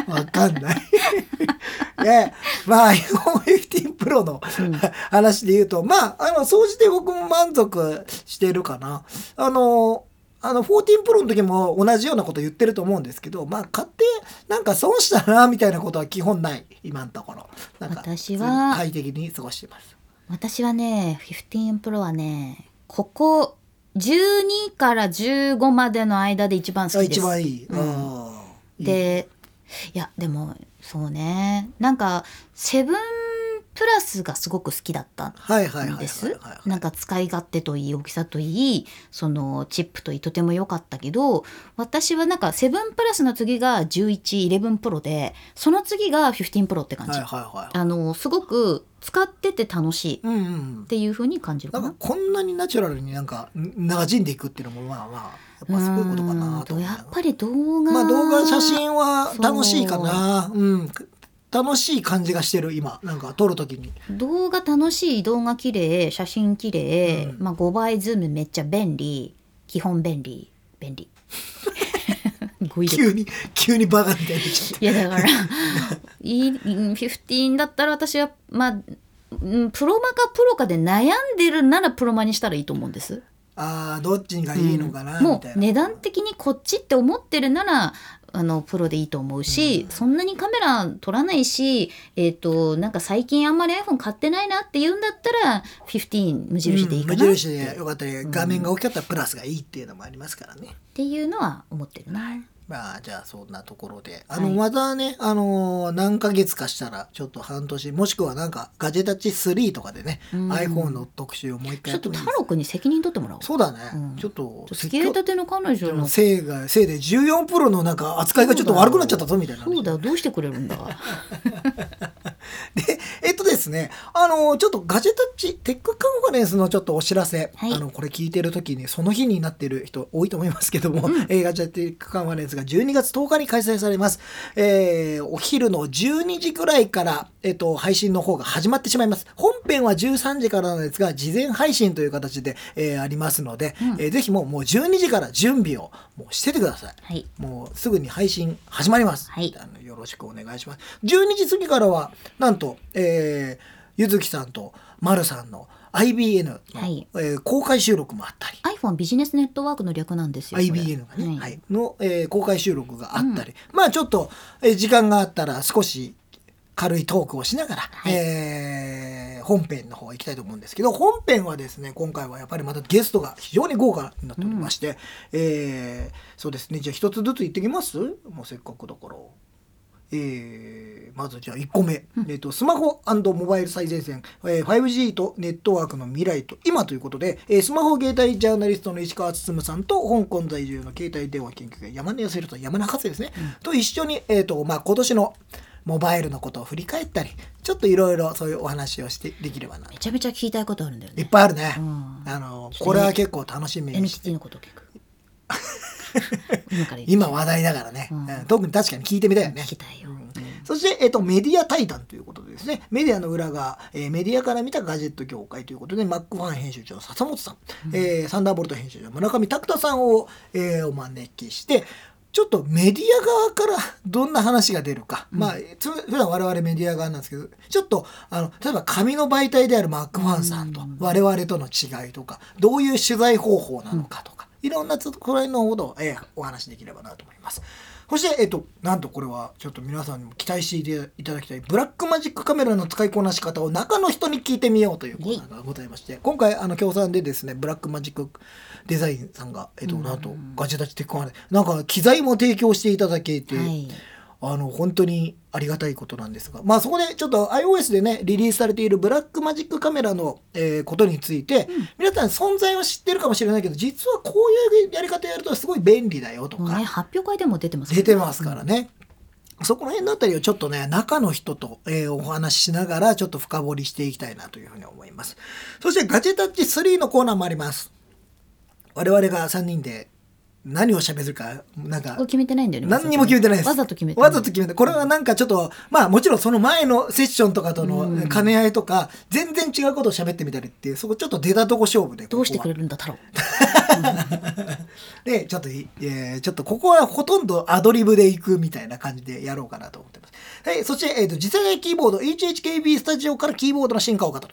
S2: わかんない。 で、まあ、iPhone15 Pro の
S1: うん
S2: 話で言うと、まあ、あの、総じて僕も満足してるかな。あの、あの、14 Pro の時も同じようなこと言ってると思うんですけど、まあ、買って、なんか損したな、みたいなことは基本ない、今のところ。なんか、
S1: 私は
S2: 快適に過ごしてます。
S1: 私はね15 Pro はねここ12から15までの間で一番好
S2: あ
S1: きです
S2: 一番いい。
S1: うん
S2: あー、
S1: でいやでもそうねなんかセブンプラスがすごく好きだった
S2: はいはいはい
S1: ん
S2: はい
S1: です
S2: はいはい。
S1: なんか使い勝手といい大きさといいそのチップといいとても良かったけど私はなんかセブンプラスの次が1111プロでその次が15プロって感
S2: は
S1: じ、
S2: いはいはい。
S1: あのすごく使ってて楽しいっ
S2: うんうん。
S1: ていう風に感じる
S2: な
S1: か
S2: んか
S1: な。
S2: こんなにナチュラルになんかん馴染んでいくっていうのもまあまあやっぱすごいことかなと
S1: うん
S2: 思うな
S1: やっぱり動画、
S2: まあ動画写真は楽しいかなうん楽しい感じがしてる今なんか撮るときに
S1: 動画楽しい動画綺麗写真綺麗、
S2: うん
S1: まあ5倍ズームめっちゃ便利基本便利便 利語彙力
S2: 急に急にバカみたいになっちゃって
S1: いやだからいいうん15だったら私はまあうんプロマかプロかで悩んでるならプロマにしたらいいと思うんです。
S2: ああどっちがいいのかな
S1: うん
S2: み
S1: も
S2: たいうな
S1: 値段的にこっちって思ってるならあのプロでいいと思うし、そんなにカメラ撮らないし、えー、となんか最近あんまり iPhone 買ってないなって言うんだったら15無印でいいか
S2: うん
S1: な
S2: 無
S1: っ
S2: 印でよかったり画面が大きかったらプラスがいいっていうのもありますからね
S1: ていうのは思ってるな。
S2: まあじゃあそんなところであの、
S1: はい
S2: またねあのー何ヶ月かしたらちょっと半年もしくはなんかガジェタッチ3とかでね、
S1: うん
S2: iPhone の特集をもう一回
S1: ちょ
S2: や
S1: っ
S2: って
S1: と
S2: もい
S1: 太
S2: いですか
S1: 郎くんに責任取ってもらおう。
S2: そうだね、
S1: うん
S2: ちょっと
S1: 付き合いたての彼女の
S2: せいがせいで14プロのなんか扱いがちょっと悪くなっちゃったぞみたいなね、
S1: そうだよどうしてくれるんだ
S2: でえっとですねあのちょっとガジェタッチテックカンファレンスのちょっとお知らせ、
S1: はい
S2: あのこれ聞いてる時にその日になってる人多いと思いますけども、えーガジェタッチテックカンファレンスが12月10日に開催されます、えーお昼の12時くらいから、えっと配信の方が始まってしまいます本編は13時からなんですが事前配信という形で、えーありますので、えーぜひもうもう12時から準備をもうしててください
S1: はい
S2: もうすぐに配信始まります。
S1: はい
S2: あのよろしくお願いします。12時過ぎからはなんと、えーゆずきさんとまるさんの IBN の、
S1: はい
S2: えー公開収録もあったり。
S1: iPhone ビジネスネットワークの略なんですよこれ
S2: IBN がね、
S1: はい
S2: はいの、えー公開収録があったり、まあちょっと、えー時間があったら少し軽いトークをしながら、
S1: い
S2: えー本編の方行きたいと思うんですけど本編はですね今回はやっぱりまたゲストが非常に豪華になっておりまして、えーそうですねじゃあ一つずつ行ってきますもうせっかくだから。えーまずじゃあ1個目、えー、とスマホモバイル最前線、えー 5G とネットワークの未来と今ということで、えースマホ携帯ジャーナリストの石川進さんと香港在住の携帯電話研究家山根康弘と山根博士ですね、と一緒に、えーとまあ、今年のモバイルのことを振り返ったりちょっといろいろそういうお話をしてできればな
S1: めちゃめちゃ聞きたいことあるんだよ
S2: いっ
S1: ね。
S2: ぱいあるね、
S1: うん
S2: あのこれは結構楽しみにして
S1: NTT のこと聞 く。今から言う
S2: 今話題だからね、
S1: うん
S2: うん特に確かに聞いてみたいよね
S1: 聞きたいよ。
S2: そして、えっと、メディア対談ということでですね、メディアの裏側、えーメディアから見たガジェット業界ということで、マックファン編集長の笹本さん、えーサンダーボルト編集長の村上拓太さんを、えーお招きして、ちょっとメディア側からどんな話が出るか、まあつ普段我々メディア側なんですけどちょっとあの例えば紙の媒体であるマック・ファンさんと
S1: うん
S2: 我々との違いとかどういう取材方法なのかとか、いろんなつこら辺のことを、えーお話しできればなと思います。そして、えっと、なんとこれはちょっと皆さんにも期待していただきたいブラックマジックカメラの使いこなし方を中の人に聞いてみようというコーナーがございまして今回あの協賛でですねブラックマジックデザインさんが、えっと、
S1: うん
S2: なんとガジェタッチテックファンでなんか機材も提供していただけて、
S1: はい。
S2: あの本当にありがたいことなんですが、まあ、そこでちょっと iOS でねリリースされているブラックマジックカメラの、えーことについて、皆さん存在は知ってるかもしれないけど実はこういうやり方やるとすごい便利だよと
S1: もう
S2: か、
S1: ね、発表会でも出てます
S2: 出てますからね。そこら辺のあたりをちょっとね、中の人と、えーお話ししながら、ちょっと深掘りしていきたいなというふうに思います。そして、ガジェタッチ3のコーナーもあります。我々が3人で何を喋るか、なん
S1: こ
S2: か
S1: こ、決めてないんだよね。
S2: 何にも決めてないです。
S1: わざと決めてない
S2: わざと決めて。これはなんかちょっと、まあもちろんその前のセッションとかと
S1: うん
S2: の兼ね合いとか、全然違うことを喋ってみたりっていう、そこちょっと出たとこ勝負で。
S1: どうしてくれ
S2: る
S1: るんだ太郎。
S2: で、ちょっとい、えーちょっとここはほとんどアドリブでいくみたいな感じでやろうかなと思ってます。はい、そして、えっ、と、次世代キーボード、HHKB スタジオからキーボードの進化を語る。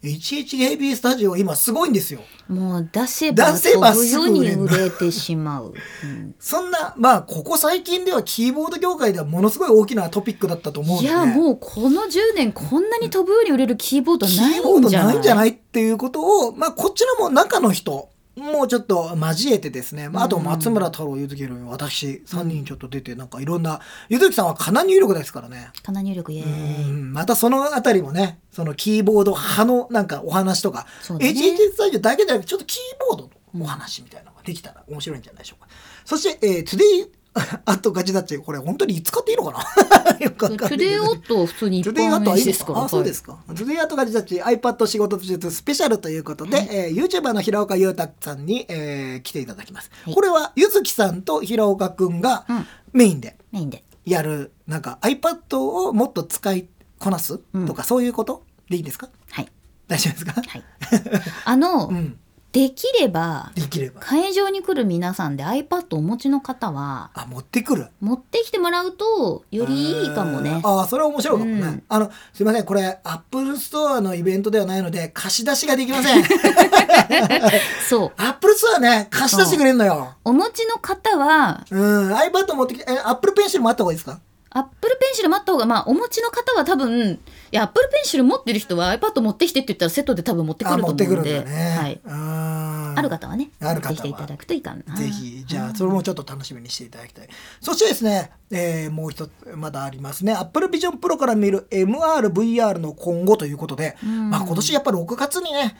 S2: HHKB スタジオ今すごいんですよ。
S1: もう出せば
S2: 出せば
S1: 飛ぶ
S2: す
S1: よ
S2: ぐ
S1: う
S2: 売
S1: に
S2: れる
S1: 売れてしまう。うん
S2: そんな、まあ、ここ最近ではキーボード業界ではものすごい大きなトピックだったと思うん
S1: い
S2: で、ね。
S1: やもうこの10年こんなに飛ぶように売れるキーボード
S2: キ
S1: ない
S2: ーボー
S1: ん
S2: ド
S1: じゃな
S2: ないいんじゃないっていうことを、まあ、こちらも中の人もうちょっと交えてですね、まあ、あと
S1: うん
S2: 松村太郎、ゆずきの私3人ちょっと出てなんかいろんなゆずきさんはかな入力ですからね。
S1: かな入力イエーイ
S2: うんまたそのあたりもねそのキーボード派のなんかお話とか、
S1: そうだね
S2: HHS スタジオだけじゃなくてちょっとキーボードのお話みたいなのができたら面白いんじゃないでしょうか、そして、えー、トゥデイあとガチだっちこれ本当に使っていいのかなよくわかん
S1: ト
S2: な
S1: ゥ
S2: いけど
S1: デイオットを普通に一
S2: トゥデイアー
S1: 般
S2: トは
S1: 名
S2: いい
S1: 詞
S2: で
S1: ですす
S2: か
S1: か。
S2: あ
S1: ら
S2: そうですか。トゥデイアートが自立 iPad 仕事術スペシャルということで、えー、YouTuber の平岡裕太さんに、えー来ていただきます。
S1: はい
S2: これは、ゆずきさんと平岡くんが
S1: うん
S2: メインで
S1: メインで。
S2: やる、なんか iPad をもっと使いこなす
S1: うん
S2: とか、そういうことでいいですか
S1: はい。
S2: 大丈夫です か
S1: はい。あの、
S2: うん。
S1: できれば、
S2: できれば。
S1: 会場に来る皆さんで iPad お持ちの方は、
S2: あ、持ってくる。
S1: 持ってきてもらうと、よりいいかもね。
S2: ああ、それは面白いかもね。
S1: うん
S2: あの、すいません、これ、Apple Store のイベントではないので、貸し出しができ ません。
S1: そう。
S2: Apple Store ね、貸し出してくれるのよ。
S1: お持ちの方は、
S2: うん、iPad 持ってきて、え、Apple Pencil もあった方がいいですか
S1: アップルペンシル待った方が、まあ、お持ちの方は多分、いや、アップルペンシル持ってる人は iPad 持ってきてって言ったらセットで多分持ってく
S2: あ、
S1: ると
S2: 持
S1: 思
S2: ってく
S1: う
S2: る
S1: ん
S2: んだ
S1: で、
S2: よね。
S1: はい。
S2: うん。
S1: ある方はね、
S2: ある方
S1: 持
S2: は
S1: ってきていただくといいかな。
S2: ぜひ、じゃあ、それもちょっと楽しみにしていただきたい。そしてですね、えーもう一つ、まだありますね。Apple Vision Pro から見る MR、VR の今後ということで、
S1: ん
S2: まあ今年やっぱり6月にね、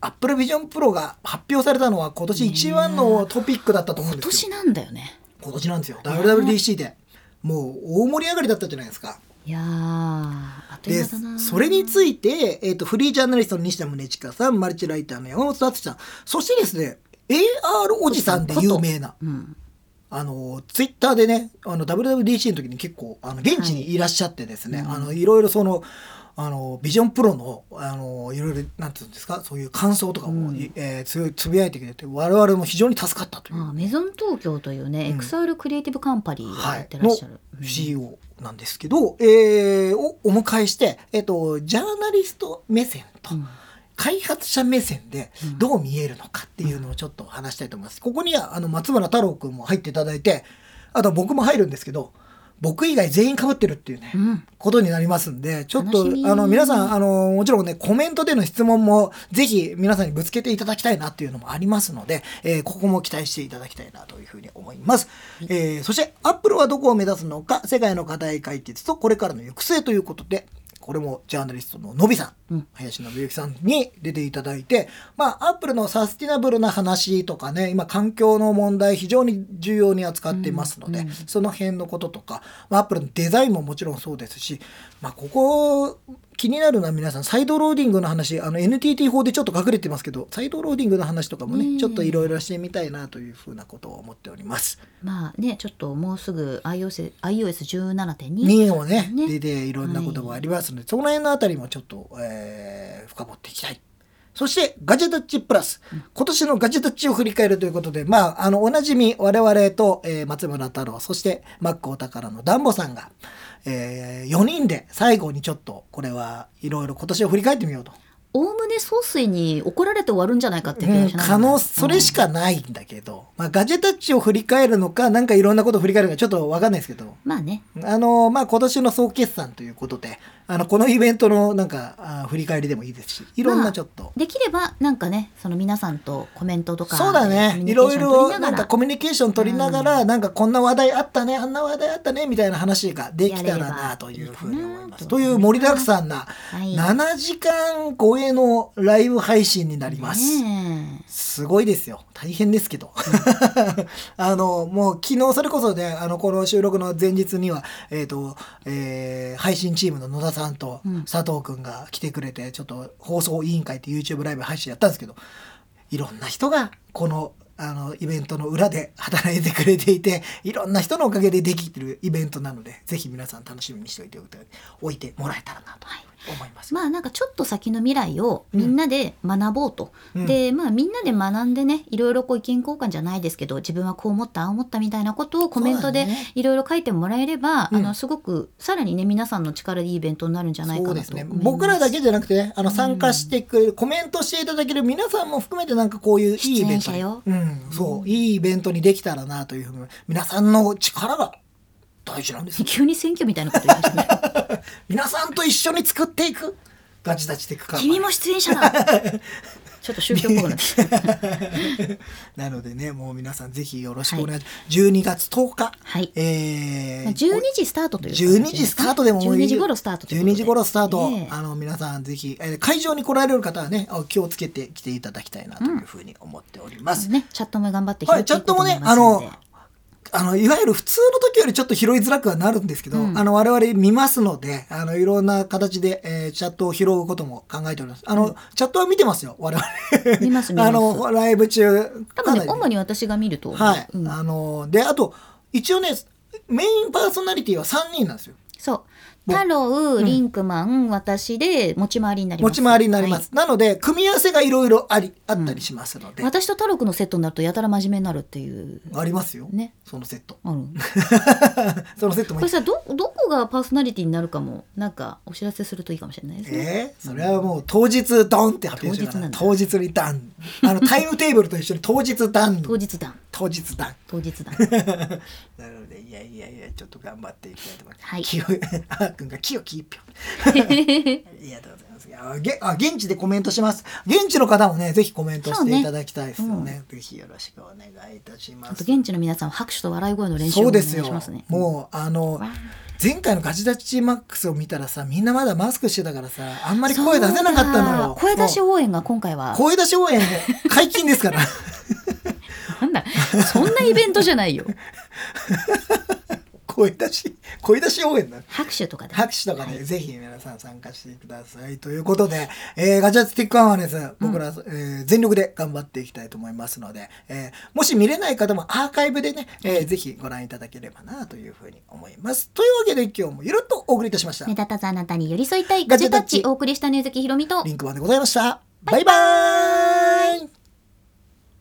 S2: Apple Vision Pro が発表されたのは今年一番のトピックだったと思うん
S1: 今
S2: ですよ。
S1: 年なんだよね。
S2: 今年なんですよ。WWDC で。もう大盛り上がりだったじゃないですか。
S1: いやー、あっという
S2: で
S1: 間だな。
S2: それについて、えー、とフリージャーナリストの西田宗近さんマルチライターの山本敦さんそしてですね AR おじさんで有名な
S1: うん。
S2: あのツイッターでねあの WWDC の時に結構あの現地にいらっしゃってですね、
S1: はい
S2: い、あのいろいろそのあのビジョンプロのあのいろいろなんていうんですかそういう感想とかを、
S1: うん
S2: えーつつぶやいてくれて我々も非常に助かったという、
S1: ああメゾン東京というね、
S2: うん
S1: XR クリエイティブカンパニーが
S2: は
S1: やっ
S2: い
S1: て、らっ
S2: の
S1: しゃる、うん
S2: CEO なんですけど、えーをお迎えして、えっとジャーナリスト目線と、
S1: うん
S2: 開発者目線で
S1: うん
S2: どう見えるのかっていうのをちょっと話したいと思います。ここにはあの松村太郎くんも入っていただいてあと僕も入るんですけど僕以外全員かぶってるっていうね、
S1: うん
S2: ことになりますんでちょっと
S1: 楽しみ
S2: あの皆さんあのもちろんねコメントでの質問もぜひ皆さんにぶつけていただきたいなっていうのもありますので、えーここも期待していただきたいなというふうに思います、えーそしてアップルはどこを目指すのか世界の課題解決とこれからの行く末ということでこれもジャーナリストののびさん、
S1: うん
S2: 林信之さんに出ていただいて、まあ、アップルのサスティナブルな話とかね今環境の問題非常に重要に扱ってますので、
S1: うんうん
S2: その辺のこととか、まあ、アップルのデザインももちろんそうですし、まあ、ここ気になるのは皆さんサイドローディングの話あの NTT 法でちょっと隠れてますけどサイドローディングの話とかもね、
S1: うん
S2: ちょっといろいろしてみたいなというふうなことを思っております。
S1: まあねちょっともうすぐ iOS iOS17.2
S2: 2をね
S1: ね
S2: 出ていろんなことがありますので、その辺のあたりもちょっと、えー深掘っていきたい。そして、ガジェタッチプラス。今年のガジェタッチを振り返るということで、まあ、あの、おなじみ、我々と、えー松村太郎、そして、マックお宝のダンボさんが、え4人で最後にちょっと、これはいろいろ今年を振り返ってみようと。
S1: おおむね総帥に怒られて終わるんじゃないかって気
S2: う
S1: が
S2: ん
S1: しない、
S2: 可能、それし
S1: か、
S2: かないんだけど、まあ、ガジェタッチを振り返るのか、なんかいろんなことを振り返るのか、ちょっとわかんないですけど、
S1: まあね
S2: あのまあ、今年の総決算ということで、あの、このイベントのなんか、あー振り返りでもいいですし、いろんなちょっと、
S1: できればなんかねその皆さんとコメントとか
S2: そうだね
S1: コミュ
S2: い
S1: ニケー
S2: ろ
S1: シ
S2: い
S1: ョン取
S2: ろ
S1: り
S2: な
S1: なんが
S2: からコミュニケーション取りながら、なんかこんな話題あったねあんな話題あったねみたいな話ができたらなというふうに思い
S1: やればい
S2: ます。
S1: いかなと
S2: という盛りだくさんな
S1: はい
S2: 7時間超えのライブ配信になります。
S1: ねえ
S2: すごいですよ。大変ですけど。 あの、もう昨日それこそね、あの、この収録の前日には、えっ、と、えー配信チームの野田さんと
S1: うん
S2: 佐藤くんが来てくれて、ちょっと放送委員会って YouTube ライブ配信やったんですけど、いろんな人がこの、あの、イベントの裏で働いてくれていて、いろんな人のおかげでできてるイベントなので、ぜひ皆さん楽しみにしておいておいてもらえたらなと思います。
S1: まあなんかちょっと先の未来をみんなで学ぼうと、
S2: うん
S1: でまあみんなで学んでねいろいろこう意見交換じゃないですけど自分はこう思ったああ思ったみたいなことをコメントで
S2: そうだね
S1: いろいろ書いてもらえれば、
S2: うん
S1: あのすごくさらにね皆さんの力でいいイベントになるんじゃないかなと
S2: そ
S1: 思
S2: うで
S1: い
S2: す
S1: ます
S2: ね。僕らだけじゃなくてね、あの参加してくれる、コメントしていただける皆さんも含めてなんかこういういいイベン
S1: 出演
S2: ト
S1: 者
S2: に、
S1: よ
S2: うん、そう、いいイベントにできたらなというふうに、皆さんの力が大事なんですよ。
S1: 急に選挙みたいなこと言いましたね
S2: 皆さんと一緒に作っていく、ガチ立ちていくか。
S1: 君も出演者 だちょっと宗教っぽくなってきた
S2: なのでね、もう皆さんぜひよろしくお願いします。12月10日、
S1: はい
S2: え
S1: まあ
S2: ー、
S1: 12時スタートという
S2: 12時スタートでも
S1: 12時頃スタートということで
S2: 12時頃スタート、
S1: ええ
S2: あの皆さんぜひえー会場に来られる方はねあ気をつけて来ていただきたいなというふうに思っております、
S1: ね、チャットも頑張って
S2: はい、チ
S1: て
S2: ャ
S1: い
S2: ッ
S1: こうと
S2: ト
S1: 思
S2: もね
S1: い、ま
S2: あ
S1: すので
S2: の、あの、いわゆる普通の時よりちょっと拾いづらくはなるんですけど、
S1: うん
S2: あの、我々見ますので、あの、いろんな形で、えーチャットを拾うことも考えております。あの、チャットは見てますよ、我々。
S1: 見ます見ます
S2: あの、ライブ中。
S1: 多
S2: か
S1: 分
S2: な
S1: ね
S2: り
S1: 主に私が見ると思う、
S2: はい。
S1: うん
S2: あの、で、あと、一応ね、メインパーソナリティは3人なんですよ。
S1: そう太郎リンクマン、私で持ち回りになりま
S2: 持
S1: す
S2: ち回りになりま
S1: は
S2: す。なので、組み合わせがいろいろあり、あったりしますので、
S1: い私と太郎くんのセットになるとやたら真面目になるっていう
S2: ありますよ。
S1: ね
S2: そのセット。
S1: ある
S2: そのセットも
S1: これさどどこがパーソナリティになるかもなんかお知らせするといいかもしれないですね、
S2: えーそれはもう当日ドンって発表しようかな
S1: 当
S2: 当日にダン あのタイムテーブルと一緒に当日ダン
S1: 当日談
S2: 当日ダン
S1: 当日談
S2: なのでいやいやいやちょっと頑張っていきたいと思います、
S1: はい
S2: 清 あーくんが清き一票ありがとうございますいやーげあ現地でコメントします現地の方もねぜひコメント
S1: そう
S2: し
S1: ね
S2: ていただきたいですよねぜひよろしくお願いいたしま
S1: あと
S2: す
S1: 現地の皆さんは拍手と笑い声の練習を
S2: そ
S1: お
S2: う
S1: 願
S2: で
S1: い
S2: す
S1: し
S2: よ
S1: ますね
S2: もうあの
S1: わあ
S2: 前回のガチダッチマックスを見たらさみんなまだマスクしてたからさあんまり声出せなかったの
S1: そうだ
S2: よ
S1: 声出し
S2: もう
S1: 応援が今回は
S2: 声出し応援解禁ですから
S1: なんだそんなイベントじゃないよ
S2: 声出し、声出し応援だ。
S1: 拍手とかで
S2: 拍手とかね、
S1: はい
S2: ぜひ皆さん参加してください。ということで、えーガチャスティックアンはですね、僕ら、えー全力で頑張っていきたいと思いますので、えーもし見れない方もアーカイブでね、えーぜひご覧いただければなというふうに思います。というわけで今日もゆるっとお送りいたしました
S1: 目。立たずあなたに寄り添いたいガ
S2: ガ
S1: ジ
S2: ジ
S1: ェ
S2: ェ
S1: タ
S2: タ
S1: ッ
S2: ッチ
S1: チお送りした根月ひろみと
S2: リンクマンでございました。バイバーイ